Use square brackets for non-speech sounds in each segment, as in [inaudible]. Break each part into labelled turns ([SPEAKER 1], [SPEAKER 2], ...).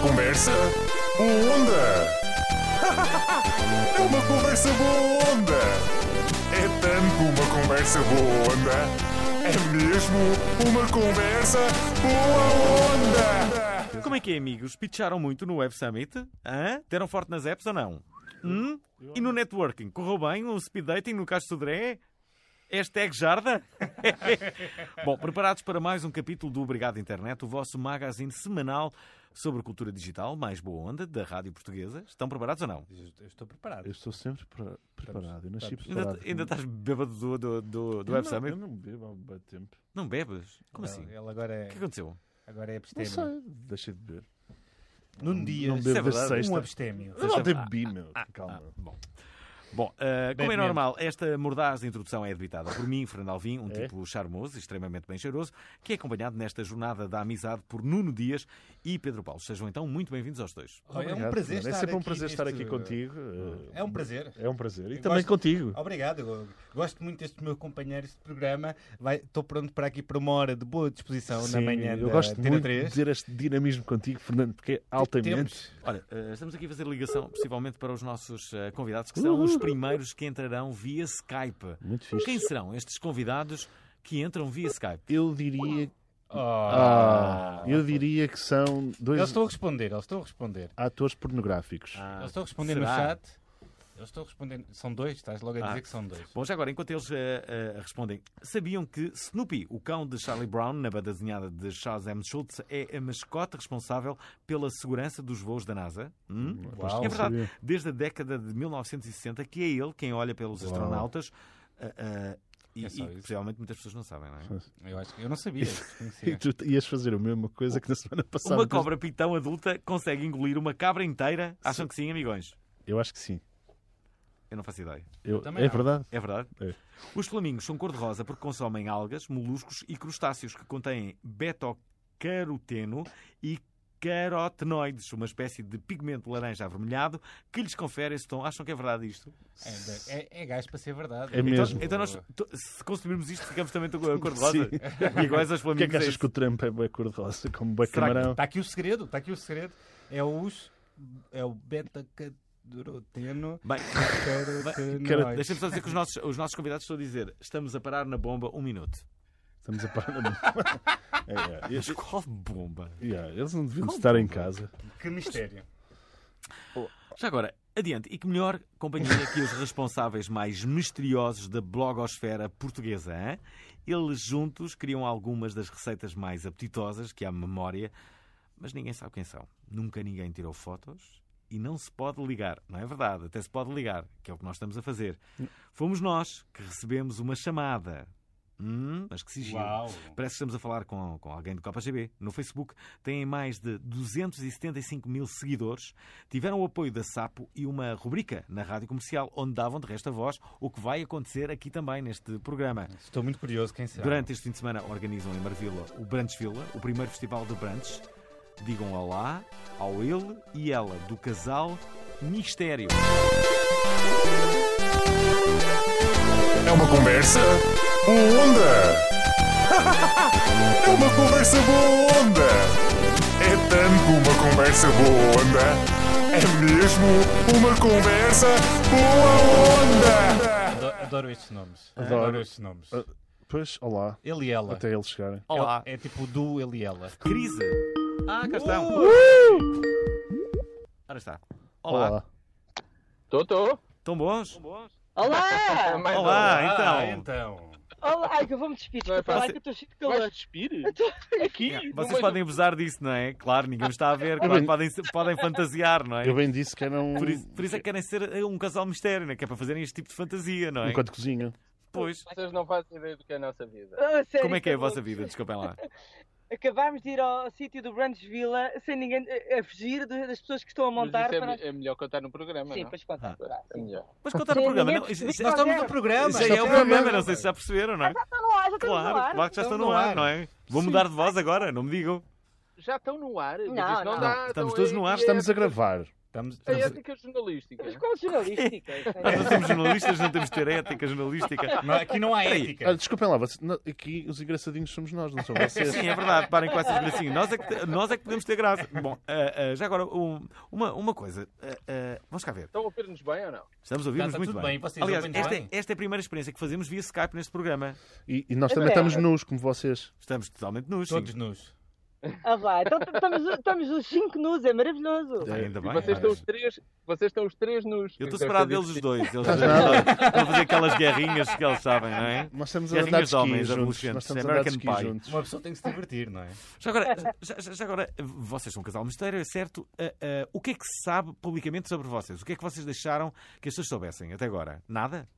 [SPEAKER 1] conversa boa onda. É uma conversa boa onda. É tanto uma conversa boa onda. É mesmo uma conversa boa onda.
[SPEAKER 2] Como é que é, amigos? Pitcharam muito no Web Summit? Hã? Teram forte nas apps ou não? Hum? E no networking? Correu bem? Um speed dating no caso de Sodré? Hashtag Jarda? [laughs] Bom, preparados para mais um capítulo do Obrigado Internet, o vosso magazine semanal sobre cultura digital, mais boa onda, da Rádio Portuguesa. Estão preparados ou não?
[SPEAKER 3] Eu eu estou preparado.
[SPEAKER 4] Ah, Eu estou sempre pre- preparado. Eu nasci
[SPEAKER 3] estamos-
[SPEAKER 4] preparado.
[SPEAKER 2] Ainda, ainda estás bêbado do, do, do, do
[SPEAKER 4] Eu
[SPEAKER 2] Web
[SPEAKER 4] não-
[SPEAKER 2] Summit?
[SPEAKER 4] Eu não bebo há bastante tempo.
[SPEAKER 2] Não bebes? Como
[SPEAKER 3] Não,
[SPEAKER 2] assim?
[SPEAKER 3] Ele agora é,
[SPEAKER 2] O que aconteceu?
[SPEAKER 3] agora é
[SPEAKER 4] Não
[SPEAKER 3] abstêmio.
[SPEAKER 4] sei, deixei de beber.
[SPEAKER 3] Num dia,
[SPEAKER 4] não
[SPEAKER 2] isso é
[SPEAKER 4] bebo desde
[SPEAKER 2] verdade.
[SPEAKER 3] um
[SPEAKER 4] sexta.
[SPEAKER 3] abstêmio.
[SPEAKER 4] Eu não bebi, meu.
[SPEAKER 2] Ah,
[SPEAKER 3] é
[SPEAKER 4] Calma.
[SPEAKER 3] um
[SPEAKER 2] Bom, Bom uh, como
[SPEAKER 3] Batman.
[SPEAKER 2] é normal, esta mordaz de introdução é debitada por mim, Fernando Alvim, um
[SPEAKER 4] É?
[SPEAKER 2] tipo charmoso e extremamente bem cheiroso, que é acompanhado nesta jornada da amizade por Nuno Dias e Pedro Paulo. Sejam então muito bem-vindos aos dois.
[SPEAKER 3] Olha, é um
[SPEAKER 4] Obrigado,
[SPEAKER 3] prazer
[SPEAKER 4] Fernando.
[SPEAKER 3] estar
[SPEAKER 4] É sempre um
[SPEAKER 3] aqui
[SPEAKER 4] prazer estar
[SPEAKER 3] neste-
[SPEAKER 4] aqui contigo.
[SPEAKER 3] É um prazer.
[SPEAKER 4] É um prazer. E
[SPEAKER 3] Eu
[SPEAKER 4] também
[SPEAKER 3] gosto-
[SPEAKER 4] contigo.
[SPEAKER 3] Obrigado, eu gosto muito deste meu companheiro de programa. Vai- Estou pronto para aqui para uma hora de boa disposição na
[SPEAKER 4] Sim,
[SPEAKER 3] manhã
[SPEAKER 4] eu
[SPEAKER 3] da
[SPEAKER 4] gosto
[SPEAKER 3] Tena
[SPEAKER 4] muito de
[SPEAKER 3] 3.
[SPEAKER 4] ter este dinamismo contigo, Fernando, porque é altamente.
[SPEAKER 3] Temos-
[SPEAKER 2] Olha, eh, estamos aqui a fazer ligação, possivelmente, para os nossos eh, convidados, que são os primeiros que entrarão via Skype.
[SPEAKER 4] Muito fixe.
[SPEAKER 2] Quem serão estes convidados que entram via Skype?
[SPEAKER 4] Eu diria.
[SPEAKER 3] Oh.
[SPEAKER 4] Ah, eu diria que são
[SPEAKER 3] Eu
[SPEAKER 4] dois
[SPEAKER 3] estou a responder, eu estou a responder.
[SPEAKER 4] atores pornográficos.
[SPEAKER 2] Ah,
[SPEAKER 3] Eu estou a responder no
[SPEAKER 2] será?
[SPEAKER 3] chat. Eu estou a responder. São dois, estás logo a
[SPEAKER 2] Ah.
[SPEAKER 3] dizer que são dois.
[SPEAKER 2] Bom, já agora, enquanto eles eh, eh, respondem, sabiam que Snoopy, o cão de Charlie Brown, na banda desenhada de Charles M. Schultz, é a mascote responsável pela segurança dos voos da NASA? Hum?
[SPEAKER 4] Aposto que
[SPEAKER 2] É
[SPEAKER 4] não
[SPEAKER 2] verdade.
[SPEAKER 4] sabia.
[SPEAKER 2] Desde a década de 1960, que é ele quem olha pelos astronautas. ah, ah, e,
[SPEAKER 3] É só
[SPEAKER 2] e
[SPEAKER 3] isso.
[SPEAKER 2] possivelmente muitas pessoas não sabem, não é?
[SPEAKER 3] Eu acho que eu não
[SPEAKER 4] [laughs]
[SPEAKER 3] sabia.
[SPEAKER 4] [laughs] E
[SPEAKER 3] desconhecia.
[SPEAKER 4] tu ias fazer a mesma coisa que na semana passada.
[SPEAKER 2] Uma cobra pitão adulta consegue engolir uma cabra inteira? Acham que sim, amigões?
[SPEAKER 4] Eu acho que sim.
[SPEAKER 2] Eu não faço ideia.
[SPEAKER 4] Eu-
[SPEAKER 3] também
[SPEAKER 4] é
[SPEAKER 3] não.
[SPEAKER 4] verdade.
[SPEAKER 2] É verdade?
[SPEAKER 4] É.
[SPEAKER 2] Os flamingos são cor-de-rosa porque consomem algas, moluscos e crustáceos que contêm beta-caroteno e carotenoides, uma espécie de pigmento laranja avermelhado que lhes confere esse tom. Acham que é verdade isto?
[SPEAKER 4] [laughs]
[SPEAKER 3] É, é, é gajo para ser verdade.
[SPEAKER 4] É mesmo.
[SPEAKER 2] Então, então nós, to- se consumirmos isto, ficamos também
[SPEAKER 4] [laughs]
[SPEAKER 2] to- cor-de-rosa? Iguais aos
[SPEAKER 4] O que é que
[SPEAKER 2] flamingos. é
[SPEAKER 4] achas
[SPEAKER 2] isso.
[SPEAKER 4] que o Trump é bué cor-de-rosa, como bué
[SPEAKER 2] Será que- tá?
[SPEAKER 4] camarão?
[SPEAKER 3] Está Tá aqui o segredo, está aqui o segredo. É os. É o beta cadroteno.
[SPEAKER 2] Bem,
[SPEAKER 3] carotenoide.
[SPEAKER 2] deixa-me só dizer que os nossos, os nossos convidados estão a dizer estamos a parar na bomba um minuto.
[SPEAKER 4] Estamos a parar.
[SPEAKER 2] [laughs]
[SPEAKER 4] é, é.
[SPEAKER 2] Mas qual bomba?
[SPEAKER 4] Yeah, eles não deviam estar em casa.
[SPEAKER 3] Que mistério.
[SPEAKER 2] Já agora, adiante, e que melhor companhia que os responsáveis mais misteriosos da blogosfera portuguesa, hein? Eles juntos criam algumas das receitas mais apetitosas que há memória, mas ninguém sabe quem são. Nunca ninguém tirou fotos e não se pode ligar. Não é verdade, até se pode ligar, que é o que nós estamos a fazer. Fomos nós que recebemos uma chamada. Hum, mas que sigilo. Parece que estamos a falar com, com alguém do KGB. No Facebook têm mais de 275 mil seguidores, tiveram o apoio da Sapo e uma rubrica na rádio comercial onde davam de resto a voz, o que vai acontecer aqui também neste programa.
[SPEAKER 3] Estou muito curioso quem será.
[SPEAKER 2] Durante este fim de semana organizam em Marvila o Brandes Vila, o primeiro festival de Brandes. Digam olá ao ele e ela do casal Mistério.
[SPEAKER 1] É uma conversa boa onda. É uma conversa boa onda. É tanto uma conversa boa onda. É mesmo uma conversa boa onda.
[SPEAKER 3] Ado- Adoro estes nomes.
[SPEAKER 4] Adoro.
[SPEAKER 3] Adoro estes nomes.
[SPEAKER 4] Ah, Pois, olá.
[SPEAKER 3] Ele e ela.
[SPEAKER 4] Até eles chegarem.
[SPEAKER 2] Olá.
[SPEAKER 3] É, é tipo o do ele e ela.
[SPEAKER 2] Crise. Ah, cá está. Ora está. Olá.
[SPEAKER 5] Tô, tô.
[SPEAKER 2] Tão bons?
[SPEAKER 5] Olá!
[SPEAKER 2] Olá, então.
[SPEAKER 3] Ah, então.
[SPEAKER 6] Olá, ai que eu vou me despir,
[SPEAKER 5] Não é
[SPEAKER 6] desculpa
[SPEAKER 5] para
[SPEAKER 6] lá
[SPEAKER 5] ser-
[SPEAKER 6] que eu estou cheio de
[SPEAKER 5] Vais
[SPEAKER 6] calor.
[SPEAKER 5] despir?
[SPEAKER 6] Eu tô-
[SPEAKER 5] Aqui? no
[SPEAKER 2] Vocês
[SPEAKER 5] meio
[SPEAKER 2] podem abusar disso, não é? Claro, ninguém me está a ver. Claro,
[SPEAKER 4] bem-
[SPEAKER 2] podem, podem fantasiar, não é?
[SPEAKER 4] Eu bem disse que um eram.
[SPEAKER 2] Por isso, por isso é que querem ser eh, um casal mistério, não é? Que é para fazerem este tipo de fantasia, não é?
[SPEAKER 4] Enquanto cozinha.
[SPEAKER 2] Pois.
[SPEAKER 5] do- Vocês não fazem ideia do que é a nossa vida.
[SPEAKER 6] Ah, sério,
[SPEAKER 2] Como é que é a
[SPEAKER 6] acabou.
[SPEAKER 2] vossa vida? Desculpem lá.
[SPEAKER 6] Acabámos de ir ao, ao sítio do Brandes Villa sem ninguém eh, a, a fugir de- das pessoas que estão a montar
[SPEAKER 5] Mas isso é,
[SPEAKER 6] para nós.
[SPEAKER 5] me- é melhor contar no programa,
[SPEAKER 6] Sim,
[SPEAKER 5] não?
[SPEAKER 6] pois conta.
[SPEAKER 5] É melhor.
[SPEAKER 2] Mas contar o
[SPEAKER 6] Sim,
[SPEAKER 2] programa.
[SPEAKER 6] ninguém
[SPEAKER 2] Não,
[SPEAKER 6] percebeu
[SPEAKER 2] isto-
[SPEAKER 6] qual
[SPEAKER 2] isto-
[SPEAKER 3] Estamos no
[SPEAKER 6] era.
[SPEAKER 3] programa.
[SPEAKER 2] isto já é o programa, não sei se já perceberam, não é?
[SPEAKER 6] Estão no ar, já estamos no
[SPEAKER 2] Claro,
[SPEAKER 6] ar.
[SPEAKER 2] claro que já
[SPEAKER 3] Estão
[SPEAKER 2] estão
[SPEAKER 3] no
[SPEAKER 2] no
[SPEAKER 3] ar.
[SPEAKER 2] ar, não é? Vou mudar de voz agora, não me digam.
[SPEAKER 5] Já estão no ar? Mas
[SPEAKER 6] Não,
[SPEAKER 5] isso não,
[SPEAKER 6] não.
[SPEAKER 5] dá.
[SPEAKER 2] Não, estamos
[SPEAKER 5] então
[SPEAKER 2] todos
[SPEAKER 5] é-
[SPEAKER 2] no ar,
[SPEAKER 5] é-
[SPEAKER 4] Estamos a gravar.
[SPEAKER 3] Estamos,
[SPEAKER 5] A
[SPEAKER 3] estamos-
[SPEAKER 5] ética jornalística.
[SPEAKER 6] Mas qual
[SPEAKER 5] [laughs]
[SPEAKER 6] jornalística? é-
[SPEAKER 2] Nós não somos jornalistas, não temos de ter ética
[SPEAKER 7] [laughs]
[SPEAKER 2] jornalística.
[SPEAKER 3] Não, aqui não há
[SPEAKER 2] é- Peraí.
[SPEAKER 4] Ah,
[SPEAKER 3] ética.
[SPEAKER 4] desculpem lá, vocês- não, aqui os engraçadinhos somos nós,
[SPEAKER 2] [laughs]
[SPEAKER 4] não são vocês.
[SPEAKER 2] Sim, é verdade, parem com essas gracinhas. Nós é que, nós é que podemos ter graça. Bom, ah, ah, já agora, um- uma, uma coisa. Ah, ah, vamos cá ver.
[SPEAKER 5] Estão a ouvir-nos bem ou não?
[SPEAKER 2] Estamos a ouvir-nos
[SPEAKER 3] Está- está
[SPEAKER 2] muito
[SPEAKER 3] tudo
[SPEAKER 2] bem.
[SPEAKER 3] bem, vocês
[SPEAKER 2] Aliás,
[SPEAKER 3] ouvem-nos
[SPEAKER 2] esta é,
[SPEAKER 3] bem?
[SPEAKER 2] esta é a primeira experiência que fazemos via Skype neste programa.
[SPEAKER 4] E, e nós também estamos nus, como vocês.
[SPEAKER 2] Estamos totalmente nus. sim.
[SPEAKER 3] Todos nus.
[SPEAKER 6] Ah, vai. Então estamos, estamos os 5 nus, é maravilhoso.
[SPEAKER 2] Bem, Ainda
[SPEAKER 5] E
[SPEAKER 2] bem.
[SPEAKER 5] vocês estão os três, vocês estão os três nus.
[SPEAKER 2] Eu estou
[SPEAKER 5] Então,
[SPEAKER 2] separado
[SPEAKER 5] quer
[SPEAKER 2] deles
[SPEAKER 5] dizer,
[SPEAKER 2] os dois. Eles vão fazer aquelas guerrinhas que eles sabem, não é?
[SPEAKER 4] Nós estamos a
[SPEAKER 2] Guerrinhas de
[SPEAKER 4] andar de esqui
[SPEAKER 2] homens,
[SPEAKER 4] juntos.
[SPEAKER 2] adolescentes,
[SPEAKER 4] Nós estamos a andar de
[SPEAKER 2] American
[SPEAKER 4] esqui
[SPEAKER 2] Pie.
[SPEAKER 4] juntos.
[SPEAKER 3] Uma pessoa tem que se divertir, não é?
[SPEAKER 2] Já agora, já, já- já agora, vocês são um casal mistério, é certo. Ah, ah, o que é que se sabe publicamente sobre vocês? O que é que vocês deixaram que as pessoas soubessem até agora? Nada?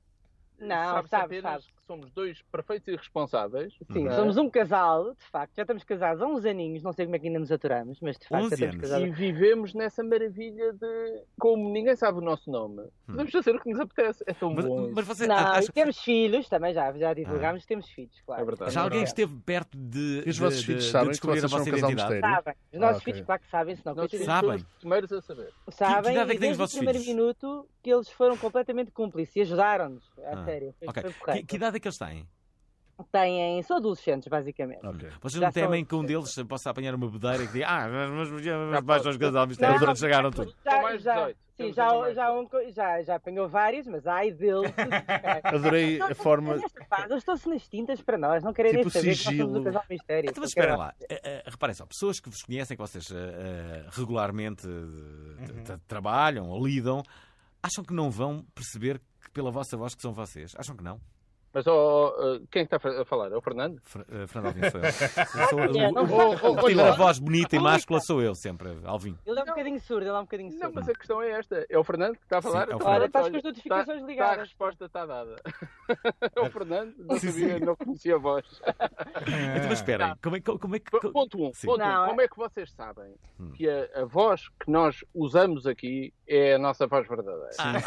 [SPEAKER 6] Não,
[SPEAKER 5] sabe-se
[SPEAKER 6] sabe,
[SPEAKER 5] apenas é?
[SPEAKER 6] sabe.
[SPEAKER 5] que somos dois perfeitos e responsáveis.
[SPEAKER 6] Sim, somos um casal, de facto. Já estamos casados há uns aninhos, não sei como é que ainda nos aturamos, mas de facto
[SPEAKER 2] 11
[SPEAKER 6] já estamos
[SPEAKER 2] anos.
[SPEAKER 5] E
[SPEAKER 6] casados.
[SPEAKER 5] vivemos nessa maravilha de como ninguém sabe o nosso nome. Podemos fazer o que nos apetece. É tão
[SPEAKER 2] Hum. Mas,
[SPEAKER 5] bom.
[SPEAKER 2] mas
[SPEAKER 5] isso.
[SPEAKER 2] você
[SPEAKER 5] [laughs]
[SPEAKER 6] Não,
[SPEAKER 2] acha
[SPEAKER 6] e temos filhos também, já, já divulgámos que temos filhos, claro.
[SPEAKER 5] Ah. É verdade.
[SPEAKER 2] já alguém
[SPEAKER 5] É.
[SPEAKER 2] esteve perto de,
[SPEAKER 4] E os
[SPEAKER 2] de-
[SPEAKER 4] vossos
[SPEAKER 2] de-
[SPEAKER 4] filhos
[SPEAKER 2] de
[SPEAKER 4] sabem que
[SPEAKER 2] descobrir
[SPEAKER 4] vocês
[SPEAKER 2] a
[SPEAKER 4] são
[SPEAKER 2] vossa
[SPEAKER 4] um casal
[SPEAKER 2] identidade?
[SPEAKER 4] mistério?
[SPEAKER 6] Sabem. Os nossos
[SPEAKER 4] Ah, ok.
[SPEAKER 6] filhos, claro que sabem, senão
[SPEAKER 5] Nós
[SPEAKER 6] coitadinhos,
[SPEAKER 2] Sabem.
[SPEAKER 5] somos os primeiros a saber.
[SPEAKER 6] sabem.
[SPEAKER 2] idade é que têm os
[SPEAKER 6] e desde o
[SPEAKER 2] vossos
[SPEAKER 6] primeiro
[SPEAKER 2] filhos?
[SPEAKER 6] minuto que eles foram completamente cúmplices e ajudaram-nos,
[SPEAKER 2] Ah,
[SPEAKER 6] a sério. Foi,
[SPEAKER 2] Ok.
[SPEAKER 6] foi
[SPEAKER 2] Que,
[SPEAKER 6] correto.
[SPEAKER 2] que idade é que eles têm?
[SPEAKER 6] Têm, são adolescentes,
[SPEAKER 2] Ah,
[SPEAKER 6] basicamente.
[SPEAKER 4] Ok.
[SPEAKER 2] Vocês
[SPEAKER 6] Já
[SPEAKER 2] não temem
[SPEAKER 6] são-
[SPEAKER 2] que um deles possa apanhar uma bedeira e que diga Ah, mas, mas,
[SPEAKER 5] Já
[SPEAKER 2] mas baixam os
[SPEAKER 5] pode.
[SPEAKER 2] casal mistério,
[SPEAKER 6] Não,
[SPEAKER 2] pronto, chegaram todos.
[SPEAKER 5] Com mais 18.
[SPEAKER 6] sim,
[SPEAKER 5] Temos
[SPEAKER 6] já,
[SPEAKER 5] ainda mais
[SPEAKER 6] já,
[SPEAKER 5] 18.
[SPEAKER 6] um co- já, já apanhou várias, mas ai
[SPEAKER 2] [laughs]
[SPEAKER 6] dele.
[SPEAKER 4] Adorei a forma.
[SPEAKER 6] Eles estão-se nas tintas para nós, não querem
[SPEAKER 4] Tipo
[SPEAKER 6] nem saber que nós somos
[SPEAKER 4] sigilo.
[SPEAKER 6] um casal mistério.
[SPEAKER 2] Então, mas
[SPEAKER 6] Qualquer
[SPEAKER 2] esperem lá. Eh, eh, reparem só, pessoas que vos conhecem, que vocês eh, eh, regularmente eh,
[SPEAKER 6] Uhum.
[SPEAKER 2] t- t- trabalham ou lidam, acham que não vão perceber que pela vossa voz que são vocês? Acham que não?
[SPEAKER 5] Mas ó, ó, quem está a falar? É o Fernando?
[SPEAKER 2] Fr eh, Fernando Alvim
[SPEAKER 6] [laughs]
[SPEAKER 2] sou eu. Eu sou-
[SPEAKER 6] Olha, não
[SPEAKER 2] o- o-
[SPEAKER 6] faz-
[SPEAKER 2] o- o que tem a voz bonita e máscula sou eu sempre, Alvim.
[SPEAKER 6] Ele é um bocadinho surdo, ele é um bocadinho surdo.
[SPEAKER 5] Não, mas a questão é esta. É o Fernando que está a
[SPEAKER 2] Sim,
[SPEAKER 5] falar?
[SPEAKER 2] é o
[SPEAKER 5] Pronto,
[SPEAKER 6] Olha, estás com
[SPEAKER 5] olha,
[SPEAKER 6] as notificações
[SPEAKER 5] tá- tá, a
[SPEAKER 6] ligadas.
[SPEAKER 5] resposta está dada. [laughs] é o Fernando, não
[SPEAKER 2] Sim,
[SPEAKER 5] sabia, não conhecia a voz.
[SPEAKER 2] [laughs] Então, mas esperem, como é, que- como é que.
[SPEAKER 5] P- Ponto 1. Um,
[SPEAKER 2] Sim. Hum.
[SPEAKER 5] ponto um.
[SPEAKER 6] Não, é-
[SPEAKER 5] Como é que vocês sabem que a, a voz que nós usamos aqui é a nossa voz verdadeira? Ah,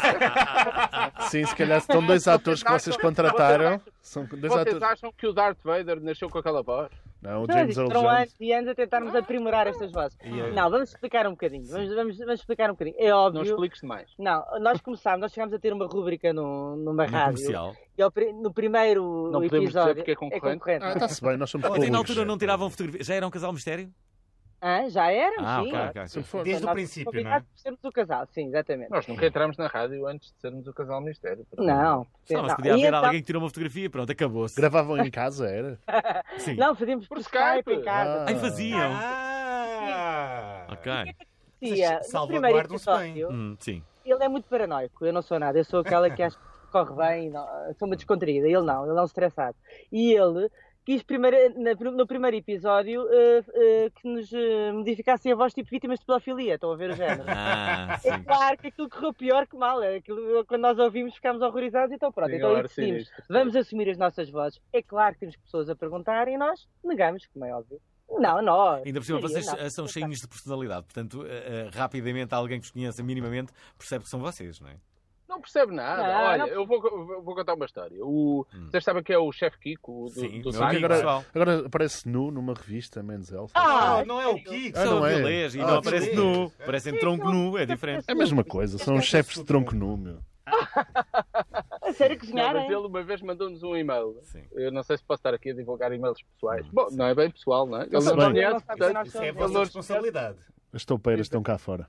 [SPEAKER 4] Sim, se calhar são dois atores que vocês contrataram. São dois
[SPEAKER 5] vocês
[SPEAKER 4] atores.
[SPEAKER 5] acham que o Darth Vader nasceu com aquela voz?
[SPEAKER 4] Não, o
[SPEAKER 6] Já
[SPEAKER 4] James
[SPEAKER 6] disse,
[SPEAKER 4] Earl
[SPEAKER 6] Foram
[SPEAKER 4] Jones.
[SPEAKER 6] Então, anos e anos a tentarmos
[SPEAKER 5] Ah.
[SPEAKER 6] aprimorar estas vozes. Não, vamos explicar um bocadinho. Vamos, vamos, vamos explicar um bocadinho. É
[SPEAKER 5] Não
[SPEAKER 6] óbvio.
[SPEAKER 5] expliques demais.
[SPEAKER 6] Não, nós começámos, nós chegámos a ter uma rúbrica no, numa
[SPEAKER 2] No
[SPEAKER 6] rádio.
[SPEAKER 2] é comercial.
[SPEAKER 6] E ao pri- no primeiro
[SPEAKER 5] Não podemos dizer
[SPEAKER 6] episódio.
[SPEAKER 5] porque é concorrente.
[SPEAKER 4] Ah, está-se bem, nós somos
[SPEAKER 2] Ontem na altura
[SPEAKER 4] públicos.
[SPEAKER 2] não tiravam fotografias. Já era um casal mistério?
[SPEAKER 6] Ah, já éramos,
[SPEAKER 2] Ah,
[SPEAKER 6] sim.
[SPEAKER 2] ok, ok. ok.
[SPEAKER 3] Desde o
[SPEAKER 6] Nós
[SPEAKER 3] princípio, não é?
[SPEAKER 6] combinados por sermos o casal, sim, exatamente.
[SPEAKER 5] Nós nunca entramos na rádio antes de sermos o casal mistério.
[SPEAKER 6] Não.
[SPEAKER 2] Não, mas
[SPEAKER 6] não.
[SPEAKER 2] podia
[SPEAKER 6] E
[SPEAKER 2] haver
[SPEAKER 6] então-
[SPEAKER 2] alguém que tirou uma fotografia, pronto, acabou-se.
[SPEAKER 4] Gravavam em casa, era?
[SPEAKER 2] Sim.
[SPEAKER 6] Não, fazíamos por
[SPEAKER 5] Por
[SPEAKER 6] Skype,
[SPEAKER 5] Skype.
[SPEAKER 6] em casa.
[SPEAKER 2] Aí
[SPEAKER 3] é?
[SPEAKER 2] faziam.
[SPEAKER 3] Ah!
[SPEAKER 2] Ok.
[SPEAKER 6] Tia, eh, no
[SPEAKER 3] Salvaguardam-se
[SPEAKER 2] um
[SPEAKER 6] primeiro
[SPEAKER 3] bem.
[SPEAKER 6] episódio,
[SPEAKER 2] Hum, sim.
[SPEAKER 6] ele é muito paranoico, eu não sou nada, eu sou aquela que acha que corre bem, não, sou uma descontraída, ele não, ele é um estressado. E ele quis primeiro, na- no primeiro episódio eh, eh, que nos eh, modificassem a voz tipo vítimas de pedofilia, estão a ver o
[SPEAKER 2] [laughs]
[SPEAKER 6] género?
[SPEAKER 2] Ah,
[SPEAKER 6] É
[SPEAKER 2] sim.
[SPEAKER 6] claro que aquilo correu pior que mal. é Aquilo, quando nós ouvimos ficámos horrorizados, então pronto,
[SPEAKER 5] Sim,
[SPEAKER 6] então aí
[SPEAKER 5] claro, sim,
[SPEAKER 6] decidimos.
[SPEAKER 5] isto.
[SPEAKER 6] Vamos assumir as nossas vozes. É claro que temos pessoas a perguntar e nós negamos, como é óbvio. Não, nós.
[SPEAKER 2] Ainda por cima,
[SPEAKER 6] seria,
[SPEAKER 2] vocês
[SPEAKER 6] não. Então
[SPEAKER 2] eh, são cheinhos de personalidade, portanto, eh, eh, rapidamente alguém que os conheça minimamente percebe que são vocês, não é?
[SPEAKER 5] Não percebe nada.
[SPEAKER 6] Não,
[SPEAKER 5] Olha,
[SPEAKER 6] não-
[SPEAKER 5] eu vou, eu vou contar uma história. O, Vocês sabem que é o chefe Kiko o do,
[SPEAKER 2] Hum. Sim, meu
[SPEAKER 5] do Skype?
[SPEAKER 2] amigo
[SPEAKER 4] agora-
[SPEAKER 2] pessoal.
[SPEAKER 4] Agora aparece nu numa revista, menos Elsa.
[SPEAKER 3] Ah,
[SPEAKER 6] Ah,
[SPEAKER 3] não é o Kiko.
[SPEAKER 4] Ah,
[SPEAKER 2] são
[SPEAKER 4] não é?
[SPEAKER 2] vilés e
[SPEAKER 4] Ah,
[SPEAKER 2] não
[SPEAKER 4] sim.
[SPEAKER 2] aparece nu, parecem tronco nu, é diferente.
[SPEAKER 4] É a mesma coisa, são os chefes de tronco nu, meu.
[SPEAKER 6] a sério
[SPEAKER 5] Não,
[SPEAKER 6] cozinharam?
[SPEAKER 5] mas ele uma vez mandou-nos um e-mail.
[SPEAKER 2] Sim.
[SPEAKER 5] Eu não sei se posso estar aqui a divulgar e-mails pessoais. Bom, não é bem pessoal, não é? Ele
[SPEAKER 4] Está-se
[SPEAKER 5] não
[SPEAKER 4] bem.
[SPEAKER 5] conhece, portanto,
[SPEAKER 3] Isso é a vossa responsabilidade.
[SPEAKER 4] As toupeiras estão cá fora.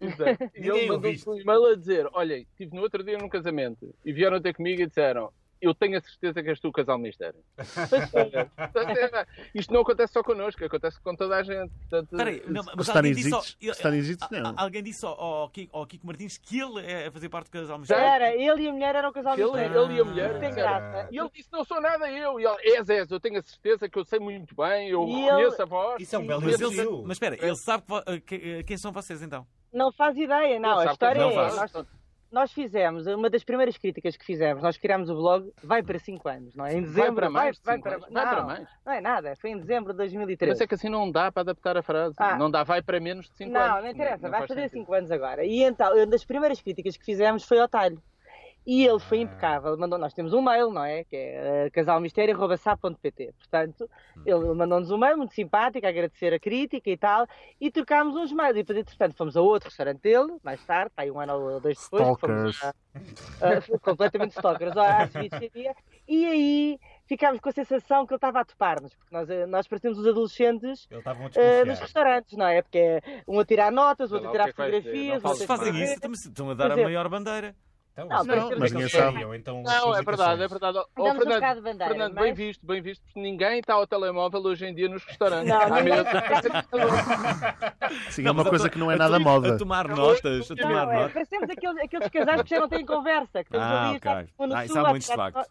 [SPEAKER 5] Exato. E
[SPEAKER 3] Ninguém
[SPEAKER 5] ele
[SPEAKER 3] o
[SPEAKER 5] mandou-nos
[SPEAKER 3] viste.
[SPEAKER 5] um e-mail a dizer: Olha, estive no outro dia num casamento e vieram ter comigo e disseram: Eu tenho a certeza que és tu o casal
[SPEAKER 3] [laughs]
[SPEAKER 5] mistério.
[SPEAKER 2] [laughs]
[SPEAKER 5] Portanto, é, Isto não acontece só connosco, acontece com toda a gente. Portanto,
[SPEAKER 2] Espera aí, não,
[SPEAKER 4] Os
[SPEAKER 2] mas alguém disse, Ah, ao,
[SPEAKER 4] Stanisites, Stanisites
[SPEAKER 2] a-
[SPEAKER 4] não.
[SPEAKER 2] a- alguém disse ao, ao Kiko, ao Kiko Martins que ele é fazer parte do casal mistério.
[SPEAKER 6] Era, ele e a mulher eram o casal
[SPEAKER 5] Ele-
[SPEAKER 6] mistério.
[SPEAKER 5] ele e a mulher,
[SPEAKER 6] Não Tem
[SPEAKER 5] sim.
[SPEAKER 6] graça.
[SPEAKER 5] E ele disse: Não sou nada eu. E ele: És, és, eu tenho a certeza que eu sei muito bem, eu
[SPEAKER 6] E ele-
[SPEAKER 5] conheço a voz.
[SPEAKER 3] Isso é um belo
[SPEAKER 2] Mas, ele,
[SPEAKER 3] elogio.
[SPEAKER 2] mas espera, ele sabe que vo- eh, que- eh, quem são vocês então?
[SPEAKER 6] Não faz ideia, não. a
[SPEAKER 5] sabe que
[SPEAKER 6] história
[SPEAKER 2] não
[SPEAKER 6] é.
[SPEAKER 2] faz.
[SPEAKER 6] Nós, nós fizemos, uma das primeiras críticas que fizemos, nós criámos o blog, vai para 5 anos, não é? Em dezembro,
[SPEAKER 5] Vai para mais,
[SPEAKER 6] vai,
[SPEAKER 5] sim,
[SPEAKER 6] para,
[SPEAKER 5] vai para
[SPEAKER 6] não,
[SPEAKER 5] mais.
[SPEAKER 6] Não é nada, foi em dezembro de 2013.
[SPEAKER 5] Mas é que assim não dá para adaptar a frase.
[SPEAKER 6] Ah.
[SPEAKER 5] Não dá, vai para menos de 5
[SPEAKER 6] Não,
[SPEAKER 5] anos.
[SPEAKER 6] não interessa, vai
[SPEAKER 5] faz
[SPEAKER 6] fazer
[SPEAKER 5] sentido.
[SPEAKER 6] 5 anos agora. E então, uma das primeiras críticas que fizemos foi ao talho. E ele
[SPEAKER 5] Ah.
[SPEAKER 6] foi impecável. Mandou, nós temos um mail, não é? Que é uh, casalmistério.sap.pt. Portanto,
[SPEAKER 5] Hum.
[SPEAKER 6] ele mandou-nos um mail muito simpático, a agradecer a crítica e tal. E trocámos uns mails. E, depois, entretanto, fomos a outro restaurante dele, mais tarde, pá, aí um ano ou dois depois.
[SPEAKER 4] Stalkers.
[SPEAKER 6] Fomos a, a- completamente stalkers, à à cevicharia. E aí ficámos com a sensação que ele estava a topar-nos, porque nós, eh, nós parecemos os adolescentes
[SPEAKER 3] Eles estavam a
[SPEAKER 6] eh, nos
[SPEAKER 3] desconfiar.
[SPEAKER 6] restaurantes, não é? Porque é um a tirar notas, o
[SPEAKER 5] Sei
[SPEAKER 6] outro
[SPEAKER 5] lá
[SPEAKER 6] a
[SPEAKER 5] o
[SPEAKER 6] tirar
[SPEAKER 5] que é que vais dizer,
[SPEAKER 6] fotografias.
[SPEAKER 5] não
[SPEAKER 2] Vocês
[SPEAKER 5] fales
[SPEAKER 2] fazem
[SPEAKER 5] mais.
[SPEAKER 2] isso, estão- estão a dar a
[SPEAKER 6] Por exemplo-
[SPEAKER 2] maior bandeira.
[SPEAKER 3] Então,
[SPEAKER 6] Não,
[SPEAKER 3] eles
[SPEAKER 6] mas
[SPEAKER 3] sabiam
[SPEAKER 4] ninguém
[SPEAKER 3] que
[SPEAKER 4] sabe.
[SPEAKER 3] eles Então,
[SPEAKER 5] Não, é verdade, é
[SPEAKER 3] complicações.
[SPEAKER 5] verdade. Ó,
[SPEAKER 7] Andamos um
[SPEAKER 5] Fernando,
[SPEAKER 7] bocado de bandeira,
[SPEAKER 5] Fernando,
[SPEAKER 6] é?
[SPEAKER 7] mas...
[SPEAKER 5] bem visto, bem visto, porque ninguém está ao telemóvel hoje em dia nos restaurantes.
[SPEAKER 6] Não,
[SPEAKER 5] Há
[SPEAKER 6] ninguém
[SPEAKER 5] mesmo-
[SPEAKER 4] Sim, é
[SPEAKER 2] ah, Não,
[SPEAKER 4] uma
[SPEAKER 2] mas a
[SPEAKER 4] coisa
[SPEAKER 2] to-
[SPEAKER 4] que não é
[SPEAKER 2] a
[SPEAKER 4] nada
[SPEAKER 2] to-
[SPEAKER 4] moda.
[SPEAKER 2] A tomar notas, a
[SPEAKER 6] Não,
[SPEAKER 2] tomar
[SPEAKER 6] é,
[SPEAKER 2] notas.
[SPEAKER 6] parecemos aqueles, aqueles casais que já não têm conversa. Que estamos
[SPEAKER 2] Ah,
[SPEAKER 6] ali,
[SPEAKER 2] ok.
[SPEAKER 6] sabe, uma no
[SPEAKER 2] Ah, isso
[SPEAKER 6] sul,
[SPEAKER 2] há muitos,
[SPEAKER 6] outra
[SPEAKER 2] de facto.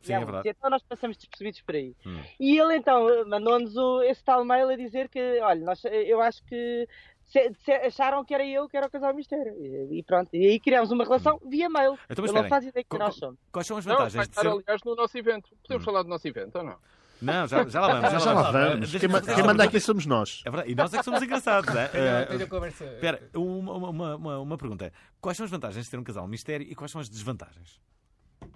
[SPEAKER 2] Sim,
[SPEAKER 6] E há
[SPEAKER 2] é
[SPEAKER 6] muitos.
[SPEAKER 2] verdade.
[SPEAKER 6] Então nós passamos despercebidos por aí.
[SPEAKER 2] Hum.
[SPEAKER 6] E ele então eh, mandou-nos o- esse tal mail a dizer que, olha, nós, eh, eu acho que se- se- acharam que era eu que era o casal mistério. E, e pronto, e aí criámos uma relação via mail.
[SPEAKER 2] Então, mas
[SPEAKER 6] ele não
[SPEAKER 2] esperem.
[SPEAKER 6] faz ideia que
[SPEAKER 2] Co-
[SPEAKER 6] nós
[SPEAKER 2] co-
[SPEAKER 6] somos.
[SPEAKER 2] Quais são as
[SPEAKER 5] Não, vai
[SPEAKER 2] vantagens de
[SPEAKER 5] estar,
[SPEAKER 2] ser... Hum.
[SPEAKER 5] aliás, no nosso evento. Podemos falar do nosso evento ou não?
[SPEAKER 2] Não, já, já lá vamos.
[SPEAKER 4] Mas já lá vamos. Quem,
[SPEAKER 2] Ah, Deixa-me
[SPEAKER 4] ma-
[SPEAKER 2] fazer
[SPEAKER 4] quem
[SPEAKER 2] uma
[SPEAKER 4] manda
[SPEAKER 2] pergunta.
[SPEAKER 4] aqui somos nós.
[SPEAKER 2] É verdade. E nós é que somos engraçados, é?
[SPEAKER 3] Tenho-
[SPEAKER 2] Eh,
[SPEAKER 3] tenho a conversa.
[SPEAKER 2] Espera, uma, uma, uma, uma pergunta. Quais são as vantagens de ter um casal mistério e quais são as desvantagens?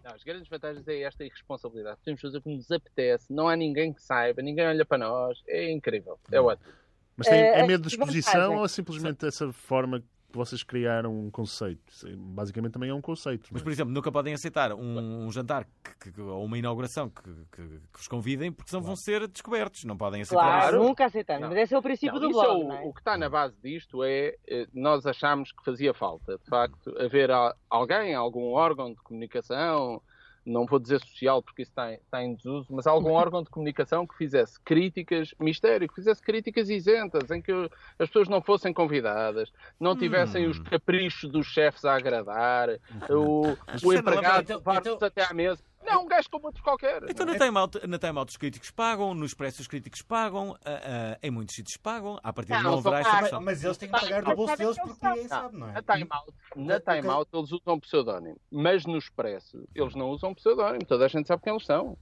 [SPEAKER 5] Não, As grandes vantagens é esta irresponsabilidade. Podemos fazer o que nos apetece, não há ninguém que saiba, ninguém olha para nós. É incrível, é ótimo.
[SPEAKER 4] Mas tem,
[SPEAKER 6] Eh,
[SPEAKER 4] é medo de
[SPEAKER 6] que vantagem?
[SPEAKER 4] exposição ou é simplesmente essa forma que vocês criaram um conceito? Isso é- Basicamente também é um conceito.
[SPEAKER 2] Mas,
[SPEAKER 4] Mas,
[SPEAKER 2] por exemplo, nunca podem aceitar um, um jantar que- que- ou uma inauguração que, que- que os convidem porque senão vão ser descobertos. Não podem aceitar
[SPEAKER 6] Claro,
[SPEAKER 5] Claro.
[SPEAKER 2] isso.
[SPEAKER 6] nunca aceitamos.
[SPEAKER 5] Não.
[SPEAKER 6] Mas esse é o
[SPEAKER 5] Não,
[SPEAKER 6] princípio do
[SPEAKER 5] isso
[SPEAKER 6] blog,
[SPEAKER 5] é o,
[SPEAKER 6] não é?
[SPEAKER 5] o que está na base disto é eh, nós achamos que fazia falta, de facto, haver a- alguém, algum órgão de comunicação, não vou dizer social porque isso está em, está em desuso, mas
[SPEAKER 6] Uhum.
[SPEAKER 5] algum órgão de comunicação que fizesse críticas, mistério, que fizesse críticas isentas, em que as pessoas não fossem convidadas, não tivessem
[SPEAKER 2] Hum.
[SPEAKER 5] os caprichos dos chefes a agradar, o, o
[SPEAKER 2] isso é
[SPEAKER 5] empregado
[SPEAKER 3] normal.
[SPEAKER 5] levar-nos
[SPEAKER 3] Uhum. Então-
[SPEAKER 5] até à mesa. Não, um gajo como outro qualquer. é?
[SPEAKER 2] Então na time, out, na time Out os críticos pagam, no Expresso os críticos pagam, ah, ah, em muitos sítios pagam, à partida
[SPEAKER 5] Não,
[SPEAKER 2] não haverá
[SPEAKER 5] só
[SPEAKER 2] esta
[SPEAKER 5] pagam.
[SPEAKER 3] Mas,
[SPEAKER 2] opção.
[SPEAKER 3] mas eles têm que pagar do
[SPEAKER 7] Mas
[SPEAKER 3] bolso
[SPEAKER 7] sabem
[SPEAKER 3] deles
[SPEAKER 7] que eles
[SPEAKER 3] porque ninguém
[SPEAKER 5] sabem.
[SPEAKER 3] sabe, não é?
[SPEAKER 5] Na Time Out, na
[SPEAKER 3] Eu- eu
[SPEAKER 5] time
[SPEAKER 3] tenho-
[SPEAKER 5] out eles usam pseudónimo, mas no Expresso eles não usam pseudónimo, toda a gente sabe quem eles são.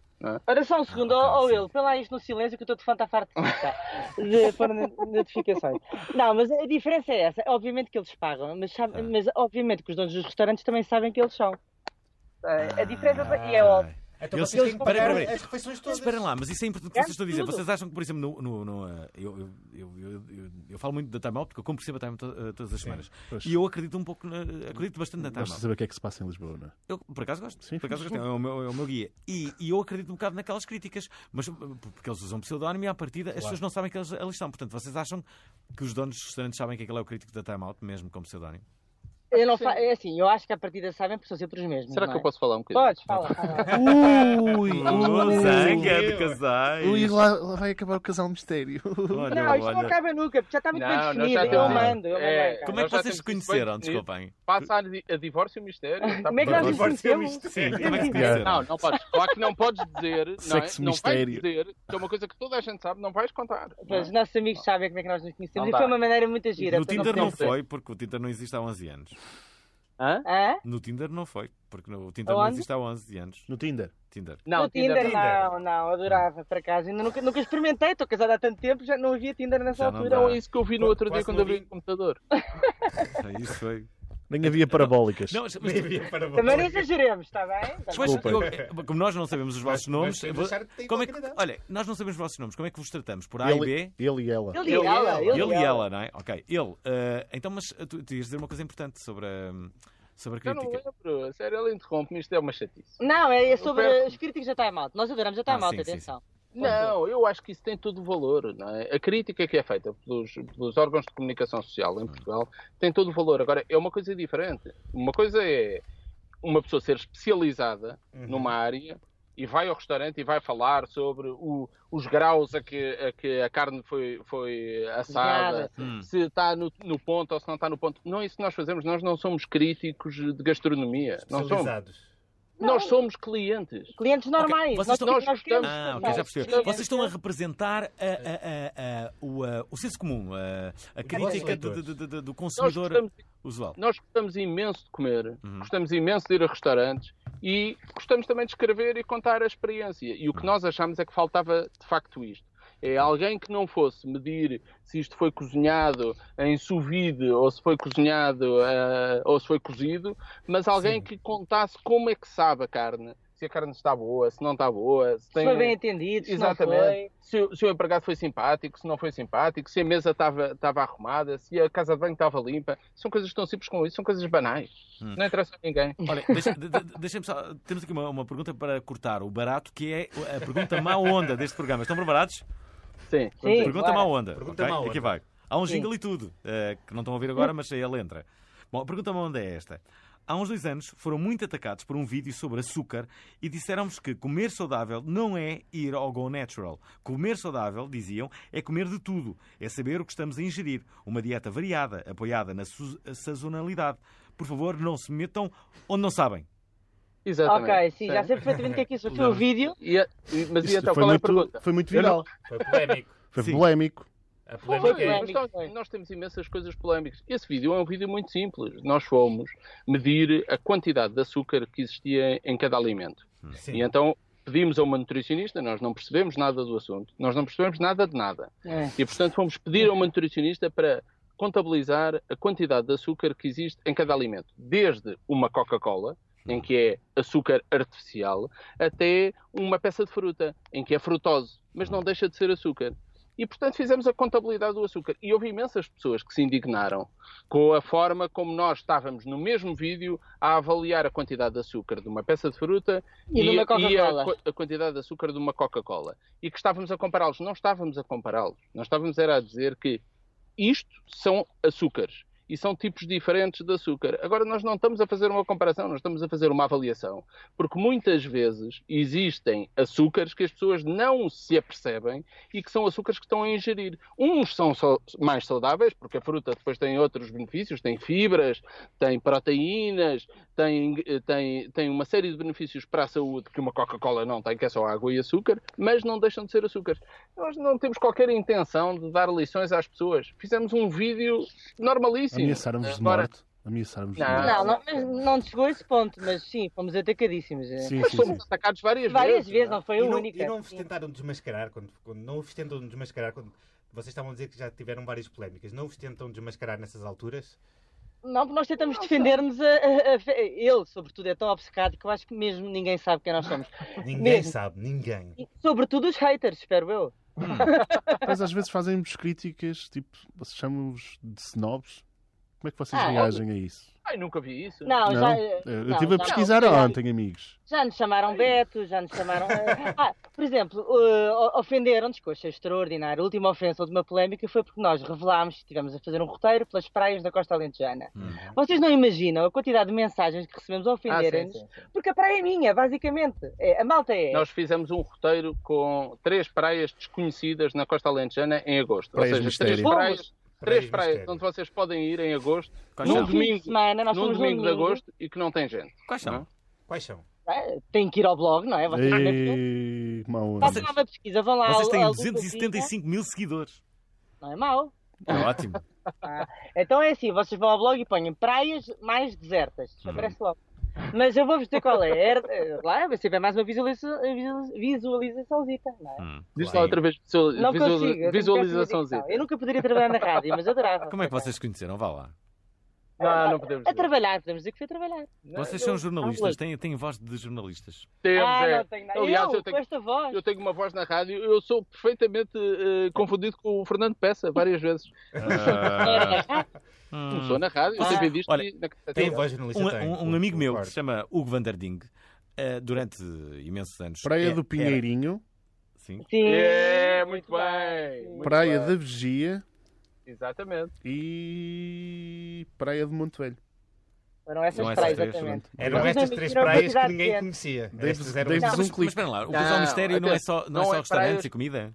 [SPEAKER 6] Ora só um segundo,
[SPEAKER 2] ok,
[SPEAKER 6] ou
[SPEAKER 2] sim.
[SPEAKER 6] ele, põe lá isto no silêncio que eu estou de fanta farto de gritar, [laughs] de pôr no- notificações. Não, mas a diferença é essa. Obviamente que eles pagam, mas, sabe-
[SPEAKER 2] Ah.
[SPEAKER 6] mas obviamente que os donos dos restaurantes também sabem que eles são. A a diferença
[SPEAKER 3] Ah.
[SPEAKER 6] e é óbvio.
[SPEAKER 3] Então
[SPEAKER 2] Eles-
[SPEAKER 3] vocês têm que
[SPEAKER 2] Espera,
[SPEAKER 3] pagar
[SPEAKER 2] espera,
[SPEAKER 3] as refeições
[SPEAKER 2] Mas
[SPEAKER 3] todas.
[SPEAKER 2] esperem lá, mas isso é importante que vocês estão a dizer.
[SPEAKER 6] tudo.
[SPEAKER 2] Vocês acham que, por exemplo, no, no- no, ah, eu, eu, eu, eu, eu- eu falo muito da Time Out porque eu como percebo a Time Out to- ah, todas as semanas.
[SPEAKER 4] pois.
[SPEAKER 2] E eu acredito um pouco, na- acredito bastante na Time
[SPEAKER 4] Gosto de
[SPEAKER 2] Out.
[SPEAKER 4] saber o que é que se passa em Lisboa,
[SPEAKER 2] [laughs]
[SPEAKER 4] não é?
[SPEAKER 2] Eu, por acaso gosto.
[SPEAKER 4] Sim,
[SPEAKER 2] por acaso
[SPEAKER 4] sim,
[SPEAKER 2] gosto. É o meu, é o meu guia. E, e eu acredito um bocado naquelas críticas, mas uh, porque eles usam pseudónimo e à partida as pessoas não sabem que eles ali são. Portanto, vocês acham que os donos dos restaurantes sabem que aquele é o crítico da Time Out, mesmo como pseudónimo?
[SPEAKER 6] Eu não
[SPEAKER 5] Sim.
[SPEAKER 6] fa- É assim, eu acho que a partida sabem porque são sempre os mesmos.
[SPEAKER 5] Será
[SPEAKER 6] não
[SPEAKER 5] que
[SPEAKER 6] é?
[SPEAKER 5] eu posso falar um bocadinho?
[SPEAKER 6] Podes, fala. fala.
[SPEAKER 4] Ui!
[SPEAKER 2] zanga de casais!
[SPEAKER 4] Ui, lá, lá vai acabar o casal mistério.
[SPEAKER 2] Olha,
[SPEAKER 6] não, isto não é
[SPEAKER 2] olha.
[SPEAKER 6] acaba nunca, porque já está muito bem
[SPEAKER 5] Não, nós
[SPEAKER 6] definido.
[SPEAKER 5] já
[SPEAKER 6] Eu
[SPEAKER 5] temos-
[SPEAKER 6] mando, eu mando.
[SPEAKER 5] É,
[SPEAKER 6] lá em
[SPEAKER 2] Como é
[SPEAKER 5] Nós
[SPEAKER 2] que
[SPEAKER 5] já
[SPEAKER 2] vocês se
[SPEAKER 5] temos isso
[SPEAKER 2] conheceram?
[SPEAKER 5] bem definido.
[SPEAKER 2] Desculpem.
[SPEAKER 5] Passa a, di- a divórcio e mistério. Está
[SPEAKER 6] Como é que
[SPEAKER 5] bem.
[SPEAKER 6] nós nos conhecemos?
[SPEAKER 2] Sim, como é que se conheceram?
[SPEAKER 5] Não, não podes. Claro que não podes dizer. Não, é?
[SPEAKER 4] Sexo
[SPEAKER 5] não vais
[SPEAKER 4] mistério.
[SPEAKER 5] dizer. Que é uma coisa que toda a gente sabe, não vais contar. não é?
[SPEAKER 6] Pois, os nossos amigos sabem como é que nós nos conhecemos
[SPEAKER 5] Não
[SPEAKER 6] e
[SPEAKER 5] dá.
[SPEAKER 6] foi uma maneira muito gira.
[SPEAKER 2] No
[SPEAKER 6] então
[SPEAKER 2] Tinder não
[SPEAKER 6] podemos dizer.
[SPEAKER 2] foi, porque o Tinder não existe há 11 anos.
[SPEAKER 5] Hã?
[SPEAKER 6] Hã?
[SPEAKER 2] No Tinder não foi, porque no- o Tinder não
[SPEAKER 6] Aonde?
[SPEAKER 2] existe há 11 anos.
[SPEAKER 4] No Tinder.
[SPEAKER 2] Tinder.
[SPEAKER 5] Não,
[SPEAKER 6] no Tinder,
[SPEAKER 3] Tinder.
[SPEAKER 6] não, não, adorava para casa. Ainda nunca, nunca experimentei, estou casada há tanto tempo, já não havia Tinder nessa
[SPEAKER 2] Já não
[SPEAKER 6] altura.
[SPEAKER 2] dá.
[SPEAKER 5] Não é isso que eu vi no outro
[SPEAKER 3] Quase
[SPEAKER 5] dia quando
[SPEAKER 3] não
[SPEAKER 5] abri
[SPEAKER 3] vi.
[SPEAKER 5] o computador.
[SPEAKER 2] É Isso foi.
[SPEAKER 4] Nem havia parabólicas.
[SPEAKER 2] É, Não, mas, mas-
[SPEAKER 3] Devia para
[SPEAKER 7] um
[SPEAKER 6] Também não exageremos, está bem? Tá bem?
[SPEAKER 2] Pois, eu- como nós não sabemos os vossos nomes,
[SPEAKER 3] mas
[SPEAKER 2] vou-
[SPEAKER 3] achar que tem
[SPEAKER 2] como é que,
[SPEAKER 3] qualidade.
[SPEAKER 2] olha, nós não sabemos os vossos nomes, como é que vos tratamos? Por A e
[SPEAKER 4] ele,
[SPEAKER 2] B?
[SPEAKER 4] ele e ela.
[SPEAKER 6] Ele e ela, ele,
[SPEAKER 2] Ele
[SPEAKER 6] e ela.
[SPEAKER 2] não é? Ok, ele. eh, então, mas eh, tu, tu ias dizer uma coisa importante sobre a, sobre a
[SPEAKER 5] Já não
[SPEAKER 2] crítica.
[SPEAKER 5] lembro. a Sério, ela interrompe-me. Isto é uma chatice.
[SPEAKER 6] Não, é, é
[SPEAKER 5] Roberto.
[SPEAKER 6] sobre os críticos já está mal. Nós adoramos já está
[SPEAKER 2] Ah,
[SPEAKER 6] mal,
[SPEAKER 2] sim, sim,
[SPEAKER 6] atenção.
[SPEAKER 5] Não, eu acho que isso tem todo o valor. Não é? A crítica que é feita pelos, pelos órgãos de comunicação social em Portugal tem todo o valor. Agora, é uma coisa diferente. Uma coisa é uma pessoa ser especializada numa área e vai ao restaurante e vai falar sobre o- os graus a que a, que a carne foi, foi assada,
[SPEAKER 6] Cozinhada.
[SPEAKER 2] Hum.
[SPEAKER 5] se está no, no ponto ou se não está no ponto. Não é isso que nós fazemos. Nós não somos críticos de gastronomia. Não somos.
[SPEAKER 3] Especializados.
[SPEAKER 5] Nós somos clientes.
[SPEAKER 6] Clientes normais.
[SPEAKER 2] vocês
[SPEAKER 6] nós,
[SPEAKER 2] estão-
[SPEAKER 6] nós,
[SPEAKER 5] nós
[SPEAKER 6] queremos
[SPEAKER 2] Ah, ok,
[SPEAKER 6] normais.
[SPEAKER 2] já percebi.
[SPEAKER 6] Clientes-
[SPEAKER 2] Vocês estão a representar a- a- a- a- o, eh, o senso comum, a, a crítica do, do- do- do- do
[SPEAKER 5] Nós
[SPEAKER 2] consumidor
[SPEAKER 5] gostamos
[SPEAKER 2] usual.
[SPEAKER 5] nós gostamos imenso de comer,
[SPEAKER 2] Uhum.
[SPEAKER 5] gostamos imenso de ir a restaurantes e gostamos também de escrever e contar a experiência. E o que nós achamos é que faltava de facto isto. É alguém que não fosse medir se isto foi cozinhado em sous vide ou se foi cozinhado eh, ou se foi cozido, mas alguém que contasse como é que sabe a carne. Se a carne está boa, se não está boa, se tem.
[SPEAKER 6] Se foi bem entendido, se não foi.
[SPEAKER 5] Exatamente. Se, o- se o empregado foi simpático, se não foi simpático, se a mesa estava estava arrumada, se a casa de banho estava limpa. São coisas tão simples como isso, são coisas banais.
[SPEAKER 4] Hum.
[SPEAKER 5] Não interessa a ninguém.
[SPEAKER 2] Olha, deixa- de- de- deixa-me só. Temos aqui uma, uma pergunta para cortar o barato, que é a pergunta má onda deste programa. Estão preparados?
[SPEAKER 5] Sim.
[SPEAKER 6] Sim,
[SPEAKER 2] Pergunta
[SPEAKER 6] claro.
[SPEAKER 2] má onda.
[SPEAKER 3] Pergunta
[SPEAKER 2] ok?
[SPEAKER 3] má onda.
[SPEAKER 2] Aqui vai. Há um
[SPEAKER 6] Sim.
[SPEAKER 2] jingle e tudo, eh, que não estão a ouvir agora, mas aí ele entra. Bom, a pergunta má onda é esta. Há uns dois anos foram muito atacados por um vídeo sobre açúcar e disseram-vos que comer saudável não é ir ao Go Natural. Comer saudável, diziam, é comer de tudo. É saber o que estamos a ingerir. Uma dieta variada, apoiada na su- sazonalidade. Por favor, não se metam onde não sabem.
[SPEAKER 5] Exatamente.
[SPEAKER 6] Ok, sim, já
[SPEAKER 5] Sim.
[SPEAKER 6] sei perfeitamente o que é que isso foi. O vídeo,
[SPEAKER 5] E a- e- mas e
[SPEAKER 4] Isto
[SPEAKER 5] então,
[SPEAKER 4] foi,
[SPEAKER 5] qual é a
[SPEAKER 4] muito,
[SPEAKER 5] pergunta?
[SPEAKER 4] foi muito
[SPEAKER 5] Eu
[SPEAKER 4] viral.
[SPEAKER 7] Foi polémico.
[SPEAKER 4] Foi
[SPEAKER 2] Sim.
[SPEAKER 4] polémico.
[SPEAKER 7] A
[SPEAKER 5] Pois,
[SPEAKER 7] polémica é.
[SPEAKER 5] mas nós, nós temos imensas coisas polémicas. Esse vídeo é um vídeo muito simples. Nós fomos medir a quantidade de açúcar que existia em cada alimento.
[SPEAKER 4] Hum.
[SPEAKER 7] Sim.
[SPEAKER 5] E então pedimos a uma nutricionista, nós não percebemos nada do assunto, nós não percebemos nada de nada.
[SPEAKER 6] É.
[SPEAKER 5] E portanto fomos pedir a uma nutricionista para contabilizar a quantidade de açúcar que existe em cada alimento, desde uma Coca-Cola, em que é açúcar artificial, até uma peça de fruta, em que é frutose, mas não deixa de ser açúcar. E portanto fizemos a contabilidade do açúcar. E houve imensas pessoas que se indignaram com a forma como nós estávamos no mesmo vídeo a avaliar a quantidade de açúcar de uma peça de fruta
[SPEAKER 6] E de uma
[SPEAKER 5] a-
[SPEAKER 6] Coca-Cola.
[SPEAKER 5] a qua- a quantidade de açúcar de uma Coca-Cola. E que estávamos a compará-los. Não estávamos a compará-los. Nós estávamos era a dizer que isto são açúcares. E são tipos diferentes de açúcar. Agora, nós não estamos a fazer uma comparação, nós estamos a fazer uma avaliação. Porque muitas vezes existem açúcares que as pessoas não se apercebem e que são açúcares que estão a ingerir. Uns são só mais saudáveis, porque a fruta depois tem outros benefícios, tem fibras, tem proteínas, tem, eh, tem, tem uma série de benefícios para a saúde que uma Coca-Cola não tem, que é só água e açúcar, mas não deixam de ser açúcares. Nós não temos qualquer intenção de dar lições às pessoas. Fizemos um vídeo normalíssimo.
[SPEAKER 4] Ameaçaram-vos de
[SPEAKER 5] Agora,
[SPEAKER 4] morte. Ameaçaram-vos de
[SPEAKER 5] Não.
[SPEAKER 4] morte.
[SPEAKER 6] Não, não, mas não chegou a esse ponto, mas sim, fomos atacadíssimos. é.
[SPEAKER 4] Sim,
[SPEAKER 5] Mas
[SPEAKER 4] sim, sim.
[SPEAKER 5] fomos atacados várias,
[SPEAKER 6] Várias vezes, não foi
[SPEAKER 7] E
[SPEAKER 6] a
[SPEAKER 7] não,
[SPEAKER 6] única.
[SPEAKER 7] e não vos
[SPEAKER 6] Sim.
[SPEAKER 7] tentaram desmascarar quando, quando não vos tentam desmascarar quando vocês estavam a dizer que já tiveram várias polémicas. Não vos tentam desmascarar nessas alturas?
[SPEAKER 6] Não, porque nós tentamos defender-nos a, a- a fe- ele, sobretudo, é tão obcecado que eu acho que mesmo ninguém sabe quem nós somos.
[SPEAKER 7] Ninguém
[SPEAKER 6] Mesmo.
[SPEAKER 7] sabe, ninguém.
[SPEAKER 6] E, sobretudo os haters, espero eu.
[SPEAKER 4] Mas às vezes fazem-vos críticas, tipo, vocês chamam-vos de snobs. Como é que vocês
[SPEAKER 6] Ah,
[SPEAKER 4] reagem a isso?
[SPEAKER 5] Ai, nunca vi isso. Ah,
[SPEAKER 6] Não,
[SPEAKER 4] Não?
[SPEAKER 6] já. eh,
[SPEAKER 4] Eu
[SPEAKER 6] não,
[SPEAKER 4] estive a
[SPEAKER 6] já-
[SPEAKER 4] pesquisar
[SPEAKER 6] já-
[SPEAKER 4] ontem, amigos.
[SPEAKER 6] Já nos chamaram Beto, já nos chamaram. [laughs] Ah, por exemplo, uh, ofenderam-nos, coisa extraordinária. A última ofensa, a última polémica foi porque nós revelámos que estivemos a fazer um roteiro pelas praias da Costa Alentejana.
[SPEAKER 4] Uhum.
[SPEAKER 6] Vocês não imaginam a quantidade de mensagens que recebemos a
[SPEAKER 5] Ah, sim,
[SPEAKER 6] ofenderem-nos,
[SPEAKER 5] sim, sim.
[SPEAKER 6] porque a praia é minha, basicamente. É, a malta é.
[SPEAKER 5] Nós fizemos um roteiro com três praias desconhecidas na Costa Alentejana em agosto.
[SPEAKER 4] Praias
[SPEAKER 5] Ou seja,
[SPEAKER 4] mistério.
[SPEAKER 5] três praias, três
[SPEAKER 7] Praias
[SPEAKER 5] praias
[SPEAKER 7] mistério.
[SPEAKER 5] onde vocês podem ir em agosto,
[SPEAKER 2] Quais
[SPEAKER 5] num
[SPEAKER 2] são?
[SPEAKER 6] Fim de
[SPEAKER 5] domingo,
[SPEAKER 6] semana, nós
[SPEAKER 5] num
[SPEAKER 6] fomos
[SPEAKER 5] domingo de
[SPEAKER 6] num domingo.
[SPEAKER 5] agosto e que não tem gente.
[SPEAKER 2] Quais são?
[SPEAKER 5] Não?
[SPEAKER 7] Quais são?
[SPEAKER 6] Ah, Tem que ir ao blog, não é? Vocês também-
[SPEAKER 4] E... Uma onda.
[SPEAKER 6] Façam lá uma pesquisa, vão lá
[SPEAKER 2] Vocês
[SPEAKER 6] ao-
[SPEAKER 2] têm
[SPEAKER 6] ao
[SPEAKER 2] 275 mil seguidores.
[SPEAKER 6] Luca Vita. Não é mau.
[SPEAKER 2] É ótimo.
[SPEAKER 6] Então é assim, vocês vão ao blog e põem praias mais desertas.
[SPEAKER 2] Hum.
[SPEAKER 6] Isso aparece logo. Mas eu vou-vos dizer qual é. Era- lá vai ser bem mais uma visualiza, visualiza- visualizaçãozita, não é?
[SPEAKER 5] Diz lá
[SPEAKER 7] Claro.
[SPEAKER 5] outra vez visual,
[SPEAKER 6] Não
[SPEAKER 5] visual-
[SPEAKER 6] consigo. eu tenho
[SPEAKER 5] visualização
[SPEAKER 6] péssima
[SPEAKER 5] Z.
[SPEAKER 6] dicção. Eu nunca poderia trabalhar na rádio, mas adorava.
[SPEAKER 2] Como é que vocês se conheceram? Vá lá.
[SPEAKER 5] Não, não podemos.
[SPEAKER 6] A
[SPEAKER 5] dizer.
[SPEAKER 6] trabalhar, podemos dizer que foi trabalhar.
[SPEAKER 2] Vocês são jornalistas, têm, têm voz de jornalistas.
[SPEAKER 5] Temos,
[SPEAKER 6] ah,
[SPEAKER 5] é.
[SPEAKER 6] não tenho nada.
[SPEAKER 5] Aliás,
[SPEAKER 6] eu,
[SPEAKER 5] eu
[SPEAKER 6] com
[SPEAKER 5] tenho,
[SPEAKER 6] esta voz.
[SPEAKER 5] eu tenho uma voz na rádio, eu sou perfeitamente eh, confundido com o Fernando Peça várias vezes.
[SPEAKER 2] Ah.
[SPEAKER 5] Começou na rádio, eu
[SPEAKER 6] Ah.
[SPEAKER 5] sempre disse
[SPEAKER 2] Olha,
[SPEAKER 5] que na
[SPEAKER 7] Tem voz jornalista,
[SPEAKER 2] Um,
[SPEAKER 7] tem.
[SPEAKER 2] um- um amigo meu que
[SPEAKER 7] Concordo.
[SPEAKER 2] se chama Hugo Van der Ding, eh, durante imensos anos.
[SPEAKER 4] Praia
[SPEAKER 2] é-
[SPEAKER 4] do Pinheirinho,
[SPEAKER 2] era- sim.
[SPEAKER 6] Sim.
[SPEAKER 5] É, muito bem. muito
[SPEAKER 4] Praia
[SPEAKER 5] bem.
[SPEAKER 4] da Vigia
[SPEAKER 5] Exatamente.
[SPEAKER 4] e Praia de Montevelho.
[SPEAKER 6] Foram essas
[SPEAKER 2] Não, é essas
[SPEAKER 6] praias,
[SPEAKER 2] três,
[SPEAKER 6] exatamente.
[SPEAKER 7] Eram
[SPEAKER 6] Mas
[SPEAKER 7] estas
[SPEAKER 6] não
[SPEAKER 7] três
[SPEAKER 6] tiram
[SPEAKER 7] praias que
[SPEAKER 6] quantidade
[SPEAKER 7] ninguém
[SPEAKER 6] de
[SPEAKER 7] conhecia.
[SPEAKER 4] Davis-
[SPEAKER 7] Estas eram
[SPEAKER 4] Davis-
[SPEAKER 7] as-
[SPEAKER 4] Mas
[SPEAKER 2] Não, mas,
[SPEAKER 4] um clique.
[SPEAKER 2] mas espera lá, o casal
[SPEAKER 5] Não,
[SPEAKER 2] mistério não é só, não é
[SPEAKER 5] não
[SPEAKER 2] só
[SPEAKER 5] é
[SPEAKER 2] restaurantes
[SPEAKER 5] praias.
[SPEAKER 2] e comida.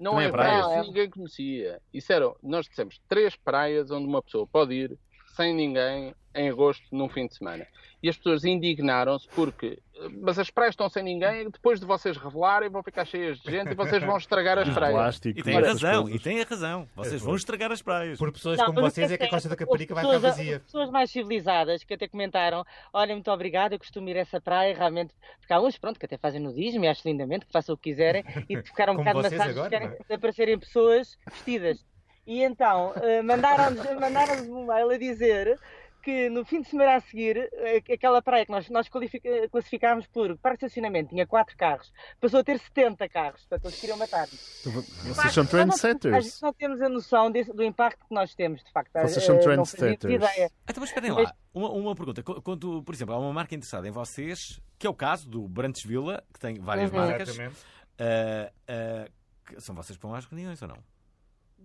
[SPEAKER 5] Não
[SPEAKER 4] Também
[SPEAKER 5] é
[SPEAKER 4] é praias.
[SPEAKER 5] praias que ninguém conhecia. Isso era, nós dissemos três praias onde uma pessoa pode ir sem ninguém em agosto, num fim de semana. E as pessoas indignaram-se porque. Mas as praias estão sem ninguém, depois de vocês revelarem, vão ficar cheias de gente e vocês vão estragar as
[SPEAKER 4] E
[SPEAKER 5] praias.
[SPEAKER 4] plástico.
[SPEAKER 2] E tem
[SPEAKER 4] essas
[SPEAKER 2] razão,
[SPEAKER 4] coisas.
[SPEAKER 2] e tem a razão. Vocês vão estragar as praias.
[SPEAKER 7] Por pessoas
[SPEAKER 6] Não,
[SPEAKER 7] como
[SPEAKER 6] mas
[SPEAKER 7] vocês
[SPEAKER 6] isso
[SPEAKER 7] é que a
[SPEAKER 6] até-
[SPEAKER 7] costa da
[SPEAKER 6] houve
[SPEAKER 7] Caparica vai ficar
[SPEAKER 6] pessoas-
[SPEAKER 7] vazia.
[SPEAKER 6] pessoas mais civilizadas que até comentaram: olha, muito obrigada, eu costumo ir a essa praia, realmente. Porque há uns, pronto, que até fazem nudismo e acho lindamente, que façam o que quiserem,
[SPEAKER 7] [laughs]
[SPEAKER 6] e ficaram um
[SPEAKER 7] Como
[SPEAKER 6] bocado
[SPEAKER 7] vocês
[SPEAKER 6] maçados de
[SPEAKER 7] agora,
[SPEAKER 6] querem
[SPEAKER 7] não é?
[SPEAKER 6] de aparecerem pessoas vestidas. E então eh, mandaram-nos [laughs] mandaram-nos um mail a dizer que no fim de semana a seguir, eh, aquela praia que nós, nós qualific- eh, classificámos por parque de estacionamento, tinha 4 carros, passou a ter 70 carros, portanto eles queriam matar-nos.
[SPEAKER 4] Vocês são
[SPEAKER 6] Nós não- Às vezes
[SPEAKER 4] trendsetters.
[SPEAKER 6] não temos a noção desse- do impacto que nós temos, de facto.
[SPEAKER 4] Vocês
[SPEAKER 6] Eh,
[SPEAKER 4] são
[SPEAKER 6] não
[SPEAKER 4] trendsetters.
[SPEAKER 6] fazíamos ideia.
[SPEAKER 2] Ah, Então, mas esperem lá, uma, uma pergunta. Qu- Quando, por exemplo, há uma marca interessada em vocês, que é o caso do Brantes Villa, que tem várias
[SPEAKER 6] Uhum.
[SPEAKER 2] marcas.
[SPEAKER 7] Exatamente.
[SPEAKER 2] ah, ah, que- são vocês que vão às reuniões ou não?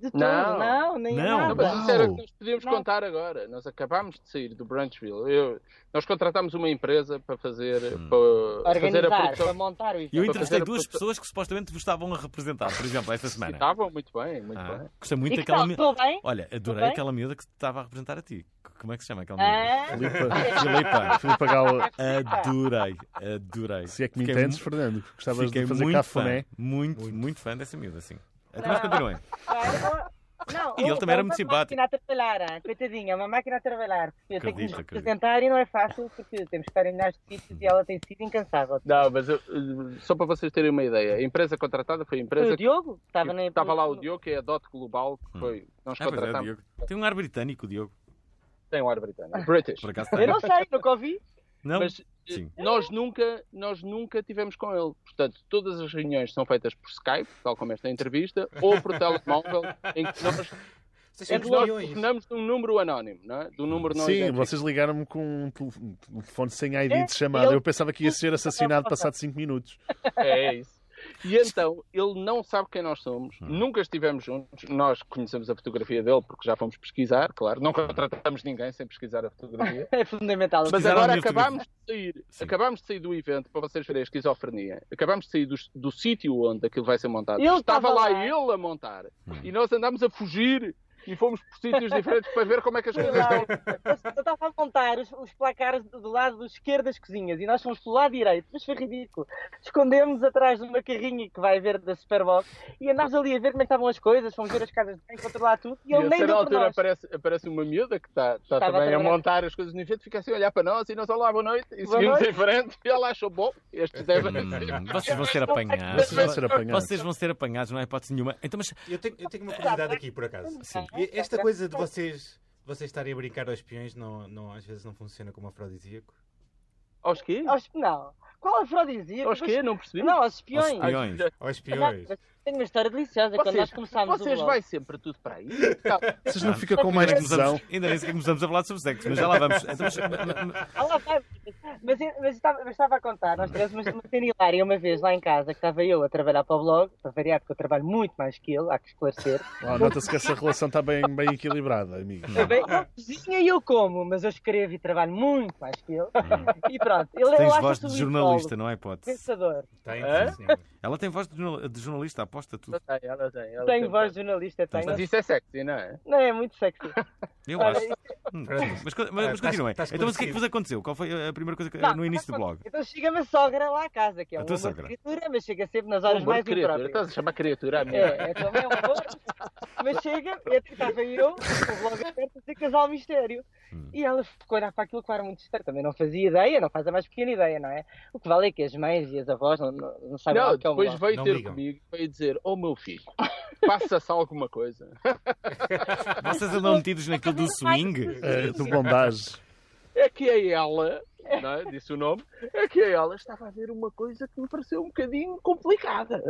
[SPEAKER 6] De tudo,
[SPEAKER 5] Não.
[SPEAKER 6] não, nem
[SPEAKER 2] Não.
[SPEAKER 5] Não,
[SPEAKER 6] nada.
[SPEAKER 5] mas isso era o que
[SPEAKER 4] Uau!
[SPEAKER 5] nós podíamos
[SPEAKER 6] Não.
[SPEAKER 5] contar agora. Nós acabámos de sair do Brunchville. Eu- nós contratámos uma empresa para fazer, para fazer a
[SPEAKER 6] Organizar, para
[SPEAKER 5] produção.
[SPEAKER 6] montar o
[SPEAKER 2] E eu
[SPEAKER 5] Para
[SPEAKER 6] evento.
[SPEAKER 2] entrevistei
[SPEAKER 5] fazer a
[SPEAKER 2] duas
[SPEAKER 5] puta-
[SPEAKER 2] pessoas que supostamente vos estavam a representar, por exemplo, esta semana.
[SPEAKER 4] tá
[SPEAKER 5] Estavam muito bem, muito
[SPEAKER 2] né? Ah,
[SPEAKER 4] então.
[SPEAKER 5] bem.
[SPEAKER 2] gostei
[SPEAKER 6] E
[SPEAKER 2] muito
[SPEAKER 6] que
[SPEAKER 2] daquela
[SPEAKER 6] tal?
[SPEAKER 2] miúda.
[SPEAKER 6] Estou bem?
[SPEAKER 2] Olha, adorei
[SPEAKER 6] bem?
[SPEAKER 2] aquela miúda que te estava a representar a ti. C- Como é que se chama aquela miúda?
[SPEAKER 6] Ah,
[SPEAKER 4] Filipa-
[SPEAKER 6] [laughs]
[SPEAKER 2] Filipa.
[SPEAKER 4] Filipa Gala.
[SPEAKER 2] Adorei, adorei.
[SPEAKER 4] Se é que me
[SPEAKER 2] Fiquei
[SPEAKER 4] entendes,
[SPEAKER 2] mu-
[SPEAKER 4] Fernando, gostavas
[SPEAKER 2] fiquei
[SPEAKER 4] de fazer
[SPEAKER 2] muito
[SPEAKER 4] cafuné.
[SPEAKER 2] Fã, muito, muito,
[SPEAKER 7] Muito.
[SPEAKER 2] fã dessa miúda, sim. Então,
[SPEAKER 6] Não.
[SPEAKER 2] Mas continuem.
[SPEAKER 6] vai. Não,
[SPEAKER 2] E ele também era muito
[SPEAKER 6] é uma
[SPEAKER 2] simpático.
[SPEAKER 6] máquina a trabalhar, ah, coitadinha, é uma máquina a trabalhar. Eu tenho que nos
[SPEAKER 2] Acredito, acredito.
[SPEAKER 6] representar e não é fácil porque temos que estar em milhares de sítios e ela tem sido incansável.
[SPEAKER 5] Não, mas eu- eh, só para vocês terem uma ideia, a empresa contratada foi a
[SPEAKER 6] Foi
[SPEAKER 5] empresa
[SPEAKER 6] o Diogo? Estava, na...
[SPEAKER 5] é Estava lá o Diogo, que é a DOT Global, que foi. Nós
[SPEAKER 2] Ah, pois é,
[SPEAKER 5] contratamos.
[SPEAKER 2] Diogo. Tem um ar britânico, o Diogo.
[SPEAKER 5] Tem o ar britânico. é? British.
[SPEAKER 2] Por acaso
[SPEAKER 6] Eu
[SPEAKER 2] tem.
[SPEAKER 6] não sei, nunca ouvi.
[SPEAKER 2] Não?
[SPEAKER 5] Mas eh,
[SPEAKER 2] Sim.
[SPEAKER 5] nós nunca, nós nunca tivemos com ele. Portanto, todas as reuniões são feitas por Skype, tal como esta entrevista, ou por
[SPEAKER 2] [laughs]
[SPEAKER 5] telemóvel, em que nós,
[SPEAKER 7] Vocês
[SPEAKER 6] É
[SPEAKER 5] em
[SPEAKER 7] são
[SPEAKER 5] que nós
[SPEAKER 7] milhões.
[SPEAKER 5] telefonamos de um número anónimo, não é? De um número não
[SPEAKER 4] Sim,
[SPEAKER 5] idêntico.
[SPEAKER 4] vocês ligaram-me com um tele- um telefone sem
[SPEAKER 6] É,
[SPEAKER 4] ID de chamada.
[SPEAKER 6] eu-
[SPEAKER 4] Eu pensava que ia ser assassinado passado 5 minutos.
[SPEAKER 5] É isso. E então, ele não sabe quem nós somos,
[SPEAKER 2] Hum.
[SPEAKER 5] nunca estivemos juntos, nós conhecemos a fotografia dele porque já fomos pesquisar, claro, não contratamos ninguém sem pesquisar a fotografia.
[SPEAKER 6] É fundamental.
[SPEAKER 5] Mas
[SPEAKER 2] Pesquisaram a
[SPEAKER 5] agora
[SPEAKER 2] minha
[SPEAKER 5] acabámos de sair,
[SPEAKER 2] Sim.
[SPEAKER 5] acabámos de sair do evento para vocês verem a esquizofrenia. Acabámos de sair do, do sítio onde aquilo vai ser montado.
[SPEAKER 6] Ele
[SPEAKER 5] estava
[SPEAKER 6] estava
[SPEAKER 5] lá,
[SPEAKER 6] lá.
[SPEAKER 5] ele a montar.
[SPEAKER 2] Hum.
[SPEAKER 5] E nós andámos a fugir e fomos por sítios diferentes para ver como é que as coisas estão.
[SPEAKER 6] Eu estava a montar os, os placares do, do lado esquerdo das cozinhas e nós fomos pelo lado direito, mas foi ridículo. Escondemos atrás de uma carrinha que vai ver da Superbox e andámos ali a ver como é que estavam as coisas, fomos ver as casas de banho, controlar tudo e
[SPEAKER 5] E
[SPEAKER 6] ele
[SPEAKER 5] a
[SPEAKER 6] [laughs] nem
[SPEAKER 5] certa
[SPEAKER 6] deu por
[SPEAKER 5] altura
[SPEAKER 6] nós.
[SPEAKER 5] aparece, aparece uma miúda que está, está
[SPEAKER 6] Estava a
[SPEAKER 5] também a,
[SPEAKER 6] trabalhar.
[SPEAKER 5] montar as coisas no evento, fica assim a olhar para nós e nós, olá, boa noite, e
[SPEAKER 6] Boa
[SPEAKER 5] seguimos
[SPEAKER 6] noite.
[SPEAKER 5] em frente. E ela achou, bom, estes devem.
[SPEAKER 2] Hum, vocês vão ser apanhados.
[SPEAKER 4] Vocês vão ser apanhados.
[SPEAKER 2] Vocês vão ser apanhados, não há hipótese nenhuma. Então, mas
[SPEAKER 7] Eu tenho, eu tenho uma curiosidade aqui, por acaso.
[SPEAKER 2] Sim.
[SPEAKER 7] E Esta coisa de vocês, de vocês estarem a brincar aos peões não, não, às vezes não funciona como afrodisíaco.
[SPEAKER 5] Aos quê?
[SPEAKER 6] Aos- Não. Qual afrodisíaco?
[SPEAKER 5] Aos quê? Não percebi.
[SPEAKER 6] Não, aos
[SPEAKER 2] aos
[SPEAKER 6] espiões.
[SPEAKER 2] espiões.
[SPEAKER 7] Aos
[SPEAKER 6] Não,
[SPEAKER 7] peões.
[SPEAKER 6] mas Tenho uma história deliciosa quando nós
[SPEAKER 5] Vocês,
[SPEAKER 6] começámos o
[SPEAKER 5] vocês
[SPEAKER 6] blog.
[SPEAKER 5] vai sempre tudo para aí.
[SPEAKER 4] Vocês não ficam com mais
[SPEAKER 2] Ainda nem começamos-
[SPEAKER 4] tesão.
[SPEAKER 2] Ainda nem sequer começamos a falar sobre sexo, mas já lá [laughs] vamos. Então, mas-
[SPEAKER 6] Ah, lá vai. Mas, eu- mas, estava, mas estava a contar, nós tivemos uma, uma cena hilária uma vez lá em casa, que estava eu a trabalhar para o blog, para variar, porque eu trabalho muito mais que ele, há que esclarecer.
[SPEAKER 4] Ah, Nota-se que essa relação está bem, bem equilibrada, amigo.
[SPEAKER 6] Também, ele cozinha e eu como, mas eu escrevo e trabalho muito mais que ele.
[SPEAKER 5] Uhum.
[SPEAKER 6] E pronto, ele é eu
[SPEAKER 2] Tens
[SPEAKER 6] acho
[SPEAKER 2] voz
[SPEAKER 6] que
[SPEAKER 2] de
[SPEAKER 6] sou
[SPEAKER 2] jornalista,
[SPEAKER 6] biólogo,
[SPEAKER 2] não é hipótese?
[SPEAKER 6] pensador.
[SPEAKER 7] Tem,
[SPEAKER 5] Hã?
[SPEAKER 7] sim, senhor.
[SPEAKER 2] Ela tem voz de jornal- de jornalista, aposta tudo.
[SPEAKER 6] Tenho voz de jornalista, tenho.
[SPEAKER 5] Mas isso é sexy, não é?
[SPEAKER 6] Não é muito sexy.
[SPEAKER 2] Eu
[SPEAKER 6] Olha,
[SPEAKER 2] acho.
[SPEAKER 6] isso-
[SPEAKER 2] Hum,
[SPEAKER 7] Pronto.
[SPEAKER 2] Mas, co- mas- mas
[SPEAKER 7] Estás-
[SPEAKER 2] continuem.
[SPEAKER 7] estás
[SPEAKER 2] Então, mas o que é que
[SPEAKER 7] esclarecido.
[SPEAKER 2] vos aconteceu? Qual foi a primeira coisa que,
[SPEAKER 6] Não,
[SPEAKER 2] no início do
[SPEAKER 6] mas-
[SPEAKER 2] blog?
[SPEAKER 6] Então chega-me a sogra lá à casa, que é
[SPEAKER 2] A
[SPEAKER 6] um
[SPEAKER 2] tua
[SPEAKER 6] amor de
[SPEAKER 2] sogra.
[SPEAKER 6] criatura, mas chega sempre nas horas
[SPEAKER 5] Humor de
[SPEAKER 6] mais
[SPEAKER 5] criatura. então
[SPEAKER 6] impróprias.
[SPEAKER 5] Estás a chamar criatura a mim.
[SPEAKER 6] É, é também um amor. Mas chega, eu estava eu, com o blog aberto, a dizer casal mistério.
[SPEAKER 2] Hum.
[SPEAKER 6] E ela ficou a olhar para aquilo que era muito estranho. Também não fazia ideia, não faz a mais pequena ideia, não é? O que vale é que as mães e as avós não, não, não sabem lá
[SPEAKER 5] Não,
[SPEAKER 6] o que é um
[SPEAKER 5] depois
[SPEAKER 6] blog.
[SPEAKER 5] veio
[SPEAKER 7] Não
[SPEAKER 5] então, ter
[SPEAKER 7] ligam.
[SPEAKER 5] comigo e veio dizer: Oh meu filho, passa-se alguma coisa.
[SPEAKER 2] Vocês andam metidos naquilo do swing?
[SPEAKER 6] [laughs]
[SPEAKER 4] Eh, do bondage.
[SPEAKER 5] É que a ela, não é? disse o nome, é que a ela estava a ver uma coisa que me pareceu um bocadinho complicada.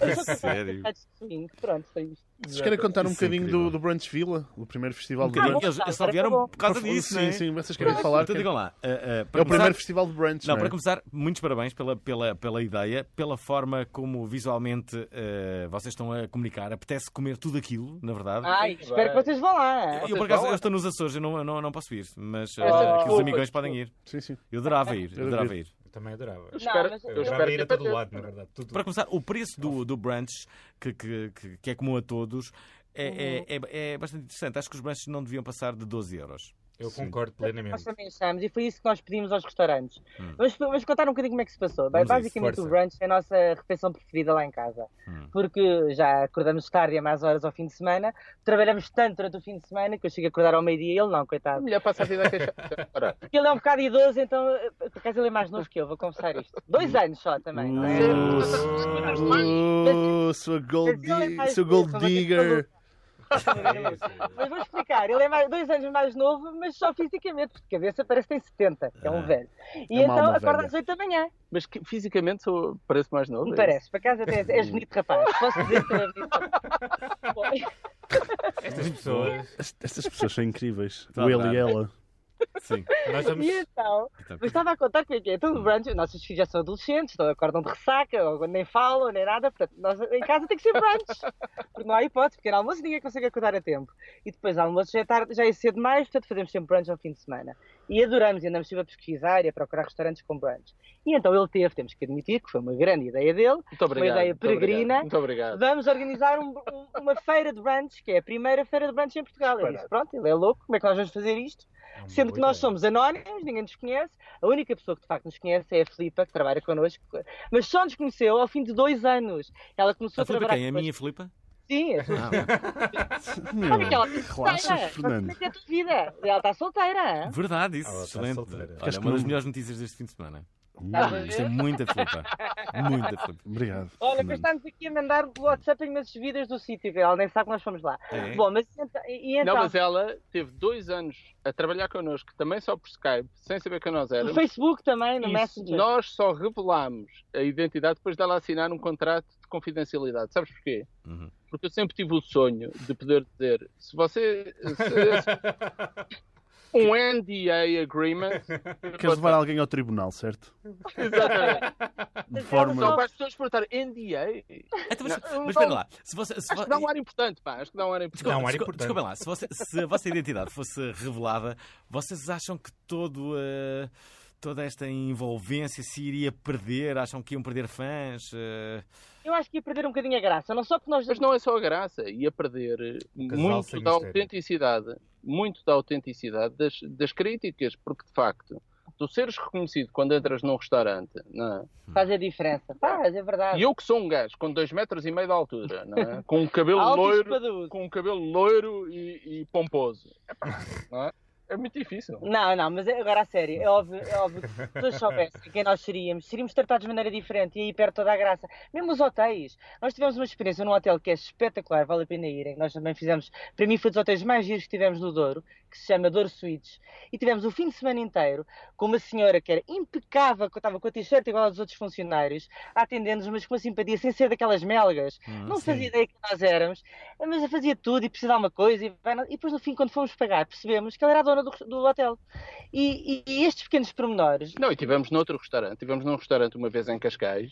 [SPEAKER 6] Eu sou casada
[SPEAKER 2] Sério?
[SPEAKER 6] com casais de swing. Pronto, foi isto.
[SPEAKER 4] Vocês querem contar um
[SPEAKER 2] Isso é
[SPEAKER 4] bocadinho
[SPEAKER 2] incrível.
[SPEAKER 4] do, do Brunch Villa, do primeiro festival do
[SPEAKER 6] bocadinho.
[SPEAKER 4] Brunch?
[SPEAKER 2] Um Eles, eles só
[SPEAKER 6] agora
[SPEAKER 2] vieram
[SPEAKER 6] acabou.
[SPEAKER 2] por causa disso,
[SPEAKER 4] Um sim,
[SPEAKER 2] não é?
[SPEAKER 4] sim, vocês querem falar.
[SPEAKER 2] Então
[SPEAKER 4] querem-
[SPEAKER 2] digam lá. ah, ah, para
[SPEAKER 4] É o
[SPEAKER 2] começar-
[SPEAKER 4] primeiro festival de Brunch,
[SPEAKER 2] Não,
[SPEAKER 4] não,
[SPEAKER 2] para
[SPEAKER 4] é?
[SPEAKER 2] começar, muitos parabéns pela, pela, pela ideia, pela forma como visualmente eh, vocês estão a comunicar. Apetece comer tudo aquilo, na verdade.
[SPEAKER 6] Ai, espero que vocês vão
[SPEAKER 2] eu,
[SPEAKER 6] lá.
[SPEAKER 2] por
[SPEAKER 5] vocês
[SPEAKER 2] acaso,
[SPEAKER 5] vão?
[SPEAKER 2] eu estou nos Açores, eu não, eu não, não posso ir, mas eh,
[SPEAKER 5] Ah,
[SPEAKER 2] que os
[SPEAKER 5] desculpa,
[SPEAKER 2] amigões
[SPEAKER 5] desculpa.
[SPEAKER 2] podem ir.
[SPEAKER 4] Sim, sim.
[SPEAKER 2] Eu adorava ir, eu
[SPEAKER 4] Eu
[SPEAKER 2] adorava ir.
[SPEAKER 7] Eu também adorava.
[SPEAKER 5] espero-
[SPEAKER 6] mas
[SPEAKER 7] Eu
[SPEAKER 5] eu
[SPEAKER 7] adorava ir a
[SPEAKER 5] espero que-
[SPEAKER 7] todo lado, na verdade. Tudo.
[SPEAKER 2] Para começar, o preço do, do brunch, que, que, que- que é comum a todos, é, é, é- é bastante interessante. Acho que os brunches não deviam passar de 12 euros.
[SPEAKER 7] Eu
[SPEAKER 4] Sim.
[SPEAKER 7] concordo plenamente.
[SPEAKER 6] Nós também achamos, e foi isso que nós pedimos aos restaurantes. Vamos, vamos contar um bocadinho como é que se passou. Bem,
[SPEAKER 2] Hum. Vamos a isso,
[SPEAKER 6] basicamente, o
[SPEAKER 7] força.
[SPEAKER 6] brunch é a nossa refeição preferida lá em casa.
[SPEAKER 2] Hum.
[SPEAKER 6] Porque já acordamos tarde e a mais horas ao fim de semana, trabalhamos tanto durante o fim de semana que eu chego a acordar ao meio-dia e ele não,
[SPEAKER 5] A
[SPEAKER 6] coitado.
[SPEAKER 5] mulher passa a vida a queixar. Ora,
[SPEAKER 6] Porque ele é um bocado idoso, então, eh, por acaso, ele é mais novo que eu, vou confessar isto. Dois anos só também, não é?
[SPEAKER 2] Hum.
[SPEAKER 4] Uh, uh, sua gold,
[SPEAKER 6] Mas ele é
[SPEAKER 4] dig-
[SPEAKER 6] mais
[SPEAKER 4] sua gold
[SPEAKER 6] novo,
[SPEAKER 4] digger.
[SPEAKER 6] Mas vou explicar, ele é mais, dois anos mais novo, mas só fisicamente, porque de cabeça parece que tem 70, que é um velho. E
[SPEAKER 4] É uma
[SPEAKER 6] então
[SPEAKER 4] alma
[SPEAKER 6] acorda
[SPEAKER 4] velha.
[SPEAKER 6] às 8 da manhã.
[SPEAKER 5] mas que, fisicamente sou, parece mais novo.
[SPEAKER 6] Me
[SPEAKER 5] é?
[SPEAKER 6] parece, por acaso até és bonito rapaz. Posso
[SPEAKER 4] [laughs]
[SPEAKER 6] dizer que tu és bonito rapaz. Bom, [laughs]
[SPEAKER 7] Estas pessoas,
[SPEAKER 4] Est- Estas pessoas são incríveis.
[SPEAKER 2] Tá
[SPEAKER 4] O ele
[SPEAKER 2] verdade.
[SPEAKER 4] e ela.
[SPEAKER 2] Sim.
[SPEAKER 7] nós
[SPEAKER 6] E
[SPEAKER 7] somos
[SPEAKER 6] então,
[SPEAKER 2] Então,
[SPEAKER 6] mas estava a contar que é que é todo brunch, os nossos filhos já são adolescentes, então acordam de ressaca, ou nem falam, nem nada, portanto, nós em casa tem que ser brunch, porque não há hipótese, pequeno almoço ninguém consegue acordar a tempo. E depois almoço já é tarde, já é cedo demais, portanto fazemos sempre brunch ao fim de semana. E adoramos, e andamos sempre a pesquisar e a procurar restaurantes com brunch. E então ele teve, temos que admitir, que foi uma grande ideia dele,
[SPEAKER 5] Muito obrigado.
[SPEAKER 6] ideia
[SPEAKER 5] muito obrigado,
[SPEAKER 6] peregrina.
[SPEAKER 5] Muito obrigado.
[SPEAKER 6] Vamos organizar um- um- uma feira de brunch, que é a primeira feira de brunch em Portugal. Eu disse, pronto, ele é louco, como é que nós vamos fazer isto?
[SPEAKER 7] é um
[SPEAKER 6] Sendo que nós somos anónimos, ninguém nos conhece. A única pessoa que de facto nos conhece é a Filipa, que trabalha connosco. Mas só nos conheceu ao fim de dois anos. Ela começou
[SPEAKER 2] a
[SPEAKER 6] a,
[SPEAKER 2] Filipa
[SPEAKER 6] trabalhar.
[SPEAKER 2] quem? A
[SPEAKER 6] connosco.
[SPEAKER 2] minha Filipa?
[SPEAKER 6] Sim, a Filipa. Sabe
[SPEAKER 4] Meu,
[SPEAKER 6] que
[SPEAKER 4] [laughs]
[SPEAKER 6] ela
[SPEAKER 4] relaxa,
[SPEAKER 6] solteira.
[SPEAKER 4] Fernando.
[SPEAKER 6] Mas é a tua vida. Ela está solteira. hã?
[SPEAKER 2] Verdade, isso.
[SPEAKER 7] Ah, Ela está
[SPEAKER 2] Excelente.
[SPEAKER 7] solteira.
[SPEAKER 2] Olha,
[SPEAKER 4] Ficaste
[SPEAKER 2] uma das
[SPEAKER 4] com-
[SPEAKER 2] melhores notícias deste fim de semana.
[SPEAKER 6] Estás a
[SPEAKER 2] Hum, Isto é
[SPEAKER 6] ver?
[SPEAKER 2] muita
[SPEAKER 5] [laughs]
[SPEAKER 2] Filipa. Muita Filipa.
[SPEAKER 4] Obrigado.
[SPEAKER 6] Olha,
[SPEAKER 4] Fernando.
[SPEAKER 6] depois está-nos aqui a mandar do WhatsApp imensos vídeos do sítio, que ela nem sabe que nós fomos lá.
[SPEAKER 2] É.
[SPEAKER 6] Bom, mas ent- e, e então,
[SPEAKER 5] Não, mas ela teve dois anos a trabalhar connosco, também só por Skype, sem saber quem nós
[SPEAKER 6] no
[SPEAKER 5] éramos.
[SPEAKER 6] Facebook também, no
[SPEAKER 5] E
[SPEAKER 6] Messenger.
[SPEAKER 5] nós só revelámos a identidade depois dela assinar um contrato de confidencialidade. Sabes porquê?
[SPEAKER 2] Uhum.
[SPEAKER 5] Porque eu sempre tive o sonho de poder dizer se você.
[SPEAKER 7] [laughs]
[SPEAKER 5] se- se- um NDA agreement.
[SPEAKER 4] Queres levar alguém ao tribunal, certo?
[SPEAKER 5] Exatamente.
[SPEAKER 4] De
[SPEAKER 5] Só
[SPEAKER 4] forma.
[SPEAKER 5] para as pessoas perguntarem NDA.
[SPEAKER 2] Então, mas,
[SPEAKER 5] Não,
[SPEAKER 2] mas
[SPEAKER 5] não.
[SPEAKER 2] espera lá. Se você, se
[SPEAKER 5] Acho
[SPEAKER 2] vo-
[SPEAKER 5] que dá um ar importante, pá. Acho que dá um ar importante.
[SPEAKER 7] Não, um ar
[SPEAKER 2] desculpa-
[SPEAKER 7] importante.
[SPEAKER 2] Desculpem lá, se, você- se a vossa identidade fosse revelada, vocês acham que todo, eh, toda esta envolvência se iria perder? Acham que iam perder fãs? Eh,
[SPEAKER 6] Eu acho que ia perder um bocadinho a graça, não só porque nós.
[SPEAKER 5] Mas não é só a graça, ia perder
[SPEAKER 7] Um casal
[SPEAKER 5] muito
[SPEAKER 7] sem
[SPEAKER 5] da
[SPEAKER 7] mistério.
[SPEAKER 5] autenticidade, muito da autenticidade das, das críticas, porque de facto, tu seres reconhecido quando entras num restaurante, não é?
[SPEAKER 6] Faz a diferença. Faz, é verdade.
[SPEAKER 5] e eu que sou um gajo com dois metros e meio de altura,
[SPEAKER 2] [laughs]
[SPEAKER 5] não é? com um cabelo
[SPEAKER 6] Alto e
[SPEAKER 5] loiro,
[SPEAKER 6] espadudo.
[SPEAKER 5] com um cabelo loiro e, e pomposo, Epá, não é? é muito difícil.
[SPEAKER 6] Não, não, mas agora a sério, é óbvio, é óbvio que se as pessoas soubessem quem nós seríamos, seríamos tratados de maneira diferente e aí perde toda a graça. Mesmo os hotéis. Nós tivemos uma experiência num hotel que é espetacular, vale a pena irem. Nós também fizemos, para mim foi dos hotéis mais giros que tivemos no Douro, que se chama Douro Suites. E tivemos o fim de semana inteiro com uma senhora que era impecável, que estava com a t-shirt igual aos outros funcionários, a atender-nos, mas com uma simpatia, sem ser daquelas melgas. não fazia ideia que nós éramos, mas fazia tudo e precisava de uma coisa. E, vai- e depois, no fim, quando fomos pagar, percebemos que ela era a dona do, do hotel. E, e- e estes pequenos pormenores.
[SPEAKER 5] Não, e tivemos noutro restaurante, tivemos num restaurante uma vez em Cascais,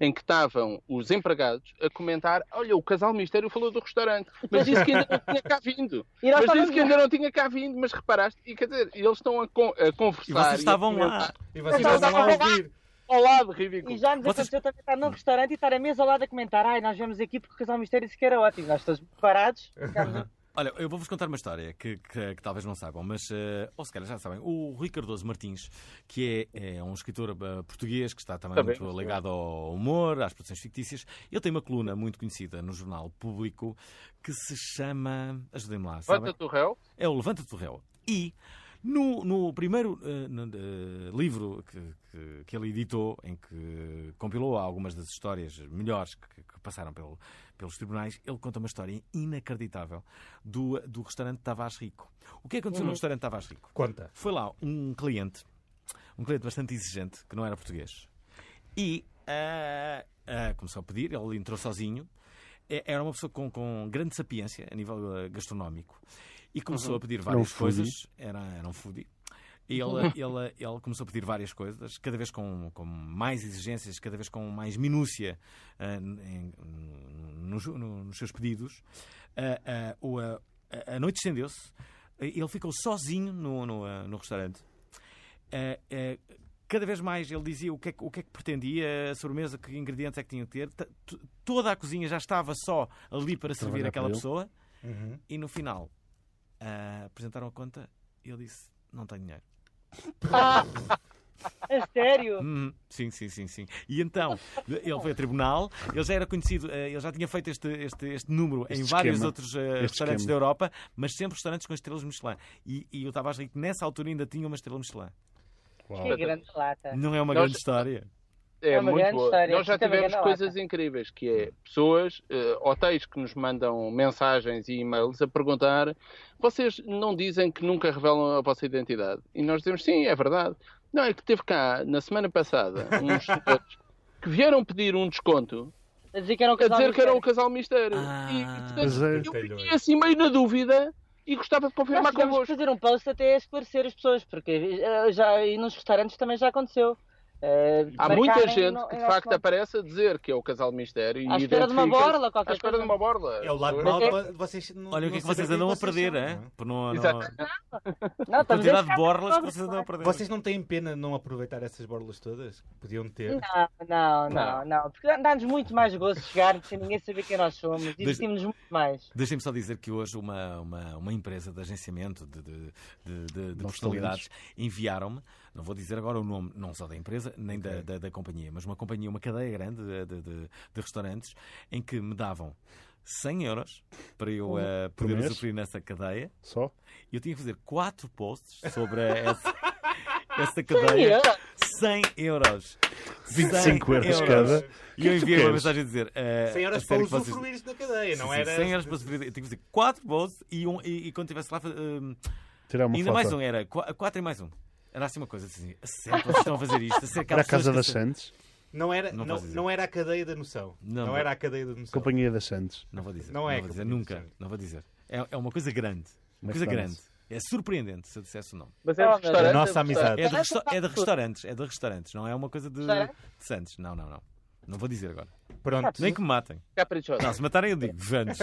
[SPEAKER 5] em que estavam os empregados a comentar, olha, o casal mistério falou
[SPEAKER 2] [laughs]
[SPEAKER 5] do restaurante, mas disse que ainda não tinha cá vindo.
[SPEAKER 6] E nós
[SPEAKER 5] Mas
[SPEAKER 6] estávamos
[SPEAKER 5] disse que ainda não tinha cá vindo, mas reparaste, e quer dizer, eles estão a, con- a conversar.
[SPEAKER 2] e
[SPEAKER 5] e
[SPEAKER 2] vocês
[SPEAKER 5] a
[SPEAKER 2] estavam lá. Ah,
[SPEAKER 5] comentar
[SPEAKER 7] E vocês
[SPEAKER 6] Estás a
[SPEAKER 7] estão lá a
[SPEAKER 6] pagar?
[SPEAKER 7] ouvir.
[SPEAKER 5] é Ao lado,
[SPEAKER 6] E
[SPEAKER 5] ridículo.
[SPEAKER 6] já nos
[SPEAKER 2] Vocês-
[SPEAKER 6] aconteceu também estar num restaurante e estar à mesa ao lado a comentar: ai, nós viemos aqui porque o casal mistério disse que era ótimo. Nós todos parados. ficámos-
[SPEAKER 2] Olha, eu vou-vos contar uma história que, que- que talvez não saibam, mas, eh, ou se calhar já sabem, o Rui Cardoso Martins, que é, é um escritor eh, português que está também
[SPEAKER 5] Está bem,
[SPEAKER 2] muito
[SPEAKER 5] sim.
[SPEAKER 2] ligado ao humor, às produções fictícias, ele tem uma coluna muito conhecida no jornal público que se chama. Ajudem-me lá, sabem?
[SPEAKER 5] Levanta-te o réu.
[SPEAKER 2] é o Levanta-te do Réu. E no, no primeiro eh, no, eh, livro que, que- que ele editou, em que compilou algumas das histórias melhores que, que passaram pelo- pelos tribunais, ele conta uma história inacreditável do, do restaurante Tavares Rico. O que é que aconteceu no restaurante Tavares Rico?
[SPEAKER 7] Conta.
[SPEAKER 2] Foi lá um cliente, um cliente bastante exigente, que não era português, e ah, ah, começou a pedir, ele entrou sozinho. É- Era uma pessoa com, com grande sapiência a nível ah, gastronómico e começou a pedir várias
[SPEAKER 4] foodie.
[SPEAKER 2] coisas. Era, era um foodie. E Ele, ele, ele começou a pedir várias coisas, cada vez com, com mais exigências, cada vez com mais minúcia ah, em- nos, no- nos seus pedidos. Ah, ah, o, ah, a, a noite estendeu-se, ele ficou sozinho no, no, ah, no restaurante. Eh, eh, cada vez mais ele dizia o que, é, que- o que é que pretendia, a sobremesa, que ingredientes é que tinha que ter. T- t- Toda a cozinha já estava só ali para servir
[SPEAKER 4] Trabalhar
[SPEAKER 2] aquela
[SPEAKER 4] para ele.
[SPEAKER 2] pessoa.
[SPEAKER 7] Uhum.
[SPEAKER 2] E no final ah, apresentaram a conta e ele disse: Não tenho dinheiro.
[SPEAKER 6] A sério?
[SPEAKER 2] Uhum. Sim, sim, sim, sim. E então, ele foi a tribunal, ele já era conhecido, eh, ele já tinha feito este, este, este número
[SPEAKER 4] Este
[SPEAKER 2] em vários
[SPEAKER 4] esquema.
[SPEAKER 2] outros eh,
[SPEAKER 4] Este
[SPEAKER 2] restaurantes
[SPEAKER 4] esquema.
[SPEAKER 2] da Europa, mas sempre restaurantes com estrelas Michelin. E, e o Tavares Rico, nessa altura, ainda tinha uma estrela Michelin.
[SPEAKER 6] Que grande lata.
[SPEAKER 2] Não é uma
[SPEAKER 5] Nós-
[SPEAKER 2] grande história.
[SPEAKER 5] É,
[SPEAKER 6] É uma
[SPEAKER 5] muito
[SPEAKER 6] grande
[SPEAKER 5] boa.
[SPEAKER 6] história.
[SPEAKER 5] Nós já
[SPEAKER 6] Também
[SPEAKER 5] tivemos
[SPEAKER 6] grande
[SPEAKER 5] coisas
[SPEAKER 6] lata.
[SPEAKER 5] incríveis, que é pessoas, eh, hotéis que nos mandam mensagens e e-mails a perguntar vocês não dizem que nunca revelam a vossa identidade? E nós dizemos, sim, é verdade. Não, é que teve cá, na semana passada, uns senhores que vieram pedir um desconto
[SPEAKER 6] A dizer que era um
[SPEAKER 5] a
[SPEAKER 6] casal
[SPEAKER 5] dizer que era o
[SPEAKER 6] mistério.
[SPEAKER 5] casal mistério.
[SPEAKER 2] Ah.
[SPEAKER 5] E, e, portanto,
[SPEAKER 4] Pois é.
[SPEAKER 5] eu fiquei assim meio na dúvida e gostava de confirmar
[SPEAKER 6] Nós tivemos que
[SPEAKER 5] convosco.
[SPEAKER 6] fazer um post até esclarecer as pessoas, porque eh, já, e nos restaurantes também já aconteceu. Eh,
[SPEAKER 5] Há
[SPEAKER 6] marcarem
[SPEAKER 5] muita gente
[SPEAKER 6] no-
[SPEAKER 5] que
[SPEAKER 6] em
[SPEAKER 5] de
[SPEAKER 6] nosso
[SPEAKER 5] facto
[SPEAKER 6] nome.
[SPEAKER 5] aparece a dizer que é o casal mistério e
[SPEAKER 6] À espera de uma
[SPEAKER 5] identifica-se-
[SPEAKER 6] borla, qualquer
[SPEAKER 5] à espera de
[SPEAKER 6] coisa.
[SPEAKER 5] uma borla.
[SPEAKER 7] É o lado
[SPEAKER 5] Pois.
[SPEAKER 7] mal
[SPEAKER 6] é-
[SPEAKER 7] de vocês
[SPEAKER 2] Olha
[SPEAKER 7] não
[SPEAKER 2] o que
[SPEAKER 7] não
[SPEAKER 2] é que vocês
[SPEAKER 7] saberem
[SPEAKER 2] andam a
[SPEAKER 7] quem vocês
[SPEAKER 2] perder,
[SPEAKER 7] são,
[SPEAKER 2] é?
[SPEAKER 7] não é?
[SPEAKER 2] Por não, não...
[SPEAKER 5] Exatamente.
[SPEAKER 6] Não, estamos
[SPEAKER 2] Quantidade de
[SPEAKER 6] a
[SPEAKER 2] borlas que
[SPEAKER 6] pobres,
[SPEAKER 2] vocês andam a perder.
[SPEAKER 7] Vocês não têm pena de não aproveitar essas borlas todas? que Podiam ter.
[SPEAKER 6] Não, não, não, não. Porque dá- dá-nos muito mais gosto chegar sem ninguém saber quem nós somos. Divertimos-nos muito mais.
[SPEAKER 2] Deixem-me só dizer que hoje uma, uma, uma empresa de agenciamento de, de, de, de, de
[SPEAKER 4] Novos
[SPEAKER 2] personalidades enviaram-me, não vou dizer agora o nome, não só da empresa, nem da, da, da companhia, mas uma companhia, uma cadeia grande de, de, de- de restaurantes, em que me davam 100 euros para eu eh,
[SPEAKER 4] Por
[SPEAKER 2] poder
[SPEAKER 4] mês?
[SPEAKER 2] usufruir nessa cadeia
[SPEAKER 4] Só?
[SPEAKER 2] e eu tinha que fazer quatro posts
[SPEAKER 4] [laughs]
[SPEAKER 2] sobre a- essa, essa
[SPEAKER 6] E
[SPEAKER 2] cadeia.
[SPEAKER 6] eu,
[SPEAKER 2] 100 euros.
[SPEAKER 4] 25
[SPEAKER 2] 100
[SPEAKER 4] euros cada.
[SPEAKER 2] E eu
[SPEAKER 4] que tu
[SPEAKER 2] enviei uma
[SPEAKER 4] queres?
[SPEAKER 2] mensagem a dizer: eh,
[SPEAKER 7] 100
[SPEAKER 2] a
[SPEAKER 7] euros para
[SPEAKER 2] sério que vocês-
[SPEAKER 7] usufruir isso na cadeia, não
[SPEAKER 2] Sim,
[SPEAKER 7] era?
[SPEAKER 2] 100 euros para sofrer. Eu tinha que fazer 4 bowls e, um, e, e quando estivesse lá. fa- hum,
[SPEAKER 4] Tirar uma
[SPEAKER 2] ainda
[SPEAKER 4] foto.
[SPEAKER 2] mais um, era 4 e mais um. Era assim uma coisa assim. A sério, vocês estão a fazer isto? A sério, que há
[SPEAKER 4] Era a
[SPEAKER 2] pessoas
[SPEAKER 4] Casa
[SPEAKER 2] que
[SPEAKER 4] das
[SPEAKER 2] se-
[SPEAKER 4] Santos.
[SPEAKER 7] Não era,
[SPEAKER 2] Não
[SPEAKER 7] não,
[SPEAKER 2] posso dizer.
[SPEAKER 7] não era a cadeia da noção.
[SPEAKER 2] Não,
[SPEAKER 7] Não,
[SPEAKER 2] não.
[SPEAKER 7] era a cadeia da noção.
[SPEAKER 4] Companhia das Santos.
[SPEAKER 2] Não vou dizer.
[SPEAKER 7] Não
[SPEAKER 2] Não,
[SPEAKER 7] é
[SPEAKER 2] vou
[SPEAKER 7] que
[SPEAKER 2] dizer
[SPEAKER 7] eu vou
[SPEAKER 2] nunca.
[SPEAKER 7] dizer.
[SPEAKER 2] Não vou dizer. É, é uma coisa grande. Uma coisa grande.
[SPEAKER 4] McDonald's.
[SPEAKER 2] É surpreendente se eu dissesse o nome.
[SPEAKER 5] Mas é de
[SPEAKER 6] Oh,
[SPEAKER 5] restaurante,
[SPEAKER 7] A nossa
[SPEAKER 5] é de restaurante.
[SPEAKER 7] amizade.
[SPEAKER 2] É de, resta- é de restaurantes, é de restaurantes, não é uma coisa de,
[SPEAKER 6] Restaurante?
[SPEAKER 2] de Santos. Não, não, não. Não vou dizer agora.
[SPEAKER 7] Pronto.
[SPEAKER 2] Nem que me matem.
[SPEAKER 5] Caprichosa.
[SPEAKER 2] Não, se matarem eu digo
[SPEAKER 6] [laughs]
[SPEAKER 2] antes.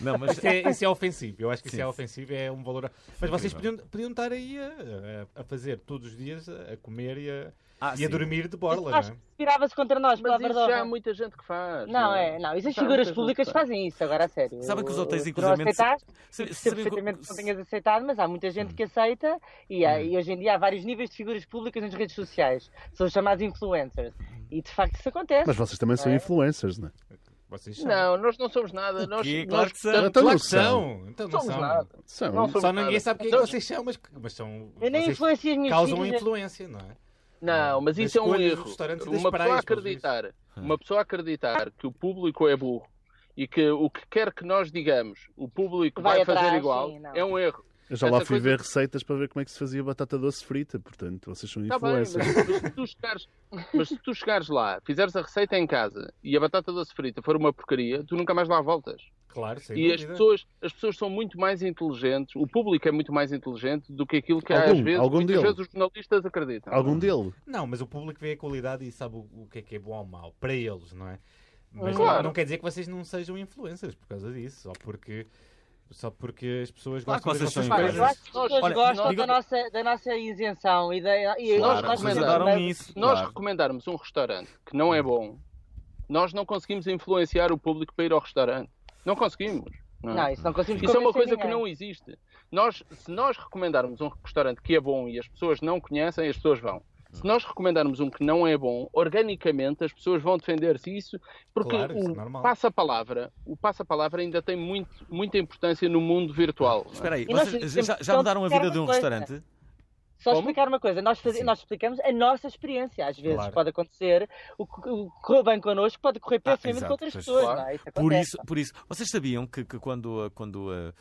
[SPEAKER 2] Não, mas [laughs]
[SPEAKER 7] Isso é, isso é ofensivo. Eu acho que isso
[SPEAKER 2] Sim.
[SPEAKER 7] é ofensivo, é um valor. Mas vocês podiam, podiam estar aí a, a- a fazer todos os dias, a a comer e a,
[SPEAKER 2] Ah,
[SPEAKER 7] e
[SPEAKER 2] sim.
[SPEAKER 7] a dormir de borla, não
[SPEAKER 6] Acho
[SPEAKER 7] é?
[SPEAKER 6] que virava-se contra nós, pela
[SPEAKER 5] Mas isso já é há
[SPEAKER 6] verdade.
[SPEAKER 5] muita gente que faz.
[SPEAKER 6] Não, é, não. Isso as
[SPEAKER 5] Já há
[SPEAKER 6] figuras
[SPEAKER 5] muita gente
[SPEAKER 6] públicas
[SPEAKER 5] que faz.
[SPEAKER 6] fazem isso, agora a sério.
[SPEAKER 2] Sabem que os hotéis,
[SPEAKER 6] Tu
[SPEAKER 2] inclusive,
[SPEAKER 6] Não aceitaste?
[SPEAKER 2] Sabe-
[SPEAKER 6] Percebo
[SPEAKER 2] sabem
[SPEAKER 6] perfeitamente
[SPEAKER 2] co-
[SPEAKER 6] que não tenhas aceitado, mas há muita gente
[SPEAKER 2] Hum.
[SPEAKER 6] que aceita e, há- e hoje em dia há vários níveis de figuras públicas nas redes sociais. São chamados influencers. E de facto isso acontece.
[SPEAKER 4] Mas vocês também são influencers, não é?
[SPEAKER 7] Vocês são.
[SPEAKER 5] Não, nós não somos nada. Nós,
[SPEAKER 2] quê? Claro
[SPEAKER 5] nós
[SPEAKER 2] que são.
[SPEAKER 5] gostamos-
[SPEAKER 4] Então
[SPEAKER 7] Claro
[SPEAKER 4] não
[SPEAKER 7] que são. Então não
[SPEAKER 5] somos
[SPEAKER 7] são.
[SPEAKER 5] nada.
[SPEAKER 4] São.
[SPEAKER 5] Não somos
[SPEAKER 7] Só ninguém
[SPEAKER 5] nada.
[SPEAKER 7] sabe quem é que vocês são, mas, mas são.
[SPEAKER 6] Eu nem
[SPEAKER 7] vocês
[SPEAKER 6] influencio né? as minhas
[SPEAKER 7] causam
[SPEAKER 6] filhas.
[SPEAKER 7] influência, não é?
[SPEAKER 5] Não, mas
[SPEAKER 7] Das
[SPEAKER 5] isso é um
[SPEAKER 7] escolhas dos
[SPEAKER 5] erro.
[SPEAKER 7] restaurantes e das
[SPEAKER 5] Uma pessoa
[SPEAKER 7] praias, pelos
[SPEAKER 5] acreditar,
[SPEAKER 7] Hum.
[SPEAKER 5] uma pessoa acreditar que o público é burro e que o que quer que nós digamos, o público vai,
[SPEAKER 6] Vai atrás,
[SPEAKER 5] fazer igual,
[SPEAKER 6] sim, não.
[SPEAKER 5] é um erro.
[SPEAKER 4] Eu já lá
[SPEAKER 5] Essa
[SPEAKER 4] fui
[SPEAKER 5] coisa-
[SPEAKER 4] ver receitas para ver como é que se fazia batata doce frita, portanto, vocês são
[SPEAKER 5] Tá bem, mas,
[SPEAKER 4] influencers.
[SPEAKER 5] mas se tu chegares, mas se tu chegares lá, fizeres a receita em casa e a batata doce frita for uma porcaria, tu nunca mais lá voltas.
[SPEAKER 7] Claro, sem
[SPEAKER 5] E as
[SPEAKER 7] dúvida.
[SPEAKER 5] pessoas, as pessoas são muito mais inteligentes, o público é muito mais inteligente do que aquilo que às
[SPEAKER 4] Algum-
[SPEAKER 5] vezes,
[SPEAKER 4] algum
[SPEAKER 5] muitas
[SPEAKER 4] dele.
[SPEAKER 5] vezes os jornalistas acreditam.
[SPEAKER 4] Algum dele.
[SPEAKER 7] Não, mas o público vê a qualidade e sabe o, o que é que é bom ou mau para eles, não é? Mas
[SPEAKER 5] Claro.
[SPEAKER 7] não, não quer dizer que vocês não sejam influencers por causa disso, só porque só porque as pessoas
[SPEAKER 2] Claro que
[SPEAKER 7] gostam
[SPEAKER 2] vocês são
[SPEAKER 7] das vossas
[SPEAKER 6] Pá,
[SPEAKER 7] coisas.
[SPEAKER 6] eu acho que as pessoas
[SPEAKER 2] Olha,
[SPEAKER 6] gostam
[SPEAKER 2] nós-
[SPEAKER 6] da, nossa, da nossa isenção e da. E
[SPEAKER 5] Claro,
[SPEAKER 6] nós
[SPEAKER 5] vocês
[SPEAKER 6] recomendamos-
[SPEAKER 5] adoram
[SPEAKER 2] isso.
[SPEAKER 5] Se nós
[SPEAKER 2] Claro.
[SPEAKER 5] recomendarmos um restaurante que não é bom, nós não conseguimos influenciar o público para ir ao restaurante. Não conseguimos. não é?
[SPEAKER 6] Não, isso não conseguimos
[SPEAKER 5] Isso é uma
[SPEAKER 6] convencer
[SPEAKER 5] coisa que
[SPEAKER 6] ninguém.
[SPEAKER 5] não existe. Nós, se nós recomendarmos um restaurante que é bom e as pessoas não conhecem, as pessoas vão. Se nós recomendarmos um que não é bom, organicamente as pessoas vão defender-se isso, porque
[SPEAKER 7] Claro, isso é
[SPEAKER 5] o
[SPEAKER 7] normal.
[SPEAKER 5] passa-palavra, o passa-palavra ainda tem muito, muita importância no mundo virtual. não é?
[SPEAKER 2] Espera aí,
[SPEAKER 6] E nós
[SPEAKER 2] vocês
[SPEAKER 6] temos
[SPEAKER 2] já,
[SPEAKER 6] que
[SPEAKER 2] já mudaram a vida de um
[SPEAKER 6] coisa.
[SPEAKER 2] restaurante?
[SPEAKER 6] Só
[SPEAKER 5] Como?
[SPEAKER 6] explicar uma coisa, nós, faze- nós explicamos a nossa experiência. Às vezes
[SPEAKER 7] Claro.
[SPEAKER 6] pode acontecer, o que o que correu bem connosco pode correr pessimamente
[SPEAKER 2] Ah, exato,
[SPEAKER 6] com outras
[SPEAKER 2] pois,
[SPEAKER 6] pessoas.
[SPEAKER 5] claro.
[SPEAKER 6] não é? Isso
[SPEAKER 2] Por
[SPEAKER 6] acontece.
[SPEAKER 2] isso, por isso, vocês sabiam que, que quando, ah, quando, ah,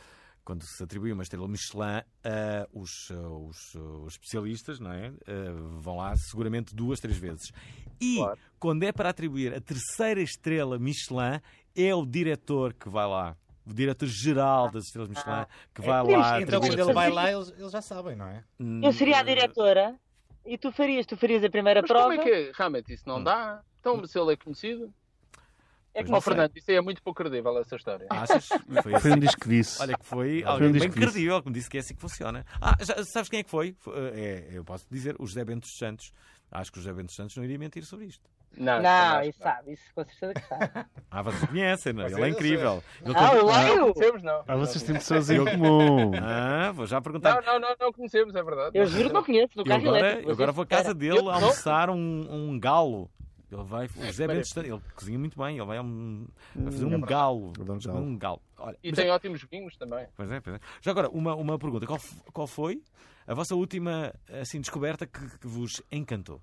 [SPEAKER 2] quando se atribui uma estrela Michelin, ah, os, ah, os, ah, os especialistas não é? Ah, vão lá seguramente duas, três vezes. E
[SPEAKER 5] Claro.
[SPEAKER 2] quando é para atribuir a terceira estrela Michelin, é o diretor que vai lá. O diretor-geral das estrelas Michelin
[SPEAKER 6] Ah,
[SPEAKER 2] que vai
[SPEAKER 6] é
[SPEAKER 2] lá.
[SPEAKER 7] Então
[SPEAKER 2] atribuir
[SPEAKER 7] quando
[SPEAKER 2] a
[SPEAKER 7] ele vai
[SPEAKER 2] terceira-
[SPEAKER 7] lá, eles, eles já sabem, não é?
[SPEAKER 2] Hum,
[SPEAKER 6] Eu seria a diretora e tu farias, tu farias a primeira
[SPEAKER 5] Mas
[SPEAKER 6] prova.
[SPEAKER 5] como é que é? Realmente isso não dá? Então, se ele é conhecido.
[SPEAKER 6] É
[SPEAKER 2] Pois não
[SPEAKER 5] Ó,
[SPEAKER 6] que não
[SPEAKER 2] sei. Ah.
[SPEAKER 5] Fernando, isso aí é muito pouco credível, essa história.
[SPEAKER 2] Achas? Foi
[SPEAKER 4] Foi um
[SPEAKER 2] assim.
[SPEAKER 4] disco que disse.
[SPEAKER 2] Olha que foi
[SPEAKER 4] Não,
[SPEAKER 2] alguém
[SPEAKER 4] não diz
[SPEAKER 2] bem
[SPEAKER 4] que disse.
[SPEAKER 2] credível que me disse que é assim que funciona. Ah, já, sabes quem é que foi? Foi, eh, é, eu posso dizer, o José Bento dos Santos. Acho que o José Bento dos Santos não iria mentir sobre isto.
[SPEAKER 5] Não,
[SPEAKER 6] Não,
[SPEAKER 5] isso
[SPEAKER 6] isso sabe, isso com certeza que sabe.
[SPEAKER 2] Ah, vocês conhecem, não?
[SPEAKER 7] Vocês
[SPEAKER 2] Ele é
[SPEAKER 7] não
[SPEAKER 2] incrível. Ele
[SPEAKER 6] Ah, eu
[SPEAKER 2] tem...
[SPEAKER 6] leio!
[SPEAKER 5] Conhecemos, não.
[SPEAKER 4] Ah, vocês têm pessoas em comum.
[SPEAKER 2] Ah, vou já perguntar.
[SPEAKER 5] Não, não, não, não conhecemos, é verdade.
[SPEAKER 6] Eu juro que não conheço, do
[SPEAKER 2] Eu
[SPEAKER 6] carro
[SPEAKER 2] agora,
[SPEAKER 6] elétrico.
[SPEAKER 2] eu agora vou à casa dele
[SPEAKER 5] Eu-
[SPEAKER 2] almoçar um, um galo. Ele vai. O José
[SPEAKER 5] espera.
[SPEAKER 2] Bento está- ele cozinha muito bem, ele vai, a um- vai fazer um galo.
[SPEAKER 4] Vou dar um
[SPEAKER 2] Vamos comer
[SPEAKER 4] galo.
[SPEAKER 2] Um galo. Olha,
[SPEAKER 5] E
[SPEAKER 2] mas-
[SPEAKER 5] tem ótimos vinhos também.
[SPEAKER 2] pois é, pois é. Já agora, uma, uma pergunta. Qual, f- qual foi a vossa última assim, descoberta que, que vos encantou?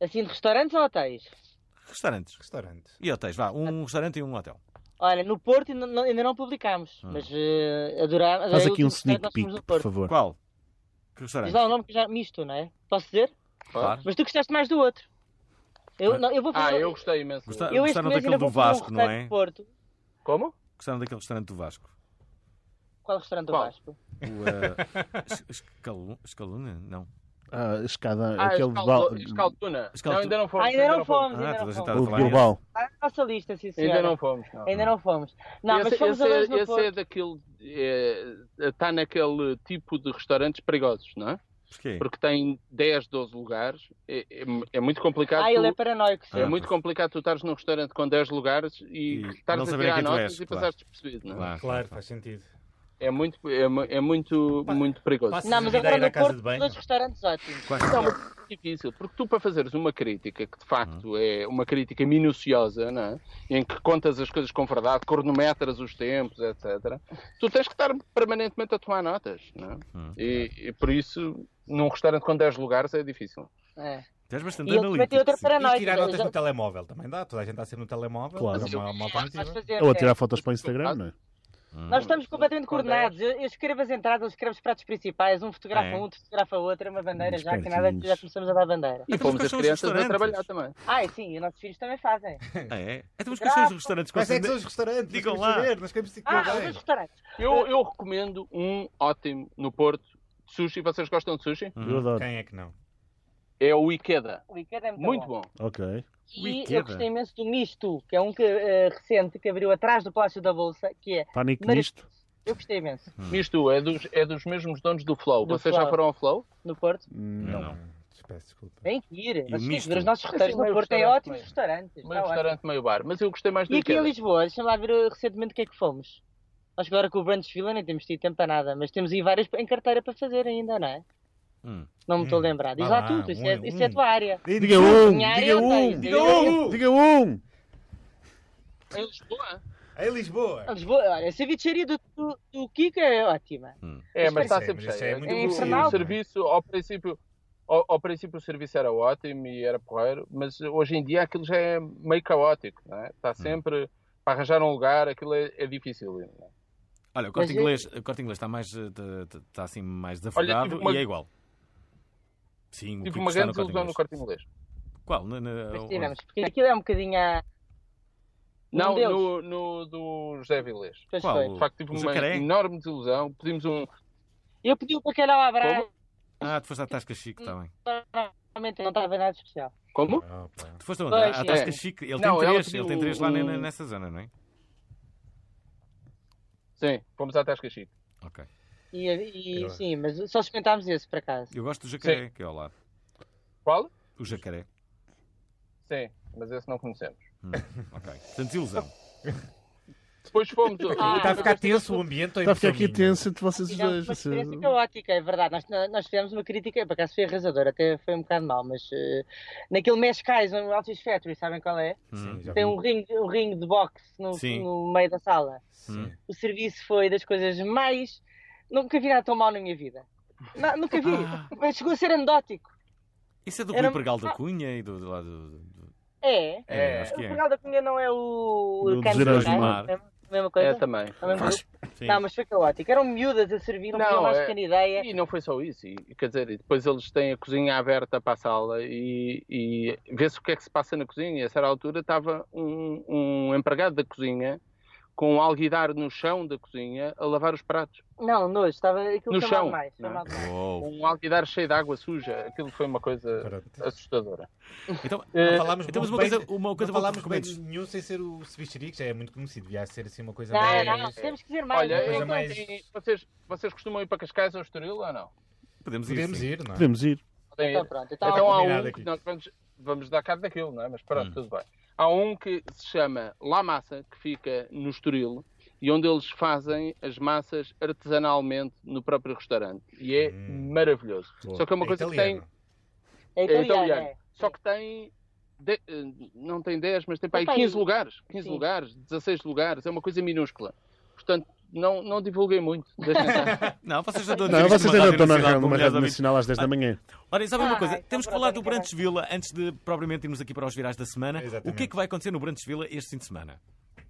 [SPEAKER 6] Assim, de restaurantes ou hotéis?
[SPEAKER 2] Restaurantes.
[SPEAKER 7] Restaurante.
[SPEAKER 2] E hotéis, vá, um restaurante e um hotel.
[SPEAKER 6] Olha, no Porto ainda não, ainda não publicámos, mas eh, adorava.
[SPEAKER 4] Faz
[SPEAKER 6] adorei o
[SPEAKER 4] aqui um
[SPEAKER 6] último restaurante
[SPEAKER 4] sneak
[SPEAKER 6] que nós fomos
[SPEAKER 4] peek,
[SPEAKER 6] no
[SPEAKER 4] por
[SPEAKER 6] Porto.
[SPEAKER 4] favor.
[SPEAKER 2] Qual? Que
[SPEAKER 6] Diz
[SPEAKER 2] restaurante?
[SPEAKER 6] lá o nome que já misto, não é? Posso dizer?
[SPEAKER 2] Claro.
[SPEAKER 6] Mas tu gostaste mais do outro. Eu,
[SPEAKER 2] Ah.
[SPEAKER 6] não, eu vou
[SPEAKER 5] Ah,
[SPEAKER 6] fazer. um-
[SPEAKER 5] eu gostei imenso.
[SPEAKER 2] Gosta-
[SPEAKER 6] eu este
[SPEAKER 2] Gostaram
[SPEAKER 6] mês
[SPEAKER 2] daquele
[SPEAKER 6] ainda vou
[SPEAKER 2] do
[SPEAKER 6] fazer um
[SPEAKER 2] Vasco, não
[SPEAKER 6] restaurante
[SPEAKER 2] é?
[SPEAKER 6] do Porto.
[SPEAKER 5] Como?
[SPEAKER 2] Gostaram daquele restaurante do Vasco?
[SPEAKER 6] Qual restaurante do
[SPEAKER 5] Qual?
[SPEAKER 6] Vasco?
[SPEAKER 2] O, eh, es- escalu- Escaluna? Não. [laughs]
[SPEAKER 4] Ah, a escada,
[SPEAKER 5] Ah,
[SPEAKER 4] aquele
[SPEAKER 5] Escaldu-
[SPEAKER 4] val-
[SPEAKER 5] Escalduna.
[SPEAKER 2] Escaldu-
[SPEAKER 5] Não, ainda não fomos.
[SPEAKER 6] Ah, ainda não
[SPEAKER 5] fomos.
[SPEAKER 6] fomos,
[SPEAKER 2] Ah,
[SPEAKER 6] ainda
[SPEAKER 2] toda a
[SPEAKER 6] não
[SPEAKER 2] gente
[SPEAKER 6] fomos.
[SPEAKER 2] está a
[SPEAKER 4] o
[SPEAKER 2] falar.
[SPEAKER 4] Bilbao.
[SPEAKER 6] Está na nossa lista, sim, senhora.
[SPEAKER 5] Ainda não fomos. não.
[SPEAKER 6] Ainda não fomos. Não,
[SPEAKER 5] esse,
[SPEAKER 6] mas fomos
[SPEAKER 5] esse
[SPEAKER 6] a
[SPEAKER 5] é,
[SPEAKER 6] dois no
[SPEAKER 5] esse é
[SPEAKER 6] Porto.
[SPEAKER 5] daquele. Está naquele tipo de restaurantes perigosos, não é?
[SPEAKER 2] Porquê?
[SPEAKER 5] Porque tem 10, 12 lugares. É, é- é muito complicado.
[SPEAKER 6] Ah, ele é
[SPEAKER 5] tu-
[SPEAKER 6] paranoico,
[SPEAKER 5] é
[SPEAKER 6] sim.
[SPEAKER 5] muito complicado tu estares num restaurante com 10 lugares e,
[SPEAKER 2] E não
[SPEAKER 5] estares a
[SPEAKER 2] saber
[SPEAKER 5] tirar
[SPEAKER 2] quem tu
[SPEAKER 5] notas
[SPEAKER 2] és,
[SPEAKER 5] e
[SPEAKER 2] claro.
[SPEAKER 5] passares percebido, não é?
[SPEAKER 2] Claro,
[SPEAKER 7] Claro, faz sentido.
[SPEAKER 5] É muito, é, mu- é muito, muito perigoso.
[SPEAKER 7] passa-
[SPEAKER 6] Não, mas
[SPEAKER 7] Vida
[SPEAKER 6] agora
[SPEAKER 7] aí na
[SPEAKER 6] no
[SPEAKER 7] casa
[SPEAKER 6] Porto,
[SPEAKER 7] de banho.
[SPEAKER 6] dois restaurantes ótimos.
[SPEAKER 2] Quais-
[SPEAKER 5] Não, mas é difícil, porque tu para fazeres uma crítica que de facto
[SPEAKER 2] Uhum.
[SPEAKER 5] é uma crítica minuciosa, não é? em que contas as coisas com verdade, cronometras os tempos, etc., tu tens que estar permanentemente a tomar notas. Não é?
[SPEAKER 2] Hum.
[SPEAKER 5] e, e por isso, num restaurante com 10 lugares é difícil.
[SPEAKER 6] É.
[SPEAKER 2] Tu és bastante
[SPEAKER 6] E ele também
[SPEAKER 2] analítico.
[SPEAKER 6] tem outra
[SPEAKER 2] tipo, sim.
[SPEAKER 7] E
[SPEAKER 6] paranoia.
[SPEAKER 7] tirar
[SPEAKER 6] Já-
[SPEAKER 7] notas
[SPEAKER 6] já-
[SPEAKER 7] no telemóvel também dá. Toda a gente está a ser no telemóvel.
[SPEAKER 4] Claro.
[SPEAKER 7] É uma, uma
[SPEAKER 6] nós
[SPEAKER 7] alternativa.
[SPEAKER 6] fazemos,
[SPEAKER 4] Ou a
[SPEAKER 6] é.
[SPEAKER 4] tirar fotos para o Instagram, não é?
[SPEAKER 6] Nós estamos completamente
[SPEAKER 5] Com
[SPEAKER 6] coordenados. Eu, eu escrevo as entradas, eu escrevo os pratos principais, um fotografa
[SPEAKER 2] É.
[SPEAKER 6] um, outro fotografa outro, é uma bandeira já que nada,
[SPEAKER 4] Espertinhos.
[SPEAKER 6] já começamos a dar bandeira.
[SPEAKER 5] E
[SPEAKER 2] Então, mas
[SPEAKER 5] pomos
[SPEAKER 2] quais
[SPEAKER 5] as
[SPEAKER 2] são os
[SPEAKER 5] crianças a
[SPEAKER 2] restaurantes?
[SPEAKER 5] trabalhar também.
[SPEAKER 6] Ah, e sim, e os nossos filhos também fazem.
[SPEAKER 2] Ah, é? Então, mas quais são os restaurantes que
[SPEAKER 7] Quais é que são
[SPEAKER 2] vocês-
[SPEAKER 7] os restaurantes? Nós
[SPEAKER 2] Digam
[SPEAKER 7] queremos
[SPEAKER 2] lá.
[SPEAKER 7] saber, é. Nós queremos
[SPEAKER 6] Ah, os
[SPEAKER 7] saber.
[SPEAKER 6] dois restaurantes.
[SPEAKER 5] Eu, eu recomendo um ótimo no Porto. Sushi, vocês gostam de sushi?
[SPEAKER 2] Uhum.
[SPEAKER 4] Eu adoro.
[SPEAKER 7] Quem é que não?
[SPEAKER 5] É o Ikeda.
[SPEAKER 6] O Ikeda é muito,
[SPEAKER 5] Muito
[SPEAKER 6] bom.
[SPEAKER 5] bom.
[SPEAKER 4] Ok.
[SPEAKER 6] E
[SPEAKER 2] Ikeda.
[SPEAKER 6] eu gostei imenso do Misto, que é um que, eh, recente que abriu atrás do Palácio da Bolsa, que é.
[SPEAKER 4] Pânico
[SPEAKER 6] Mas-
[SPEAKER 4] nisto.
[SPEAKER 6] Eu gostei imenso.
[SPEAKER 2] Hum.
[SPEAKER 5] Isto é dos, é dos mesmos donos do Flow.
[SPEAKER 6] Do
[SPEAKER 5] vocês já
[SPEAKER 6] Flow.
[SPEAKER 5] foram ao Flow?
[SPEAKER 6] No Porto.
[SPEAKER 2] Não,
[SPEAKER 4] Não.
[SPEAKER 2] não.
[SPEAKER 7] Peço desculpa.
[SPEAKER 6] Tem que ir. Vocês têm que
[SPEAKER 2] Misto?
[SPEAKER 6] ver os nossos restaurantes.
[SPEAKER 5] Assim, meio
[SPEAKER 6] No Porto tem
[SPEAKER 5] restaurante
[SPEAKER 6] ótimos
[SPEAKER 5] meio.
[SPEAKER 6] restaurantes.
[SPEAKER 5] Meio
[SPEAKER 6] Está ótimo.
[SPEAKER 5] restaurante, meio bar. Mas eu gostei mais do
[SPEAKER 6] E aqui em
[SPEAKER 5] Ikeda.
[SPEAKER 6] Lisboa, deixa-me lá ver uh, recentemente o que é que fomos. Nós agora com o Brunch Villa nem temos tido tempo para nada, mas temos aí várias em carteira para fazer ainda, não é?
[SPEAKER 2] Hum.
[SPEAKER 6] Não me estou
[SPEAKER 7] Hum,
[SPEAKER 6] a lembrar. Diz
[SPEAKER 7] vá
[SPEAKER 6] lá
[SPEAKER 7] lá,
[SPEAKER 6] tudo, isso,
[SPEAKER 7] um,
[SPEAKER 6] é, isso é a
[SPEAKER 7] um.
[SPEAKER 6] tua área.
[SPEAKER 4] Diga um!
[SPEAKER 6] Minha área
[SPEAKER 4] Diga
[SPEAKER 6] é
[SPEAKER 4] um! Diga
[SPEAKER 6] hotéis.
[SPEAKER 7] Diga um!
[SPEAKER 4] um! Diga um!
[SPEAKER 5] Em Lisboa?
[SPEAKER 7] Em "É Lisboa.
[SPEAKER 6] A Lisboa, olha, essa bicharia do, do, do Kiko é ótima.
[SPEAKER 5] É,
[SPEAKER 7] Mas
[SPEAKER 5] mas
[SPEAKER 7] isso
[SPEAKER 5] está
[SPEAKER 7] é-
[SPEAKER 5] sempre
[SPEAKER 7] mas isso é
[SPEAKER 5] cheio.
[SPEAKER 7] muito
[SPEAKER 5] O-
[SPEAKER 6] infernal.
[SPEAKER 5] O serviço, ao princípio, ao, ao princípio o serviço era ótimo e era porreiro, mas hoje em dia aquilo já é meio caótico, não é? Está sempre para arranjar um lugar, aquilo é, é difícil. não é?
[SPEAKER 2] Olha, o corte,
[SPEAKER 6] Mas é- eu-
[SPEAKER 2] inglês, o corte inglês está mais, eh, tá- tá- está assim mais
[SPEAKER 5] tive
[SPEAKER 2] desafogado
[SPEAKER 5] uma-
[SPEAKER 2] e é igual. Sim, o
[SPEAKER 5] Tive
[SPEAKER 2] que
[SPEAKER 5] uma
[SPEAKER 2] está
[SPEAKER 5] grande
[SPEAKER 2] no corte
[SPEAKER 5] desilusão
[SPEAKER 2] inglês.
[SPEAKER 5] no corte inglês.
[SPEAKER 2] Qual? Na- na-
[SPEAKER 6] Mas
[SPEAKER 2] onde?
[SPEAKER 6] tivemos, porque aquilo é um bocadinho a.
[SPEAKER 5] Não,
[SPEAKER 6] deles.
[SPEAKER 5] no, no do José Vilés.
[SPEAKER 6] Pois
[SPEAKER 2] Qual?
[SPEAKER 6] foi.
[SPEAKER 5] De facto, tive
[SPEAKER 2] O
[SPEAKER 5] uma
[SPEAKER 2] jacaré?
[SPEAKER 5] enorme desilusão. Pedimos um.
[SPEAKER 6] Eu pedi o bacalhau à brás,
[SPEAKER 5] Como?
[SPEAKER 2] Ah, tu foste à Tasca Chique, está bem.
[SPEAKER 6] realmente não estava nada especial.
[SPEAKER 5] Como?
[SPEAKER 7] Opa.
[SPEAKER 2] Tu foste onde?
[SPEAKER 6] Pois,
[SPEAKER 2] à Tasca
[SPEAKER 5] é.
[SPEAKER 2] Chique. Ele
[SPEAKER 5] Não,
[SPEAKER 2] tem
[SPEAKER 5] ela
[SPEAKER 2] três,
[SPEAKER 5] pediu
[SPEAKER 2] ele tem três lá
[SPEAKER 5] um-
[SPEAKER 2] ne- nessa zona, não é?
[SPEAKER 5] Sim, fomos à Tasca Chico.
[SPEAKER 2] Ok.
[SPEAKER 6] E, e-
[SPEAKER 7] Eu-
[SPEAKER 6] sim, mas só experimentámos esse por acaso.
[SPEAKER 2] Eu gosto do jacaré, que é ao lado.
[SPEAKER 5] Qual?
[SPEAKER 2] O jacaré.
[SPEAKER 5] Sim, mas esse não conhecemos.
[SPEAKER 2] Ok. Portanto, desilusão.
[SPEAKER 5] Depois fomos.
[SPEAKER 6] Ah,
[SPEAKER 7] Está a ficar
[SPEAKER 5] mas eu-
[SPEAKER 7] tenso o ambiente. estou em
[SPEAKER 4] Está a ficar Tá aqui
[SPEAKER 7] pessoalminho.
[SPEAKER 4] tenso entre vocês os
[SPEAKER 6] Tivemos
[SPEAKER 4] dois. assim,
[SPEAKER 6] uma
[SPEAKER 4] vocês-
[SPEAKER 6] experiência caótica, é verdade. Nós, nós fizemos uma crítica, por acaso foi arrasadora, até foi um bocado mal, mas eh, naquele Mescais, no Altis Factory, sabem qual é?
[SPEAKER 2] Hum,
[SPEAKER 7] Sim, já
[SPEAKER 6] Tem
[SPEAKER 7] vi.
[SPEAKER 6] um ringue, um ringue de boxe no,
[SPEAKER 2] Sim.
[SPEAKER 6] no meio da sala.
[SPEAKER 7] Sim.
[SPEAKER 6] O serviço foi das coisas mais. Nunca vi nada tão mal na minha vida. Não, nunca vi.
[SPEAKER 4] Ah.
[SPEAKER 6] Mas chegou a ser anedótico.
[SPEAKER 2] Isso é do
[SPEAKER 6] Era-
[SPEAKER 2] Rui Pergal da Cunha e do, do lado do- do-
[SPEAKER 6] É.
[SPEAKER 2] É, acho
[SPEAKER 6] O
[SPEAKER 2] que é.
[SPEAKER 6] Portugal da Cunha não é o.
[SPEAKER 4] Do
[SPEAKER 6] Canto
[SPEAKER 4] Desejo
[SPEAKER 6] do Mar,
[SPEAKER 2] Mar.
[SPEAKER 6] é a mesma coisa?
[SPEAKER 5] É também.
[SPEAKER 6] É o mesmo grupo?
[SPEAKER 2] Sim.
[SPEAKER 6] Não, mas foi caótico. Eram miúdas a servir, não,
[SPEAKER 5] Não,
[SPEAKER 6] tinham mais
[SPEAKER 5] é-
[SPEAKER 6] pequena ideia.
[SPEAKER 5] E não foi só isso, e, quer dizer, e depois eles têm a cozinha aberta para a sala e, e vê-se o que é que se passa na cozinha. E a certa altura estava um, um empregado da cozinha com um alguidar no chão da cozinha a lavar os pratos.
[SPEAKER 6] Não, nojo, estava aquilo
[SPEAKER 5] No
[SPEAKER 6] foi
[SPEAKER 5] chão,
[SPEAKER 6] mal demais. Foi
[SPEAKER 5] não é?
[SPEAKER 6] mal demais.
[SPEAKER 2] Uou.
[SPEAKER 5] Um alguidar cheio de água suja, aquilo foi uma coisa
[SPEAKER 7] Pronto.
[SPEAKER 5] assustadora.
[SPEAKER 2] Então,
[SPEAKER 7] Não
[SPEAKER 5] Eh,
[SPEAKER 7] falámos
[SPEAKER 2] então mas uma
[SPEAKER 7] bem-
[SPEAKER 2] coisa, uma coisa
[SPEAKER 7] não
[SPEAKER 2] boa que
[SPEAKER 7] falámos bem de
[SPEAKER 2] recomendes.
[SPEAKER 7] nenhum sem ser o ceviche que já é muito conhecido. Devia ser assim uma coisa
[SPEAKER 6] Não,
[SPEAKER 7] mais...
[SPEAKER 6] Ah, não, temos que dizer mais. é?
[SPEAKER 5] Olha,
[SPEAKER 7] coisa
[SPEAKER 5] então,
[SPEAKER 7] mais-
[SPEAKER 5] e vocês, vocês costumam ir para Cascais ou Estoril ou não?
[SPEAKER 2] Podemos ir.
[SPEAKER 7] Podemos
[SPEAKER 2] sim.
[SPEAKER 7] ir, não é?
[SPEAKER 4] Podemos ir.
[SPEAKER 5] podem
[SPEAKER 6] Então
[SPEAKER 5] ir.
[SPEAKER 6] pronto, então,
[SPEAKER 5] Então há
[SPEAKER 3] combinado
[SPEAKER 5] um
[SPEAKER 3] aqui.
[SPEAKER 5] que nós vamos, vamos dar cabo daquilo, não é? Mas pronto, tudo bem. Há um que se chama La Massa, que fica no Estoril, e onde eles fazem as massas artesanalmente no próprio restaurante. E é maravilhoso. Só que é uma
[SPEAKER 7] É
[SPEAKER 5] coisa
[SPEAKER 7] italiano.
[SPEAKER 6] é
[SPEAKER 5] que tem... É
[SPEAKER 6] italiano,
[SPEAKER 5] italiano.
[SPEAKER 6] é.
[SPEAKER 5] Só que tem... de- eh, não tem 10, mas tem para aí
[SPEAKER 6] Tem.
[SPEAKER 5] 15 lugares. 15
[SPEAKER 6] Sim.
[SPEAKER 5] lugares, 16 lugares. É uma coisa minúscula. Portanto, não, não divulguei muito. Deixem estar.
[SPEAKER 2] Não, vocês já estão a dizer
[SPEAKER 4] Não,
[SPEAKER 2] isto
[SPEAKER 4] vocês
[SPEAKER 2] numa
[SPEAKER 4] ainda
[SPEAKER 2] rádio
[SPEAKER 4] estão na
[SPEAKER 2] nacional com
[SPEAKER 4] numa
[SPEAKER 2] milhares
[SPEAKER 4] rede
[SPEAKER 2] de ouvintes.
[SPEAKER 4] nacional às 10 da manhã.
[SPEAKER 2] Ora, e sabem uma
[SPEAKER 6] Ah,
[SPEAKER 2] coisa?
[SPEAKER 6] então
[SPEAKER 2] Temos que
[SPEAKER 6] pronto,
[SPEAKER 2] falar do
[SPEAKER 6] então
[SPEAKER 2] Brantes Vila antes de propriamente irmos aqui para os virais da semana. O que é
[SPEAKER 7] Exatamente.
[SPEAKER 2] que vai acontecer no Brantes Vila este fim de semana?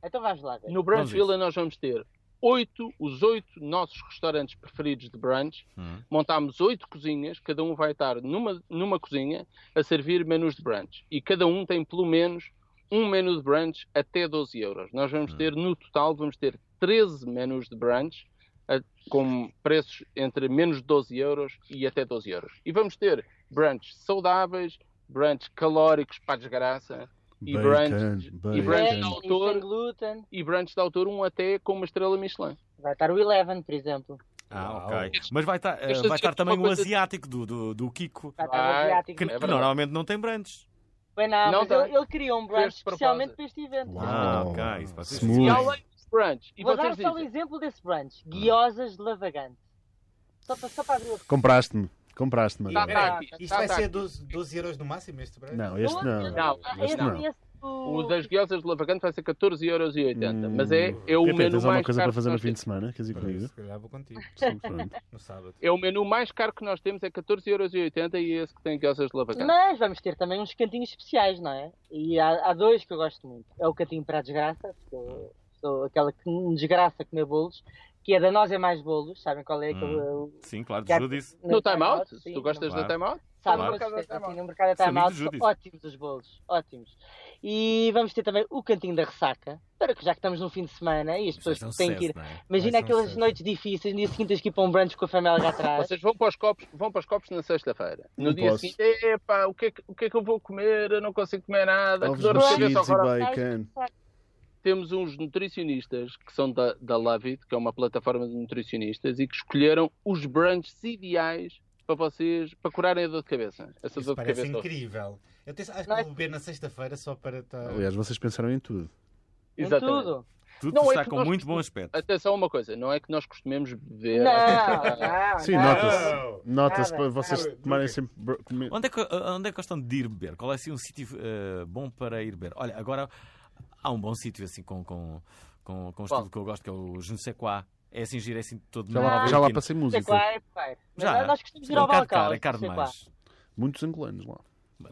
[SPEAKER 6] Então vais lá ver.
[SPEAKER 5] No
[SPEAKER 2] Vamos
[SPEAKER 5] Brunch
[SPEAKER 2] ver.
[SPEAKER 5] Villa nós vamos ter oito, os oito nossos restaurantes preferidos de brunch.
[SPEAKER 2] Hum.
[SPEAKER 5] Montámos oito cozinhas, cada um vai estar numa, numa cozinha a servir menus de brunch. E cada um tem pelo menos um menu de brunch até 12 euros. Nós vamos ter, no total, vamos ter 13 menus de brunch a- com preços entre menos de 12 euros e até 12 euros. E vamos ter brunch saudáveis, brunch calóricos para a desgraça, e
[SPEAKER 4] Bacon,
[SPEAKER 5] brunch, e
[SPEAKER 4] bacon.
[SPEAKER 5] brunch de
[SPEAKER 6] Sem- e
[SPEAKER 5] autor
[SPEAKER 6] sem glúten.
[SPEAKER 5] e brunch de autor, um até com uma estrela Michelin.
[SPEAKER 6] Vai estar o Eleven, por exemplo.
[SPEAKER 2] Ah,
[SPEAKER 7] Uau.
[SPEAKER 2] ok. Mas vai estar, eh,
[SPEAKER 5] Deixa-me
[SPEAKER 2] vai
[SPEAKER 5] dizer
[SPEAKER 2] estar também
[SPEAKER 5] uma
[SPEAKER 2] o
[SPEAKER 5] coisa-
[SPEAKER 2] asiático do, do, do Kiko,
[SPEAKER 6] Vai estar o
[SPEAKER 5] Ah,
[SPEAKER 6] Asiático.
[SPEAKER 2] que,
[SPEAKER 5] É
[SPEAKER 2] que
[SPEAKER 5] verdade.
[SPEAKER 2] normalmente não tem Brantes.
[SPEAKER 6] Bem, não,
[SPEAKER 5] Não
[SPEAKER 6] mas
[SPEAKER 5] tem.
[SPEAKER 6] ele, ele criou um brunch
[SPEAKER 5] Fez de propósito.
[SPEAKER 6] especialmente para este evento.
[SPEAKER 2] Ah,
[SPEAKER 4] Uau.
[SPEAKER 2] ok. Isso pode ser
[SPEAKER 4] Smooth.
[SPEAKER 5] E
[SPEAKER 4] Ui.
[SPEAKER 5] além dos brunch, e
[SPEAKER 6] Vou dar
[SPEAKER 5] vocês
[SPEAKER 6] só um
[SPEAKER 5] dizem,
[SPEAKER 6] exemplo desse brunch. Guiosas de Lavagante. Só para, só para abrir o...
[SPEAKER 4] Compraste-me. Compraste-me.
[SPEAKER 5] Tá,
[SPEAKER 7] Espera
[SPEAKER 5] tá
[SPEAKER 7] aí,
[SPEAKER 5] aqui,
[SPEAKER 7] Isto
[SPEAKER 5] tá,
[SPEAKER 7] vai
[SPEAKER 5] tá
[SPEAKER 7] ser
[SPEAKER 5] aqui.
[SPEAKER 7] 12, 12 euros no máximo este brunch?
[SPEAKER 4] Não, é este não.
[SPEAKER 5] Não,
[SPEAKER 6] Ah,
[SPEAKER 4] este
[SPEAKER 6] esse,
[SPEAKER 4] não.
[SPEAKER 6] esse do-
[SPEAKER 5] o das guiosas de Lavagante vai ser 14,80€,
[SPEAKER 4] Hum.
[SPEAKER 5] mas é, é o
[SPEAKER 4] Pepe,
[SPEAKER 5] menu
[SPEAKER 4] tens
[SPEAKER 5] mais
[SPEAKER 4] alguma coisa para
[SPEAKER 5] caro
[SPEAKER 4] fazer
[SPEAKER 5] que
[SPEAKER 4] no
[SPEAKER 5] nós
[SPEAKER 4] fim
[SPEAKER 5] temos.
[SPEAKER 4] de semana? Queres
[SPEAKER 7] [laughs]
[SPEAKER 4] ir comigo?
[SPEAKER 7] Se calhar vou
[SPEAKER 5] [laughs]
[SPEAKER 7] contigo.
[SPEAKER 4] Pronto.
[SPEAKER 7] No sábado.
[SPEAKER 5] É o menu mais caro que nós temos, é 14,80€ e é esse que tem guiosas de Lavagante.
[SPEAKER 6] Mas vamos ter também uns cantinhos especiais, não é? E há, há dois que eu gosto muito. É o cantinho para a desgraça, porque eu sou aquela que me desgraça comer bolos, que é da Nós é Mais Bolos, sabem qual é aquele... o-
[SPEAKER 2] Sim, claro,
[SPEAKER 6] Quer-
[SPEAKER 2] já disse.
[SPEAKER 5] No time out, se
[SPEAKER 6] sim,
[SPEAKER 5] tu gostas
[SPEAKER 6] é?
[SPEAKER 2] Claro.
[SPEAKER 5] do time out,
[SPEAKER 6] Sabe,
[SPEAKER 2] Claro.
[SPEAKER 6] claro. assim, no mercado
[SPEAKER 2] Sou
[SPEAKER 5] é
[SPEAKER 6] está
[SPEAKER 2] amigo
[SPEAKER 6] mal,
[SPEAKER 2] do Judith.
[SPEAKER 6] ótimos os bolos, ótimos. E vamos ter também o cantinho da ressaca, para que já que estamos no fim de semana e as pessoas
[SPEAKER 2] Isto é um
[SPEAKER 6] têm que ir.
[SPEAKER 2] sucesso, não é?
[SPEAKER 6] Imagina
[SPEAKER 7] Vai ser um
[SPEAKER 6] aquelas
[SPEAKER 7] sucesso.
[SPEAKER 6] noites difíceis, no dia seguinte tens que ir para um brunch com
[SPEAKER 5] [laughs]
[SPEAKER 6] a família atrás.
[SPEAKER 5] vocês vão para os copos, vão para os copos na sexta-feira. No
[SPEAKER 4] Não
[SPEAKER 5] dia
[SPEAKER 4] posso.
[SPEAKER 5] seguinte, epá, o que, é que, o que é que eu vou comer? Eu não consigo comer nada, que
[SPEAKER 4] Ovos
[SPEAKER 5] dor de cabeça
[SPEAKER 4] mexidos e
[SPEAKER 5] agora.
[SPEAKER 4] bacon.
[SPEAKER 5] temos uns nutricionistas que são da, da Lavit, que é uma plataforma de nutricionistas, e que escolheram os brunches ideais para vocês, para curarem a dor de cabeça. Essa
[SPEAKER 7] Isso
[SPEAKER 5] dor de
[SPEAKER 7] parece
[SPEAKER 5] cabeça.
[SPEAKER 7] incrível. Eu tenho, acho que
[SPEAKER 6] Não é-
[SPEAKER 7] vou beber na sexta-feira só para tá- estar.
[SPEAKER 4] Aliás, vocês pensaram em tudo.
[SPEAKER 6] Em
[SPEAKER 5] Exatamente.
[SPEAKER 6] tudo.
[SPEAKER 2] Tudo
[SPEAKER 5] Não, é
[SPEAKER 2] está
[SPEAKER 5] que
[SPEAKER 2] com
[SPEAKER 5] nós-
[SPEAKER 2] muito bom aspecto.
[SPEAKER 5] Atenção a uma coisa, não é que nós costumemos beber.
[SPEAKER 6] Não, não,
[SPEAKER 4] Sim,
[SPEAKER 6] não.
[SPEAKER 4] nota-se. Nota-se
[SPEAKER 6] Nada,
[SPEAKER 4] para vocês
[SPEAKER 7] nada.
[SPEAKER 4] tomarem sempre. bro- comer-
[SPEAKER 2] Onde é, que, onde é que gostam de ir beber? Qual é assim um sítio eh, bom para ir beber? Olha, agora há um bom sítio assim com, com, com, com um
[SPEAKER 5] Qual?
[SPEAKER 2] estilo que eu gosto, que é o je ne sais quoi. É assim giro, é assim todo
[SPEAKER 4] Já lá,
[SPEAKER 2] novo,
[SPEAKER 4] já lá
[SPEAKER 2] pequeno.
[SPEAKER 4] passei
[SPEAKER 6] Sei
[SPEAKER 4] música.
[SPEAKER 6] qual é, pai. Mas
[SPEAKER 2] Já.
[SPEAKER 6] Nós costumamos ir
[SPEAKER 2] É
[SPEAKER 6] ao
[SPEAKER 2] um bocado
[SPEAKER 6] balcão.
[SPEAKER 2] caro, é caro
[SPEAKER 6] sei lá.
[SPEAKER 2] demais.
[SPEAKER 4] Muitos angolanos lá.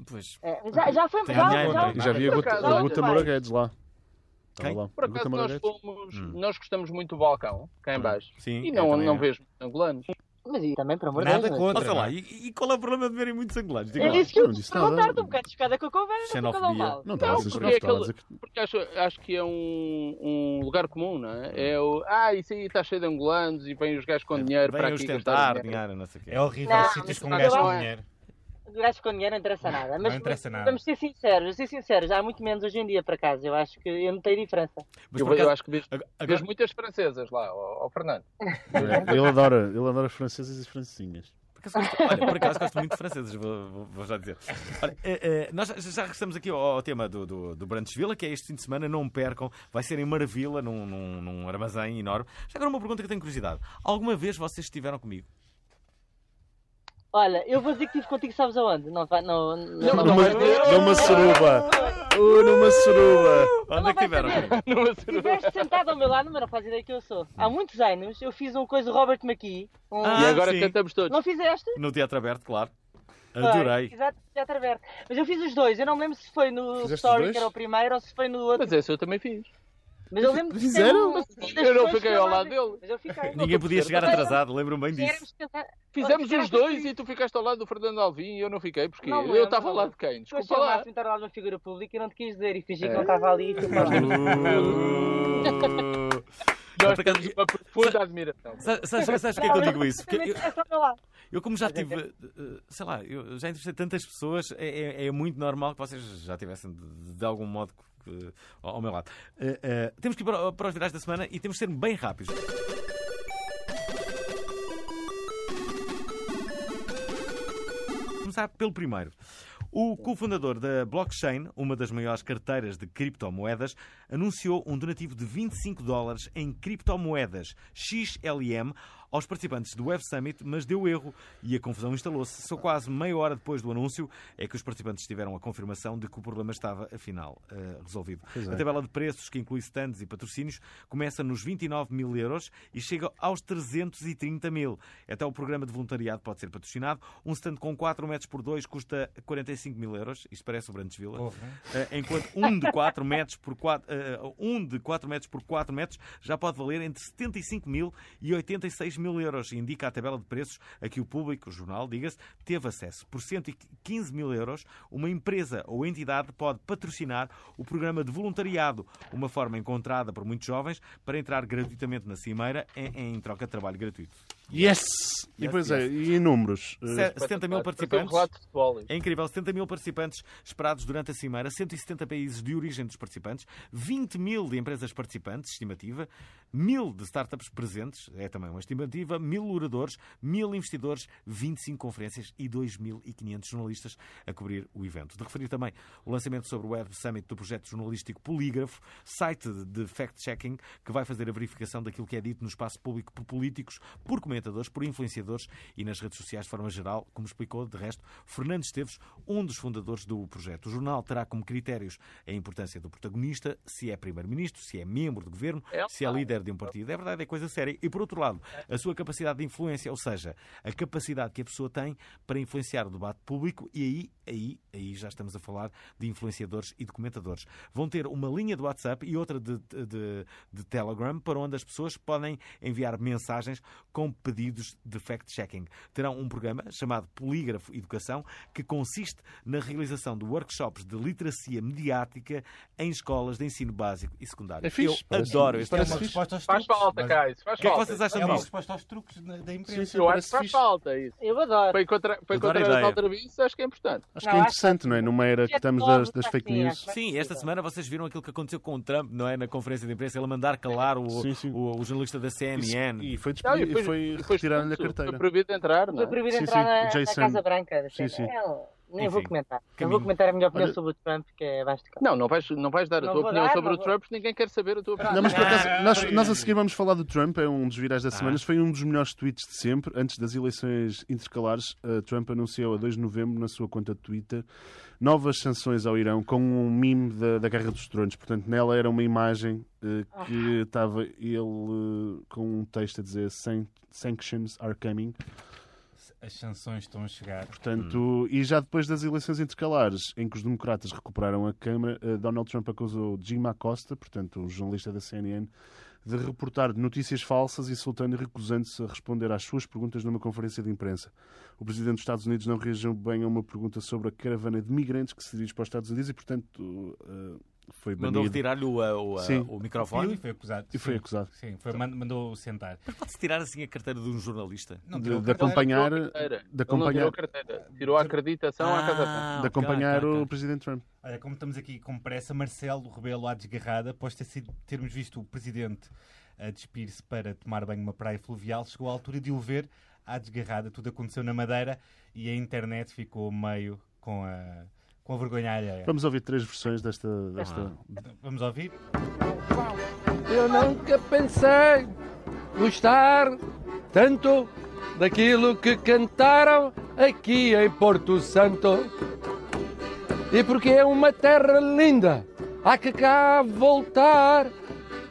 [SPEAKER 2] Pois,
[SPEAKER 6] É, já, já foi.
[SPEAKER 2] Tem
[SPEAKER 6] já,
[SPEAKER 2] dinheiro,
[SPEAKER 6] já,
[SPEAKER 2] tem
[SPEAKER 4] E já havia
[SPEAKER 5] Por
[SPEAKER 4] Guta-
[SPEAKER 5] acaso, olha,
[SPEAKER 4] Guta
[SPEAKER 6] vai.
[SPEAKER 4] Moraguedes lá. Estava
[SPEAKER 2] Quem?
[SPEAKER 4] lá.
[SPEAKER 5] Por acaso
[SPEAKER 4] Guta
[SPEAKER 5] nós
[SPEAKER 4] Moraguedes.
[SPEAKER 5] fomos,
[SPEAKER 2] Hum.
[SPEAKER 5] nós gostamos muito do balcão, cá em baixo.
[SPEAKER 2] sim.
[SPEAKER 5] E
[SPEAKER 2] eu
[SPEAKER 5] não,
[SPEAKER 2] também
[SPEAKER 5] não
[SPEAKER 2] é.
[SPEAKER 5] vejo angolanos.
[SPEAKER 6] Mas e também, pelo amor de
[SPEAKER 7] Nada
[SPEAKER 6] Deus. mas-
[SPEAKER 7] contra.
[SPEAKER 2] Ouça lá, e, e qual é o problema de verem muitos angolanos? Diga
[SPEAKER 6] Eu
[SPEAKER 2] lá.
[SPEAKER 6] disse que eu
[SPEAKER 4] Não
[SPEAKER 6] te
[SPEAKER 4] disse nada.
[SPEAKER 6] perguntar, estou um bocado chocada com a conversa, não estou
[SPEAKER 2] Xenofobia.
[SPEAKER 6] mal.
[SPEAKER 4] Não estava a dizer
[SPEAKER 5] porque
[SPEAKER 4] xenófobo, estava a
[SPEAKER 5] aquele-
[SPEAKER 4] dizer que.
[SPEAKER 5] Porque acho, acho que é um, um lugar comum, não
[SPEAKER 2] Hum.
[SPEAKER 5] é? É o. Ah, isso aí está cheio de angolanos e vêm os gajos com dinheiro é para
[SPEAKER 2] É, Vêm os
[SPEAKER 5] aqui
[SPEAKER 2] tentar,
[SPEAKER 5] gastar dinheiro.
[SPEAKER 2] dinheiro, não sei o quê.
[SPEAKER 7] É horrível
[SPEAKER 6] Não,
[SPEAKER 7] sítios
[SPEAKER 6] mas
[SPEAKER 7] com
[SPEAKER 6] não
[SPEAKER 7] gajos
[SPEAKER 6] dá
[SPEAKER 7] com
[SPEAKER 6] lá.
[SPEAKER 7] dinheiro. É
[SPEAKER 6] Gajos com dinheiro não interessa nada. Mas,
[SPEAKER 7] interessa
[SPEAKER 6] mas
[SPEAKER 7] nada.
[SPEAKER 6] Vamos ser sinceros, ser sinceros, há muito menos hoje em dia, para casa. Eu acho que eu não tenho diferença.
[SPEAKER 2] Mas
[SPEAKER 5] eu,
[SPEAKER 2] por
[SPEAKER 5] eu
[SPEAKER 2] acaso,
[SPEAKER 5] acho que vejo,
[SPEAKER 2] ag-
[SPEAKER 5] vejo
[SPEAKER 2] agora-
[SPEAKER 5] muitas francesas lá, ó, ó Fernando.
[SPEAKER 4] É, Ele adora, ele adora francesas e francesinhas.
[SPEAKER 2] Por acaso gosto- olha, por acaso gosto muito de franceses, vou, vou- vou já dizer. Olha, eh, eh, nós já- já regressamos aqui ao, ao tema do, do, do Brandesvila, que é este fim de semana, não percam, vai ser em Maravilha, num, num, num armazém enorme. Já agora uma pergunta que eu tenho curiosidade. Alguma vez vocês estiveram comigo?
[SPEAKER 6] Olha, eu vou dizer que estive contigo, sabes aonde? Não vai, não, não,
[SPEAKER 2] [laughs]
[SPEAKER 5] Não,
[SPEAKER 6] não
[SPEAKER 4] Numa,
[SPEAKER 6] vai ver.
[SPEAKER 4] numa suruba! Uh, numa suruba!
[SPEAKER 2] Onde é que
[SPEAKER 6] vai
[SPEAKER 2] estiveram?
[SPEAKER 6] saber.
[SPEAKER 5] Numa suruba.
[SPEAKER 6] Estiveste sentado ao meu lado, mas não faz ideia que eu sou. Há muitos anos eu fiz um coisa do Robert McKee. Um...
[SPEAKER 2] Ah.
[SPEAKER 5] E agora
[SPEAKER 2] sim.
[SPEAKER 5] cantamos todos.
[SPEAKER 6] Não fizeste?
[SPEAKER 2] No Teatro Aberto, claro.
[SPEAKER 6] Foi,
[SPEAKER 2] Adorei.
[SPEAKER 6] Exato, já aberto. Mas eu fiz os dois, eu não me lembro se foi no
[SPEAKER 4] Fizeste os
[SPEAKER 6] Story,
[SPEAKER 4] dois?
[SPEAKER 6] que era o primeiro, ou se foi no outro.
[SPEAKER 5] Mas esse eu também fiz.
[SPEAKER 6] Mas eu lembro de ser
[SPEAKER 4] Fizeram?
[SPEAKER 6] um- das
[SPEAKER 5] Eu não
[SPEAKER 6] pessoas
[SPEAKER 5] fiquei
[SPEAKER 6] que
[SPEAKER 5] ao
[SPEAKER 6] lá-
[SPEAKER 5] lado dele.
[SPEAKER 6] Mas eu fiquei.
[SPEAKER 2] Ninguém podia chegar
[SPEAKER 6] Mas-
[SPEAKER 2] atrasado, lembro-me bem disso.
[SPEAKER 6] Éramos casados.
[SPEAKER 5] Fizemos
[SPEAKER 6] Olha,
[SPEAKER 5] os dois e tu ficaste ao lado do Fernando Alvim e eu não fiquei. Porque
[SPEAKER 6] Não,
[SPEAKER 5] eu
[SPEAKER 6] eu
[SPEAKER 5] estava
[SPEAKER 6] não.
[SPEAKER 5] ao lado de quem?
[SPEAKER 6] Tu
[SPEAKER 5] Desculpa
[SPEAKER 6] achei o
[SPEAKER 5] lá.
[SPEAKER 6] máximo estar ao lado de assim, uma figura pública e não te quis dizer e fingi que
[SPEAKER 5] É.
[SPEAKER 6] não estava ali. e fui para lá.
[SPEAKER 2] Uh. [laughs]
[SPEAKER 5] Nós
[SPEAKER 2] Por
[SPEAKER 5] temos
[SPEAKER 2] acaso-
[SPEAKER 5] uma profunda admiração.
[SPEAKER 2] Sa- sa- sa- Sabes porque é que eu digo isso? Porque eu-
[SPEAKER 6] Exatamente, é só para lá.
[SPEAKER 2] Eu, como já
[SPEAKER 6] Mas é
[SPEAKER 2] tive, eh, eh, sei lá, eu já entrevistei tantas pessoas, é, é- é muito normal que vocês já tivessem de, de algum modo que- ao ao meu lado. Eh, eh, temos que ir para, para os virais da semana e temos que ser bem rápidos. começar pelo primeiro. O cofundador da Blockchain, uma das maiores carteiras de criptomoedas, anunciou um donativo de 25 dólares em criptomoedas XLM aos participantes do Web Summit, mas deu erro e a confusão instalou-se. Só quase meia hora depois do anúncio é que os participantes tiveram a confirmação de que o problema estava, afinal, eh, resolvido. A tabela de preços, que inclui stands e patrocínios, começa nos 29 mil euros e chega aos 330 mil. Até o programa de voluntariado pode ser patrocinado. Um stand com 4 metros por 2 custa 45 mil euros. Isto parece o Brandesvila. Eh, enquanto um de 4 metros por 4, um de 4 metros por 4 metros já pode valer entre 75 mil e 86 mil euros. Indica a tabela de preços a que o público, o jornal, diga-se, teve acesso. Por 115 mil euros, uma empresa ou entidade pode patrocinar o programa de voluntariado, uma forma encontrada por muitos jovens para entrar gratuitamente na Cimeira em, em troca de trabalho gratuito.
[SPEAKER 4] Yes! E
[SPEAKER 2] Yes,
[SPEAKER 4] pois é, e em números? Eh,
[SPEAKER 2] Se- 70 mil
[SPEAKER 5] Fazer um
[SPEAKER 2] participantes.
[SPEAKER 5] relato de futebol.
[SPEAKER 2] É incrível, 70 mil participantes esperados durante a Cimeira, 170 países de origem dos participantes, 20 mil de empresas participantes, estimativa, mil de startups presentes, é também uma estimativa, mil oradores, mil investidores, 25 conferências e 2.500 jornalistas a cobrir o evento. De referir também o lançamento sobre o Web Summit do projeto jornalístico Polígrafo, site de fact-checking que vai fazer a verificação daquilo que é dito no espaço público por políticos, por comentadores, por influenciadores e nas redes sociais de forma geral, como explicou, de resto, Fernando Esteves, um dos fundadores do projeto. O jornal terá como critérios a importância do protagonista, se é primeiro-ministro, se é membro do governo,
[SPEAKER 5] É,
[SPEAKER 2] se é
[SPEAKER 5] pá.
[SPEAKER 2] líder de um partido. É verdade, é coisa séria. E, por outro lado, a sua capacidade de influência, ou seja, a capacidade que a pessoa tem para influenciar o debate público e aí, aí, aí já estamos a falar de influenciadores e documentadores. Vão ter uma linha de WhatsApp e outra de, de- de Telegram para onde as pessoas podem enviar mensagens com pedidos de fact-checking. Terão um programa chamado Polígrafo Educação que consiste na realização de workshops de literacia mediática em escolas de ensino básico e secundário.
[SPEAKER 4] É fixe,
[SPEAKER 2] Eu
[SPEAKER 4] parece-
[SPEAKER 2] adoro este
[SPEAKER 7] Isto é
[SPEAKER 4] parece
[SPEAKER 7] uma
[SPEAKER 4] fixe.
[SPEAKER 7] resposta aos
[SPEAKER 5] Faz
[SPEAKER 7] truques.
[SPEAKER 5] falta,
[SPEAKER 7] mas-
[SPEAKER 5] Caio. Faz
[SPEAKER 2] O que é que
[SPEAKER 5] falta.
[SPEAKER 2] vocês acham
[SPEAKER 7] É uma
[SPEAKER 2] disso?
[SPEAKER 7] resposta aos truques na- da
[SPEAKER 4] Sim,
[SPEAKER 7] imprensa.
[SPEAKER 4] sim,
[SPEAKER 5] Eu acho
[SPEAKER 4] parece
[SPEAKER 5] que faz
[SPEAKER 4] é fixe.
[SPEAKER 5] falta isso.
[SPEAKER 6] Eu adoro.
[SPEAKER 5] Para encontrar, para
[SPEAKER 2] Adoro
[SPEAKER 5] encontrar
[SPEAKER 2] a
[SPEAKER 5] as
[SPEAKER 2] ideia.
[SPEAKER 5] aldrabices, acho que é importante.
[SPEAKER 4] Acho que é
[SPEAKER 6] Não,
[SPEAKER 4] interessante, não é? Numa era que
[SPEAKER 6] é
[SPEAKER 4] estamos
[SPEAKER 6] todo,
[SPEAKER 4] das, das
[SPEAKER 6] está
[SPEAKER 4] fake
[SPEAKER 6] aqui,
[SPEAKER 4] news.
[SPEAKER 6] acho.
[SPEAKER 2] Sim, esta semana vocês viram aquilo que aconteceu com o Trump, não é? Na conferência de imprensa, ele a mandar calar o,
[SPEAKER 4] Sim, sim.
[SPEAKER 2] o, o jornalista da CNN.
[SPEAKER 4] E foi,
[SPEAKER 5] Não,
[SPEAKER 4] despedi- e foi
[SPEAKER 5] depois
[SPEAKER 4] retirar-lhe a
[SPEAKER 5] foi-
[SPEAKER 4] carteira.
[SPEAKER 5] Foi proibido entrar, não
[SPEAKER 6] Foi
[SPEAKER 5] é?
[SPEAKER 6] proibido
[SPEAKER 4] Sim,
[SPEAKER 6] entrar
[SPEAKER 4] sim,
[SPEAKER 6] na- na,
[SPEAKER 4] Jason.
[SPEAKER 6] Casa Branca.
[SPEAKER 4] Sim,
[SPEAKER 6] Sim,
[SPEAKER 4] sim.
[SPEAKER 6] nem vou
[SPEAKER 2] Enfim,
[SPEAKER 6] comentar. Não
[SPEAKER 2] caminho.
[SPEAKER 6] vou comentar a minha opinião
[SPEAKER 4] Olha-
[SPEAKER 6] sobre o Trump, que é baixo de
[SPEAKER 5] Não, não vais, não vais dar a
[SPEAKER 6] Não
[SPEAKER 5] tua
[SPEAKER 6] vou
[SPEAKER 5] opinião
[SPEAKER 6] dar,
[SPEAKER 5] sobre
[SPEAKER 6] não
[SPEAKER 5] o
[SPEAKER 6] vou.
[SPEAKER 5] Trump, ninguém quer saber a tua opinião.
[SPEAKER 4] Não, mas
[SPEAKER 5] [laughs]
[SPEAKER 4] por acaso,
[SPEAKER 7] Ah,
[SPEAKER 4] nós,
[SPEAKER 7] foi-
[SPEAKER 4] nós a seguir vamos falar do Trump, é um dos virais da semana. Foi um dos melhores tweets de sempre. Antes das eleições intercalares, uh, Trump anunciou a 2 de novembro, na sua conta de Twitter, novas sanções ao Irão com um meme da, da Guerra dos Tronos. Portanto, nela era uma imagem uh, que estava ele uh, com um texto a dizer "San- Sanctions are coming.
[SPEAKER 7] As sanções estão a chegar.
[SPEAKER 4] Portanto, e já depois das eleições intercalares, em que os democratas recuperaram a Câmara, eh, Donald Trump acusou Jim Acosta, portanto, o jornalista da CNN, de reportar notícias falsas, insultando e recusando-se a responder às suas perguntas numa conferência de imprensa. O presidente dos Estados Unidos não reagiu bem a uma pergunta sobre a caravana de migrantes que se dirige para os Estados Unidos e, portanto, eh, foi
[SPEAKER 2] Mandou
[SPEAKER 4] banido
[SPEAKER 2] retirar-lhe o, uh, o, uh,
[SPEAKER 4] Sim.
[SPEAKER 2] o
[SPEAKER 7] Viu E
[SPEAKER 2] microfone.
[SPEAKER 7] foi acusado.
[SPEAKER 4] e foi
[SPEAKER 7] Sim.
[SPEAKER 4] acusado
[SPEAKER 7] Sim, foi, mand- mandou sentar.
[SPEAKER 2] Mas pode-se tirar assim a carteira de um jornalista?
[SPEAKER 7] Não,
[SPEAKER 4] de,
[SPEAKER 7] tirou
[SPEAKER 4] de
[SPEAKER 7] a carteira.
[SPEAKER 5] Tirou a
[SPEAKER 4] acompanhar,
[SPEAKER 5] carteira.
[SPEAKER 4] de
[SPEAKER 5] Ele não tirou
[SPEAKER 4] acompanhar,
[SPEAKER 5] a carteira. Tirou a acreditação
[SPEAKER 2] Ah,
[SPEAKER 5] à Casa Branca.
[SPEAKER 4] Então, de acompanhar o presidente Trump.
[SPEAKER 7] Olha, como estamos aqui com pressa, Marcelo Rebelo à desgarrada, após ter sido- termos visto o presidente a despir-se para tomar banho numa praia fluvial, chegou a altura de o ver à desgarrada. Tudo aconteceu na Madeira e a internet ficou meio com a, com a vergonha alheia.
[SPEAKER 4] Vamos ouvir três versões desta, desta
[SPEAKER 7] Vamos ouvir?
[SPEAKER 8] Eu nunca pensei gostar tanto daquilo que cantaram aqui em Porto Santo. E porque é uma terra linda, há que cá voltar.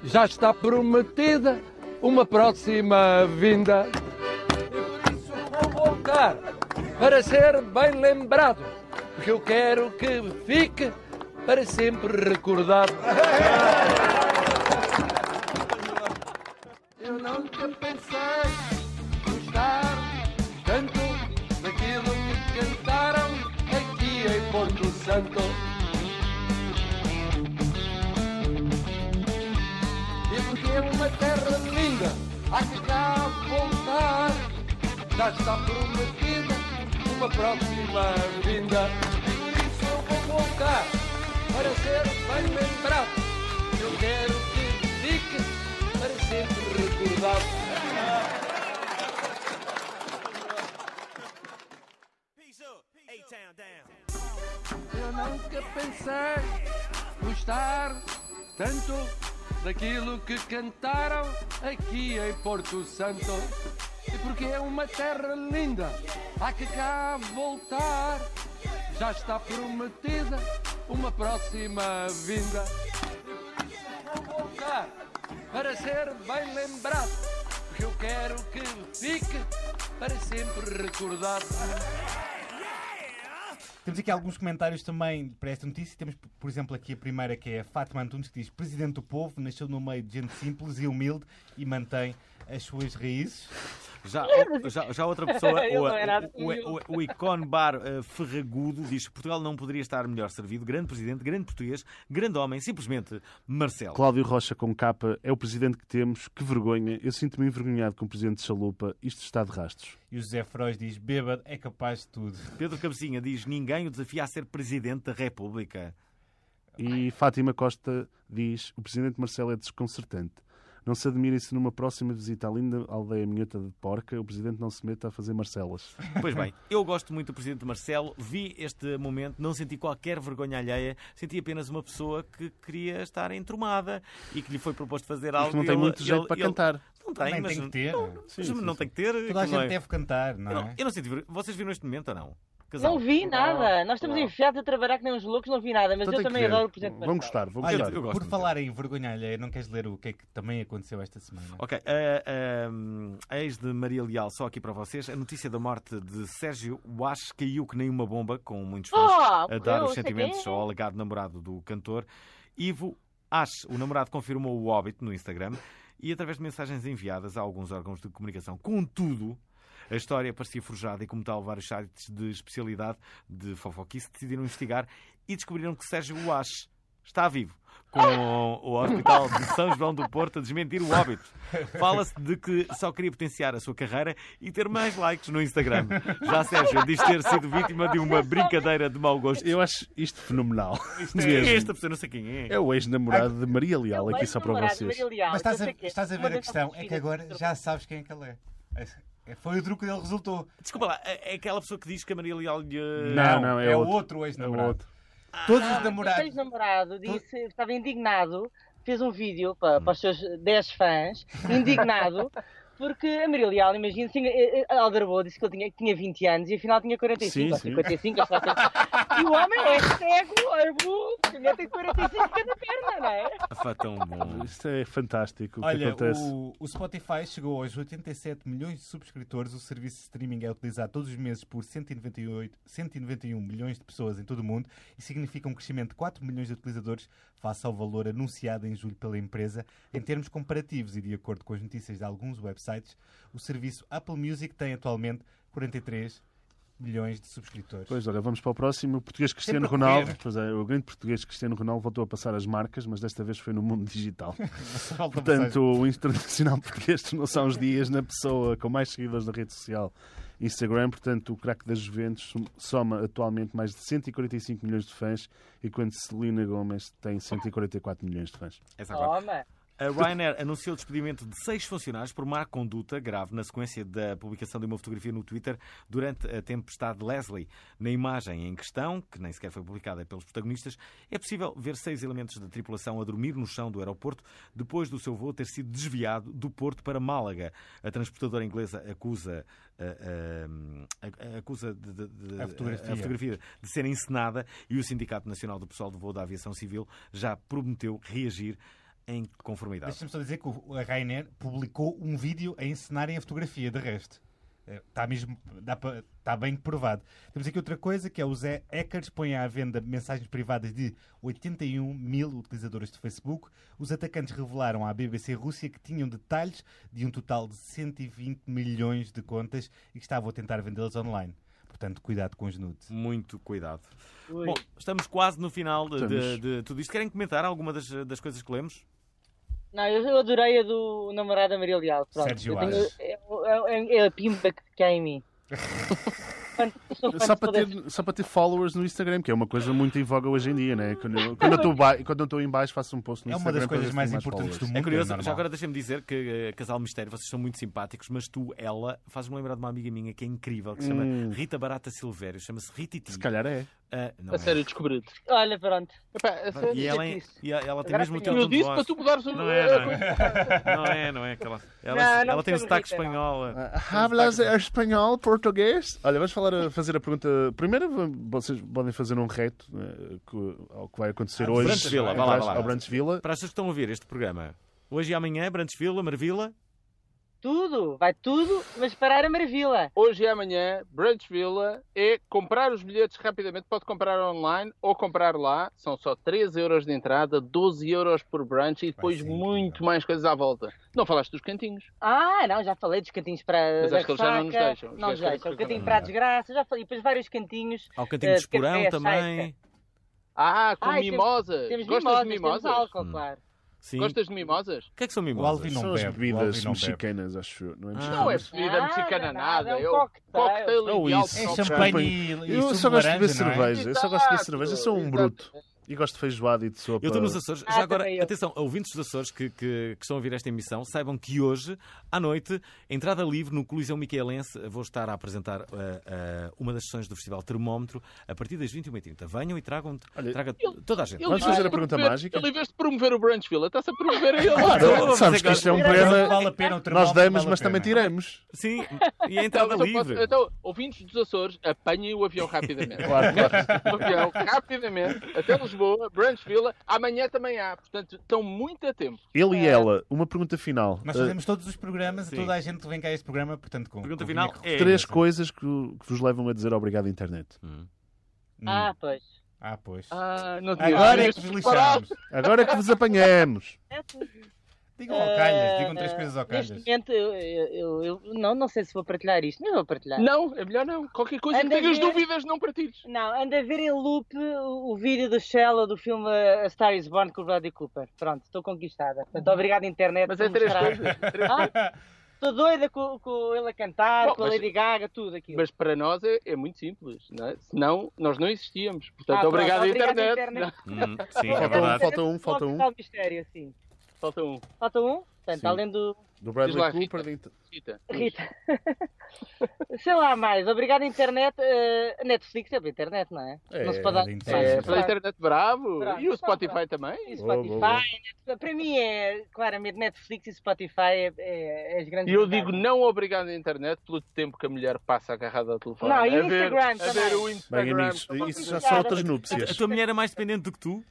[SPEAKER 8] Já está prometida uma próxima vinda. E por isso vou voltar para ser bem lembrado, porque eu quero que fique para sempre recordado. Eu nunca pensei gostar tanto daquilo que cantaram aqui em Porto Santo. E porque é uma terra linda, há que cá voltar. Já está prometida uma próxima vinda. E por isso eu vou voltar para ser bem lembrado. Eu quero que fique para sempre recordado. Eu nunca pensei gostar tanto daquilo que cantaram aqui em Porto Santo. E porque é uma terra linda, há que cá voltar. Já está prometida uma próxima vinda. Eu vou voltar para ser bem lembrado, porque eu quero que fique para sempre recordado.
[SPEAKER 7] Temos aqui alguns comentários também para esta notícia. Temos, por exemplo, aqui a primeira que é a Fátima Antunes, que diz: Presidente do Povo, nasceu no meio de gente simples e humilde e mantém as suas raízes.
[SPEAKER 2] [laughs] Já, já, já outra [laughs] pessoa,
[SPEAKER 6] Eu não era
[SPEAKER 2] o, o, o, o Icon Bar eh, Ferragudo, diz que Portugal não poderia estar melhor servido. Grande presidente, grande português, grande homem, simplesmente Marcelo.
[SPEAKER 4] Cláudio Rocha com capa é o presidente que temos. Que vergonha. Eu sinto-me envergonhado com o presidente de Chalupa. Isto está de rastros.
[SPEAKER 7] E o José Frois diz: Bêbado é capaz de tudo.
[SPEAKER 2] Pedro Cabecinha diz: ninguém o desafia a ser presidente da República.
[SPEAKER 4] E Fátima Costa diz: o presidente Marcelo é desconcertante. Não se admirem se numa próxima visita à linda aldeia minhota de porca o presidente não se meta a fazer Marcelas.
[SPEAKER 2] Pois bem, eu gosto muito do Presidente Marcelo, vi este momento, não senti qualquer vergonha alheia, senti apenas uma pessoa que queria estar entromada e que lhe foi proposto fazer algo.
[SPEAKER 4] Mas não tem
[SPEAKER 2] ele-
[SPEAKER 4] muito jeito
[SPEAKER 2] ele-
[SPEAKER 4] para
[SPEAKER 2] ele-
[SPEAKER 4] cantar.
[SPEAKER 2] Não tem,
[SPEAKER 7] Nem
[SPEAKER 2] mas
[SPEAKER 7] tem que ter.
[SPEAKER 2] Não, mas
[SPEAKER 4] Sim, sim,
[SPEAKER 2] não
[SPEAKER 4] sim.
[SPEAKER 2] tem que ter.
[SPEAKER 7] Toda a
[SPEAKER 2] não é?
[SPEAKER 7] gente deve cantar, não
[SPEAKER 2] eu, não,
[SPEAKER 7] é?
[SPEAKER 2] eu não senti vergonha. Vocês viram este momento ou não? Casal.
[SPEAKER 6] Não vi nada. Nós estamos
[SPEAKER 5] Não.
[SPEAKER 6] enfiados a trabalhar que nem uns loucos, não vi nada, mas
[SPEAKER 4] Então tem
[SPEAKER 6] eu
[SPEAKER 4] que
[SPEAKER 6] também
[SPEAKER 4] ver.
[SPEAKER 6] adoro o presente
[SPEAKER 4] Vão gostar, vão
[SPEAKER 2] Ah, eu,
[SPEAKER 4] gostar.
[SPEAKER 2] eu gosto.
[SPEAKER 7] Por
[SPEAKER 2] muito.
[SPEAKER 7] falar em vergonha alheia, não queres ler o que é que também aconteceu esta semana?
[SPEAKER 2] Ok, a- a- a ex de Maria Leal, só aqui para vocês, a notícia da morte de Sérgio Wash caiu que nem uma bomba, com muitos fãs
[SPEAKER 6] Oh,
[SPEAKER 2] a dar
[SPEAKER 6] eu
[SPEAKER 2] os
[SPEAKER 6] sei quem
[SPEAKER 2] sentimentos
[SPEAKER 6] é.
[SPEAKER 2] ao alegado namorado do cantor. Ivo Ash, o namorado confirmou o óbito no Instagram e através de mensagens enviadas a alguns órgãos de comunicação. Contudo, a história parecia forjada e, como tal, vários sites de especialidade de fofoquice decidiram investigar e descobriram que Sérgio Wash está vivo. Com o Hospital de São João do Porto a desmentir o óbito. Fala-se de que só queria potenciar a sua carreira e ter mais likes no Instagram. Já Sérgio diz ter sido vítima de uma brincadeira de mau gosto.
[SPEAKER 4] Eu acho isto fenomenal. [laughs]
[SPEAKER 2] Quem é
[SPEAKER 4] Mesmo.
[SPEAKER 2] esta pessoa? Não sei quem é.
[SPEAKER 4] É o ex-namorado de Maria Leal
[SPEAKER 6] é
[SPEAKER 4] aqui só é para vocês.
[SPEAKER 7] Mas estás a, estás a ver a questão, é que agora já sabes quem é que ele é. É- Foi o truque dele que resultou.
[SPEAKER 2] Desculpa lá, é é aquela pessoa que diz que a Maria Leal lhe.
[SPEAKER 4] Não, não, é
[SPEAKER 7] é o
[SPEAKER 4] outro.
[SPEAKER 7] outro
[SPEAKER 4] É o
[SPEAKER 7] ex-namorado.
[SPEAKER 4] outro.
[SPEAKER 7] Todos os
[SPEAKER 6] O
[SPEAKER 7] namorados.
[SPEAKER 6] ex-namorado disse, estava indignado, fez um vídeo para,
[SPEAKER 4] Hum.
[SPEAKER 6] para os seus 10 fãs,
[SPEAKER 7] [laughs]
[SPEAKER 6] indignado, porque a Maria Leal, imagina, sim, eh, eh, aldrabou, disse que ele tinha, que tinha 20 anos e afinal tinha 45,
[SPEAKER 4] Sim,
[SPEAKER 6] ou
[SPEAKER 4] sim.
[SPEAKER 6] 55, ou 60. E o homem
[SPEAKER 4] [laughs]
[SPEAKER 6] é cego, é burro, tem 45 em cada perna, não
[SPEAKER 4] Tá
[SPEAKER 6] é?
[SPEAKER 2] Ah, pá, tão [laughs] bom.
[SPEAKER 4] Isto é fantástico o que
[SPEAKER 7] Olha,
[SPEAKER 4] acontece.
[SPEAKER 7] o, o Spotify chegou aos 87 milhões de subscritores. O serviço de streaming é utilizado todos os meses por 198, 191 milhões de pessoas em todo o mundo e significa um crescimento de 4 milhões de utilizadores face ao valor anunciado em julho pela empresa. Em termos comparativos e de acordo com as notícias de alguns websites, o serviço Apple Music tem atualmente 43 milhões de subscritores. [laughs]
[SPEAKER 4] Pois, olha, vamos para o próximo. O português Cristiano
[SPEAKER 7] Sempre a correr.
[SPEAKER 4] Ronaldo. Pois é, o grande português Cristiano Ronaldo voltou a passar as marcas, mas desta vez foi no mundo
[SPEAKER 7] [laughs]
[SPEAKER 4] digital.
[SPEAKER 7] Falta
[SPEAKER 4] Portanto, o internacional [laughs] português tornou-se há uns dias na pessoa com mais seguidores na rede social Instagram. Portanto, o craque das Juventus sum- soma atualmente mais de 145 milhões de fãs, enquanto Celina Gomes tem 144 milhões de fãs.
[SPEAKER 2] Essa agora.
[SPEAKER 6] Toma.
[SPEAKER 2] A Ryanair anunciou o despedimento de seis funcionários por má conduta grave na sequência da publicação de uma fotografia no Twitter durante a tempestade Leslie. Na imagem em questão, que nem sequer foi publicada pelos protagonistas, é possível ver seis elementos da tripulação a dormir no chão do aeroporto depois do seu voo ter sido desviado do Porto para Málaga. A transportadora inglesa acusa, eh, eh, acusa de- de- de-
[SPEAKER 7] A fotografia.
[SPEAKER 2] a fotografia de ser encenada e o Sindicato Nacional do Pessoal de Voo da Aviação Civil já prometeu reagir em
[SPEAKER 4] Tá.
[SPEAKER 2] conformidade.
[SPEAKER 7] Deixa-me só dizer que o- a Rainer publicou um vídeo a encenarem a fotografia, de resto. Está mesmo, dá pa- tá bem provado. Temos aqui outra coisa que é o Zé Eckers põe à venda mensagens privadas de 81 mil utilizadores de Facebook. Os atacantes revelaram à BBC Rússia que tinham detalhes de um total de 120 milhões de contas e que estavam a tentar vendê-las online. Portanto, cuidado com os nudes.
[SPEAKER 2] Muito cuidado.
[SPEAKER 6] Ui.
[SPEAKER 2] Bom, estamos quase no final de, de-
[SPEAKER 4] Estamos.
[SPEAKER 2] de tudo isto. Querem comentar alguma das, das coisas que lemos?
[SPEAKER 6] Não, eu, eu adorei a do namorado da Maria Leal. Pronto. é,
[SPEAKER 7] Sérgio
[SPEAKER 6] Eu tenho-
[SPEAKER 7] Aras.
[SPEAKER 6] é, é- é a pimba que que há em mim. fã- eu sou fã
[SPEAKER 4] Só
[SPEAKER 6] de
[SPEAKER 4] para,
[SPEAKER 6] todas-
[SPEAKER 4] ter, só para ter followers no Instagram, que é uma coisa muito em voga hoje em dia, né? Quando eu, quando eu, estou, ba- quando eu estou em baixo, faço um post no
[SPEAKER 7] É uma
[SPEAKER 4] Instagram.
[SPEAKER 7] das
[SPEAKER 4] para ver
[SPEAKER 7] coisas
[SPEAKER 4] se
[SPEAKER 7] mais
[SPEAKER 4] tenho
[SPEAKER 7] importantes do
[SPEAKER 4] followers.
[SPEAKER 7] mundo.
[SPEAKER 2] É curioso,
[SPEAKER 7] normal.
[SPEAKER 2] já agora deixa-me dizer que eh, Casal Mistério, vocês são muito simpáticos, mas tu, ela, fazes-me lembrar de uma amiga minha que é incrível, que se chama
[SPEAKER 4] Hum.
[SPEAKER 2] Rita Barata Silvério, chama-se Rititi.
[SPEAKER 4] Se calhar é.
[SPEAKER 2] Ah, não
[SPEAKER 5] A
[SPEAKER 2] é.
[SPEAKER 5] sério, descobri-te.
[SPEAKER 6] Olha, pronto.
[SPEAKER 5] Epá, a sério.
[SPEAKER 2] E ela, é-
[SPEAKER 6] Rititi.
[SPEAKER 2] e ela tem
[SPEAKER 6] Agora
[SPEAKER 2] mesmo
[SPEAKER 6] tenho-
[SPEAKER 2] aquele
[SPEAKER 5] Eu
[SPEAKER 2] tom de
[SPEAKER 5] disse para
[SPEAKER 2] voz.
[SPEAKER 5] tu mudares o.
[SPEAKER 2] Não é, não é. Não é, não é aquela. Ela,
[SPEAKER 6] Não, não
[SPEAKER 2] ela tem um
[SPEAKER 6] sou
[SPEAKER 2] sotaque
[SPEAKER 6] Rita, não.
[SPEAKER 2] espanhol. eh,
[SPEAKER 4] Hablas espanhol, português? um né? Olha, vamos falar, a- fazer a pergunta. Primeiro, v- vocês podem fazer um reto eh, que- ao que vai acontecer hoje.
[SPEAKER 2] Brantes Vila, vá lá, vá lá.
[SPEAKER 4] Ao Brantes Vila.
[SPEAKER 2] Para as pessoas que estão a ouvir este programa, hoje e amanhã, Brantesvila, Marvila,
[SPEAKER 6] Tudo, vai tudo, mas parar a maravilha.
[SPEAKER 5] Hoje e amanhã, Branch Villa é comprar os bilhetes rapidamente. Pode comprar online ou comprar lá. São só 3 euros de entrada, 12 euros por brunch e depois
[SPEAKER 7] ser incrível.
[SPEAKER 5] muito mais coisas à volta. Não falaste dos cantinhos.
[SPEAKER 6] Ah, não, já falei dos cantinhos para.
[SPEAKER 5] Mas
[SPEAKER 6] da
[SPEAKER 5] acho que eles já não nos
[SPEAKER 6] ressaca.
[SPEAKER 5] deixam. Os
[SPEAKER 6] Não nos
[SPEAKER 5] gajos querem
[SPEAKER 6] deixam.
[SPEAKER 5] que
[SPEAKER 6] Cantinho
[SPEAKER 5] eu
[SPEAKER 6] para a desgraça, já falei. E depois vários cantinhos.
[SPEAKER 2] ao cantinho
[SPEAKER 6] Eh,
[SPEAKER 2] de Esporão
[SPEAKER 6] café,
[SPEAKER 2] também.
[SPEAKER 5] Ah, com
[SPEAKER 6] Ai, temos-
[SPEAKER 5] mimosas.
[SPEAKER 6] Temos
[SPEAKER 5] Gostas
[SPEAKER 6] mimosas,
[SPEAKER 5] de
[SPEAKER 6] temos
[SPEAKER 5] mimosas?
[SPEAKER 6] álcool, claro.
[SPEAKER 2] Sim.
[SPEAKER 5] Gostas de mimosas?
[SPEAKER 2] O que é que são
[SPEAKER 7] O Alvin
[SPEAKER 2] mimosas?
[SPEAKER 7] não
[SPEAKER 4] São as
[SPEAKER 7] bebe. o Alvin
[SPEAKER 4] bebidas
[SPEAKER 7] não bebe. Ah,
[SPEAKER 4] mexicanas, acho eu. Não é mexicana?
[SPEAKER 5] Não é bebida
[SPEAKER 6] Nada,
[SPEAKER 5] mexicana
[SPEAKER 6] nada,
[SPEAKER 5] nada.
[SPEAKER 6] é um
[SPEAKER 5] É um
[SPEAKER 6] cocktail.
[SPEAKER 5] cocktail
[SPEAKER 4] Ou
[SPEAKER 5] ideal
[SPEAKER 4] isso.
[SPEAKER 5] para
[SPEAKER 7] É
[SPEAKER 5] o
[SPEAKER 2] um
[SPEAKER 7] champanhe
[SPEAKER 5] brunch.
[SPEAKER 7] e, e
[SPEAKER 4] Eu
[SPEAKER 7] sumo
[SPEAKER 4] só
[SPEAKER 7] de
[SPEAKER 4] gosto de
[SPEAKER 7] laranja,
[SPEAKER 4] beber
[SPEAKER 7] não é?
[SPEAKER 4] cerveja. Eu só gosto de beber
[SPEAKER 5] Exato,
[SPEAKER 4] cerveja. Eu sou um
[SPEAKER 5] exato.
[SPEAKER 4] bruto. E gosto de feijoada e de sopa.
[SPEAKER 2] Eu estou nos Açores.
[SPEAKER 6] Ah,
[SPEAKER 2] Já agora,
[SPEAKER 6] também eu.
[SPEAKER 2] atenção, ouvintes dos Açores que, que, que estão a ouvir esta emissão, saibam que hoje, à noite, entrada livre no Coliseu Miquelense, vou estar a apresentar eh, eh, uma das sessões do Festival Termómetro a partir das 21h30. Venham e tragam
[SPEAKER 4] Olha,
[SPEAKER 2] traga toda a gente.
[SPEAKER 4] Vamos fazer a pergunta mágica?
[SPEAKER 5] Ele, em vez de promover o Brunch Villa, está-se a promover a ele.
[SPEAKER 4] Claro, sabes que isto é um programa.
[SPEAKER 7] Vale a pena o
[SPEAKER 4] Nós
[SPEAKER 7] termómetro,
[SPEAKER 4] damos,
[SPEAKER 7] vale a
[SPEAKER 4] mas também
[SPEAKER 7] pena.
[SPEAKER 4] tiramos.
[SPEAKER 2] Sim, e a
[SPEAKER 5] Então,
[SPEAKER 2] entrada
[SPEAKER 5] mas eu posso-
[SPEAKER 2] livre.
[SPEAKER 5] então, ouvintes dos Açores, apanhem o avião rapidamente.
[SPEAKER 4] Claro, claro.
[SPEAKER 5] o avião rapidamente até Lisboa, Brunch Villa. Amanhã também há, portanto, estão muito a tempo.
[SPEAKER 4] Ele e ela, uma pergunta final.
[SPEAKER 7] Nós
[SPEAKER 4] Uh,
[SPEAKER 7] É. fazemos todos os programas
[SPEAKER 2] sim.
[SPEAKER 7] e toda a gente que vem cá a este programa, portanto, com.
[SPEAKER 2] Pergunta
[SPEAKER 7] com
[SPEAKER 2] final é...
[SPEAKER 4] Eh, Três
[SPEAKER 7] Sim.
[SPEAKER 4] coisas que, que vos levam a dizer obrigado à internet.
[SPEAKER 7] Hum.
[SPEAKER 6] Ah, pois.
[SPEAKER 7] Ah, pois.
[SPEAKER 5] Ah, não tinha
[SPEAKER 7] Agora é que
[SPEAKER 5] visto
[SPEAKER 7] vos
[SPEAKER 5] este
[SPEAKER 7] lixamos.
[SPEAKER 4] Agora é que vos apanhamos.
[SPEAKER 7] Digam ao calhas, digam
[SPEAKER 6] Eh,
[SPEAKER 7] três coisas ao calhas.
[SPEAKER 6] Neste momento, eu, eu- eu- eu- não, não sei se vou partilhar isto, mas vou partilhar.
[SPEAKER 5] parado. Não, é melhor não. Qualquer coisa que
[SPEAKER 6] Anda a
[SPEAKER 5] tenhas
[SPEAKER 6] ver.
[SPEAKER 5] dúvidas, não partilhes.
[SPEAKER 6] Não, anda a ver em loop o, o vídeo do Shella do filme eh, A Star is Born com o Bradley Cooper. Pronto, estou conquistada. Portanto, obrigado internet.
[SPEAKER 5] Mas
[SPEAKER 6] por
[SPEAKER 5] é
[SPEAKER 6] me
[SPEAKER 5] três
[SPEAKER 6] mostrar.
[SPEAKER 5] coisas. Três-
[SPEAKER 6] Ah, Estou doida com, com ele a cantar,
[SPEAKER 5] Bom,
[SPEAKER 6] com a
[SPEAKER 5] mas-
[SPEAKER 6] Lady Gaga, tudo aquilo.
[SPEAKER 5] Mas para nós é, é muito simples, não é? senão nós não existíamos. Portanto,
[SPEAKER 6] Ah,
[SPEAKER 5] obrigado, à
[SPEAKER 6] pronto, obrigado,
[SPEAKER 5] internet.
[SPEAKER 6] internet.
[SPEAKER 2] Hum, sim, é
[SPEAKER 4] Falta
[SPEAKER 2] verdade.
[SPEAKER 4] um, falta um, falta um.
[SPEAKER 6] Total mistério, sim.
[SPEAKER 5] Não, Falta um.
[SPEAKER 6] Falta um? Portanto,
[SPEAKER 4] Sim.
[SPEAKER 6] além do.
[SPEAKER 4] Do
[SPEAKER 5] Diz lá,
[SPEAKER 4] Bradley Cooper. de-
[SPEAKER 5] Rita.
[SPEAKER 6] Rita. [laughs] Sei lá mais, obrigado internet. eh, a Netflix é pela internet, não é?
[SPEAKER 4] É,
[SPEAKER 6] não se pode
[SPEAKER 7] é
[SPEAKER 6] dar-
[SPEAKER 7] da internet.
[SPEAKER 5] É,
[SPEAKER 6] Sim,
[SPEAKER 5] pela
[SPEAKER 6] claro.
[SPEAKER 5] internet, bravo.
[SPEAKER 6] Bravo. Então,
[SPEAKER 5] E o Spotify também.
[SPEAKER 4] Boa,
[SPEAKER 6] E Spotify,
[SPEAKER 4] boa, boa.
[SPEAKER 6] Netflix- para mim é claramente Netflix e Spotify é, é- é as
[SPEAKER 5] E
[SPEAKER 6] grandes.
[SPEAKER 5] eu
[SPEAKER 6] vantagens.
[SPEAKER 5] digo não obrigado à internet pelo tempo que a mulher passa agarrada ao telefone.
[SPEAKER 6] Não,
[SPEAKER 5] a
[SPEAKER 6] e o
[SPEAKER 5] ver,
[SPEAKER 6] Instagram
[SPEAKER 5] a ver
[SPEAKER 6] também.
[SPEAKER 5] o
[SPEAKER 4] Bem,
[SPEAKER 5] Instagram.
[SPEAKER 4] amigos, isso já são outras
[SPEAKER 2] A
[SPEAKER 4] núpcias.
[SPEAKER 2] tua mulher é mais dependente do que tu?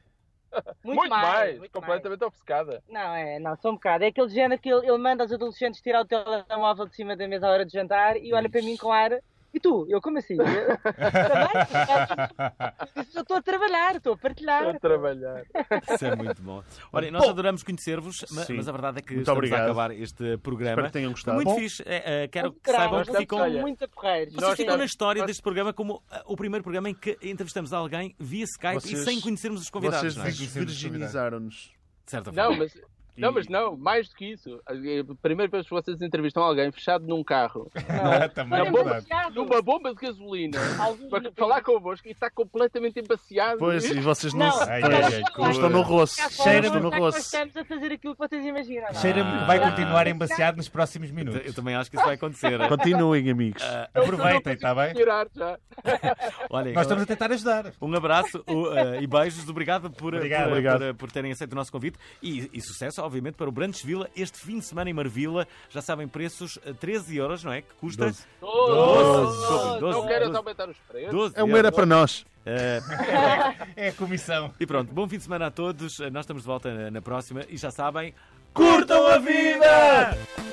[SPEAKER 6] muito,
[SPEAKER 5] muito mais,
[SPEAKER 6] muito
[SPEAKER 5] completamente obcecada.
[SPEAKER 6] mais. Não, é, não, só um bocado. É aquele género que ele, ele manda os adolescentes tirar o telemóvel de cima da mesa à hora de jantar e olha para mim com ar. E tu? Eu como assim? Eu, também? Eu estou a trabalhar, estou a
[SPEAKER 5] Estou
[SPEAKER 6] partilhar.
[SPEAKER 5] a trabalhar.
[SPEAKER 2] Isso é muito bom. Olha, nós adoramos conhecer-vos, ma-
[SPEAKER 4] Sim.
[SPEAKER 2] mas a verdade é que
[SPEAKER 4] Muito
[SPEAKER 2] estamos
[SPEAKER 4] obrigado.
[SPEAKER 2] a acabar este
[SPEAKER 4] Espero
[SPEAKER 2] programa.
[SPEAKER 4] que tenham
[SPEAKER 2] Foi
[SPEAKER 4] gostado.
[SPEAKER 2] muito
[SPEAKER 4] Bom,
[SPEAKER 2] fixe. Eh, eh, quero que
[SPEAKER 6] Adorava,
[SPEAKER 2] saibam que
[SPEAKER 6] estamos
[SPEAKER 2] ficam
[SPEAKER 5] olha,
[SPEAKER 6] muito a
[SPEAKER 5] nós
[SPEAKER 6] correr.
[SPEAKER 2] Vocês ficam
[SPEAKER 5] estamos-
[SPEAKER 2] na história
[SPEAKER 5] nós-
[SPEAKER 2] deste programa como ah, o primeiro programa em que entrevistamos alguém via Skype
[SPEAKER 4] Vocês-
[SPEAKER 2] e sem conhecermos os convidados.
[SPEAKER 4] vocês
[SPEAKER 2] não é?
[SPEAKER 7] dizem-
[SPEAKER 4] virginizaram-nos.
[SPEAKER 2] De certa
[SPEAKER 5] Não,
[SPEAKER 2] forma.
[SPEAKER 5] mas.
[SPEAKER 4] Tá E-
[SPEAKER 5] Não, mas não, mais do que isso. eh, A primeira vez que vocês entrevistam alguém fechado num carro,
[SPEAKER 7] Ah, também é
[SPEAKER 5] Não, bom,
[SPEAKER 7] verdade.
[SPEAKER 5] numa bomba de gasolina,
[SPEAKER 6] Alguns
[SPEAKER 5] para
[SPEAKER 6] não
[SPEAKER 5] falar convosco e está completamente embaciado. [laughs]
[SPEAKER 4] Pois, e vocês não,
[SPEAKER 6] Não,
[SPEAKER 4] se-
[SPEAKER 7] Ai,
[SPEAKER 4] pois,
[SPEAKER 7] ai, ai,
[SPEAKER 4] não estão no roço. Não
[SPEAKER 7] Cheira-me-
[SPEAKER 4] estão no
[SPEAKER 6] é Nós
[SPEAKER 4] roço.
[SPEAKER 6] estamos a fazer aquilo que vocês imaginam. não é?
[SPEAKER 7] Cheira-me que vai continuar embaciado nos próximos minutos.
[SPEAKER 2] Eu também acho que isso vai acontecer. [laughs]
[SPEAKER 4] Continuem, amigos.
[SPEAKER 2] Ah,
[SPEAKER 7] Aproveitem,
[SPEAKER 4] tá
[SPEAKER 7] está bem?
[SPEAKER 5] Tirar já.
[SPEAKER 2] Olhem,
[SPEAKER 7] Nós estamos a tentar ajudar.
[SPEAKER 2] um abraço o, eh, e beijos. Obrigado por, eh,
[SPEAKER 7] Obrigado.
[SPEAKER 2] por,
[SPEAKER 4] Obrigado.
[SPEAKER 2] por- por terem aceito o nosso convite. E, e sucesso, obviamente, para o Brandes Vila este fim de semana em Marvila. Já sabem, preços eh, 13 euros, não é? Que custa.
[SPEAKER 4] Doze.
[SPEAKER 2] Doze,
[SPEAKER 5] Não,
[SPEAKER 2] doze,
[SPEAKER 5] não queiras
[SPEAKER 2] doze.
[SPEAKER 5] aumentar os preços.
[SPEAKER 2] 12
[SPEAKER 4] É uma era para nós.
[SPEAKER 7] É a comissão.
[SPEAKER 2] E pronto, bom fim de Eh, semana a todos. Nós estamos de volta na- na próxima e já sabem, curtam a vida!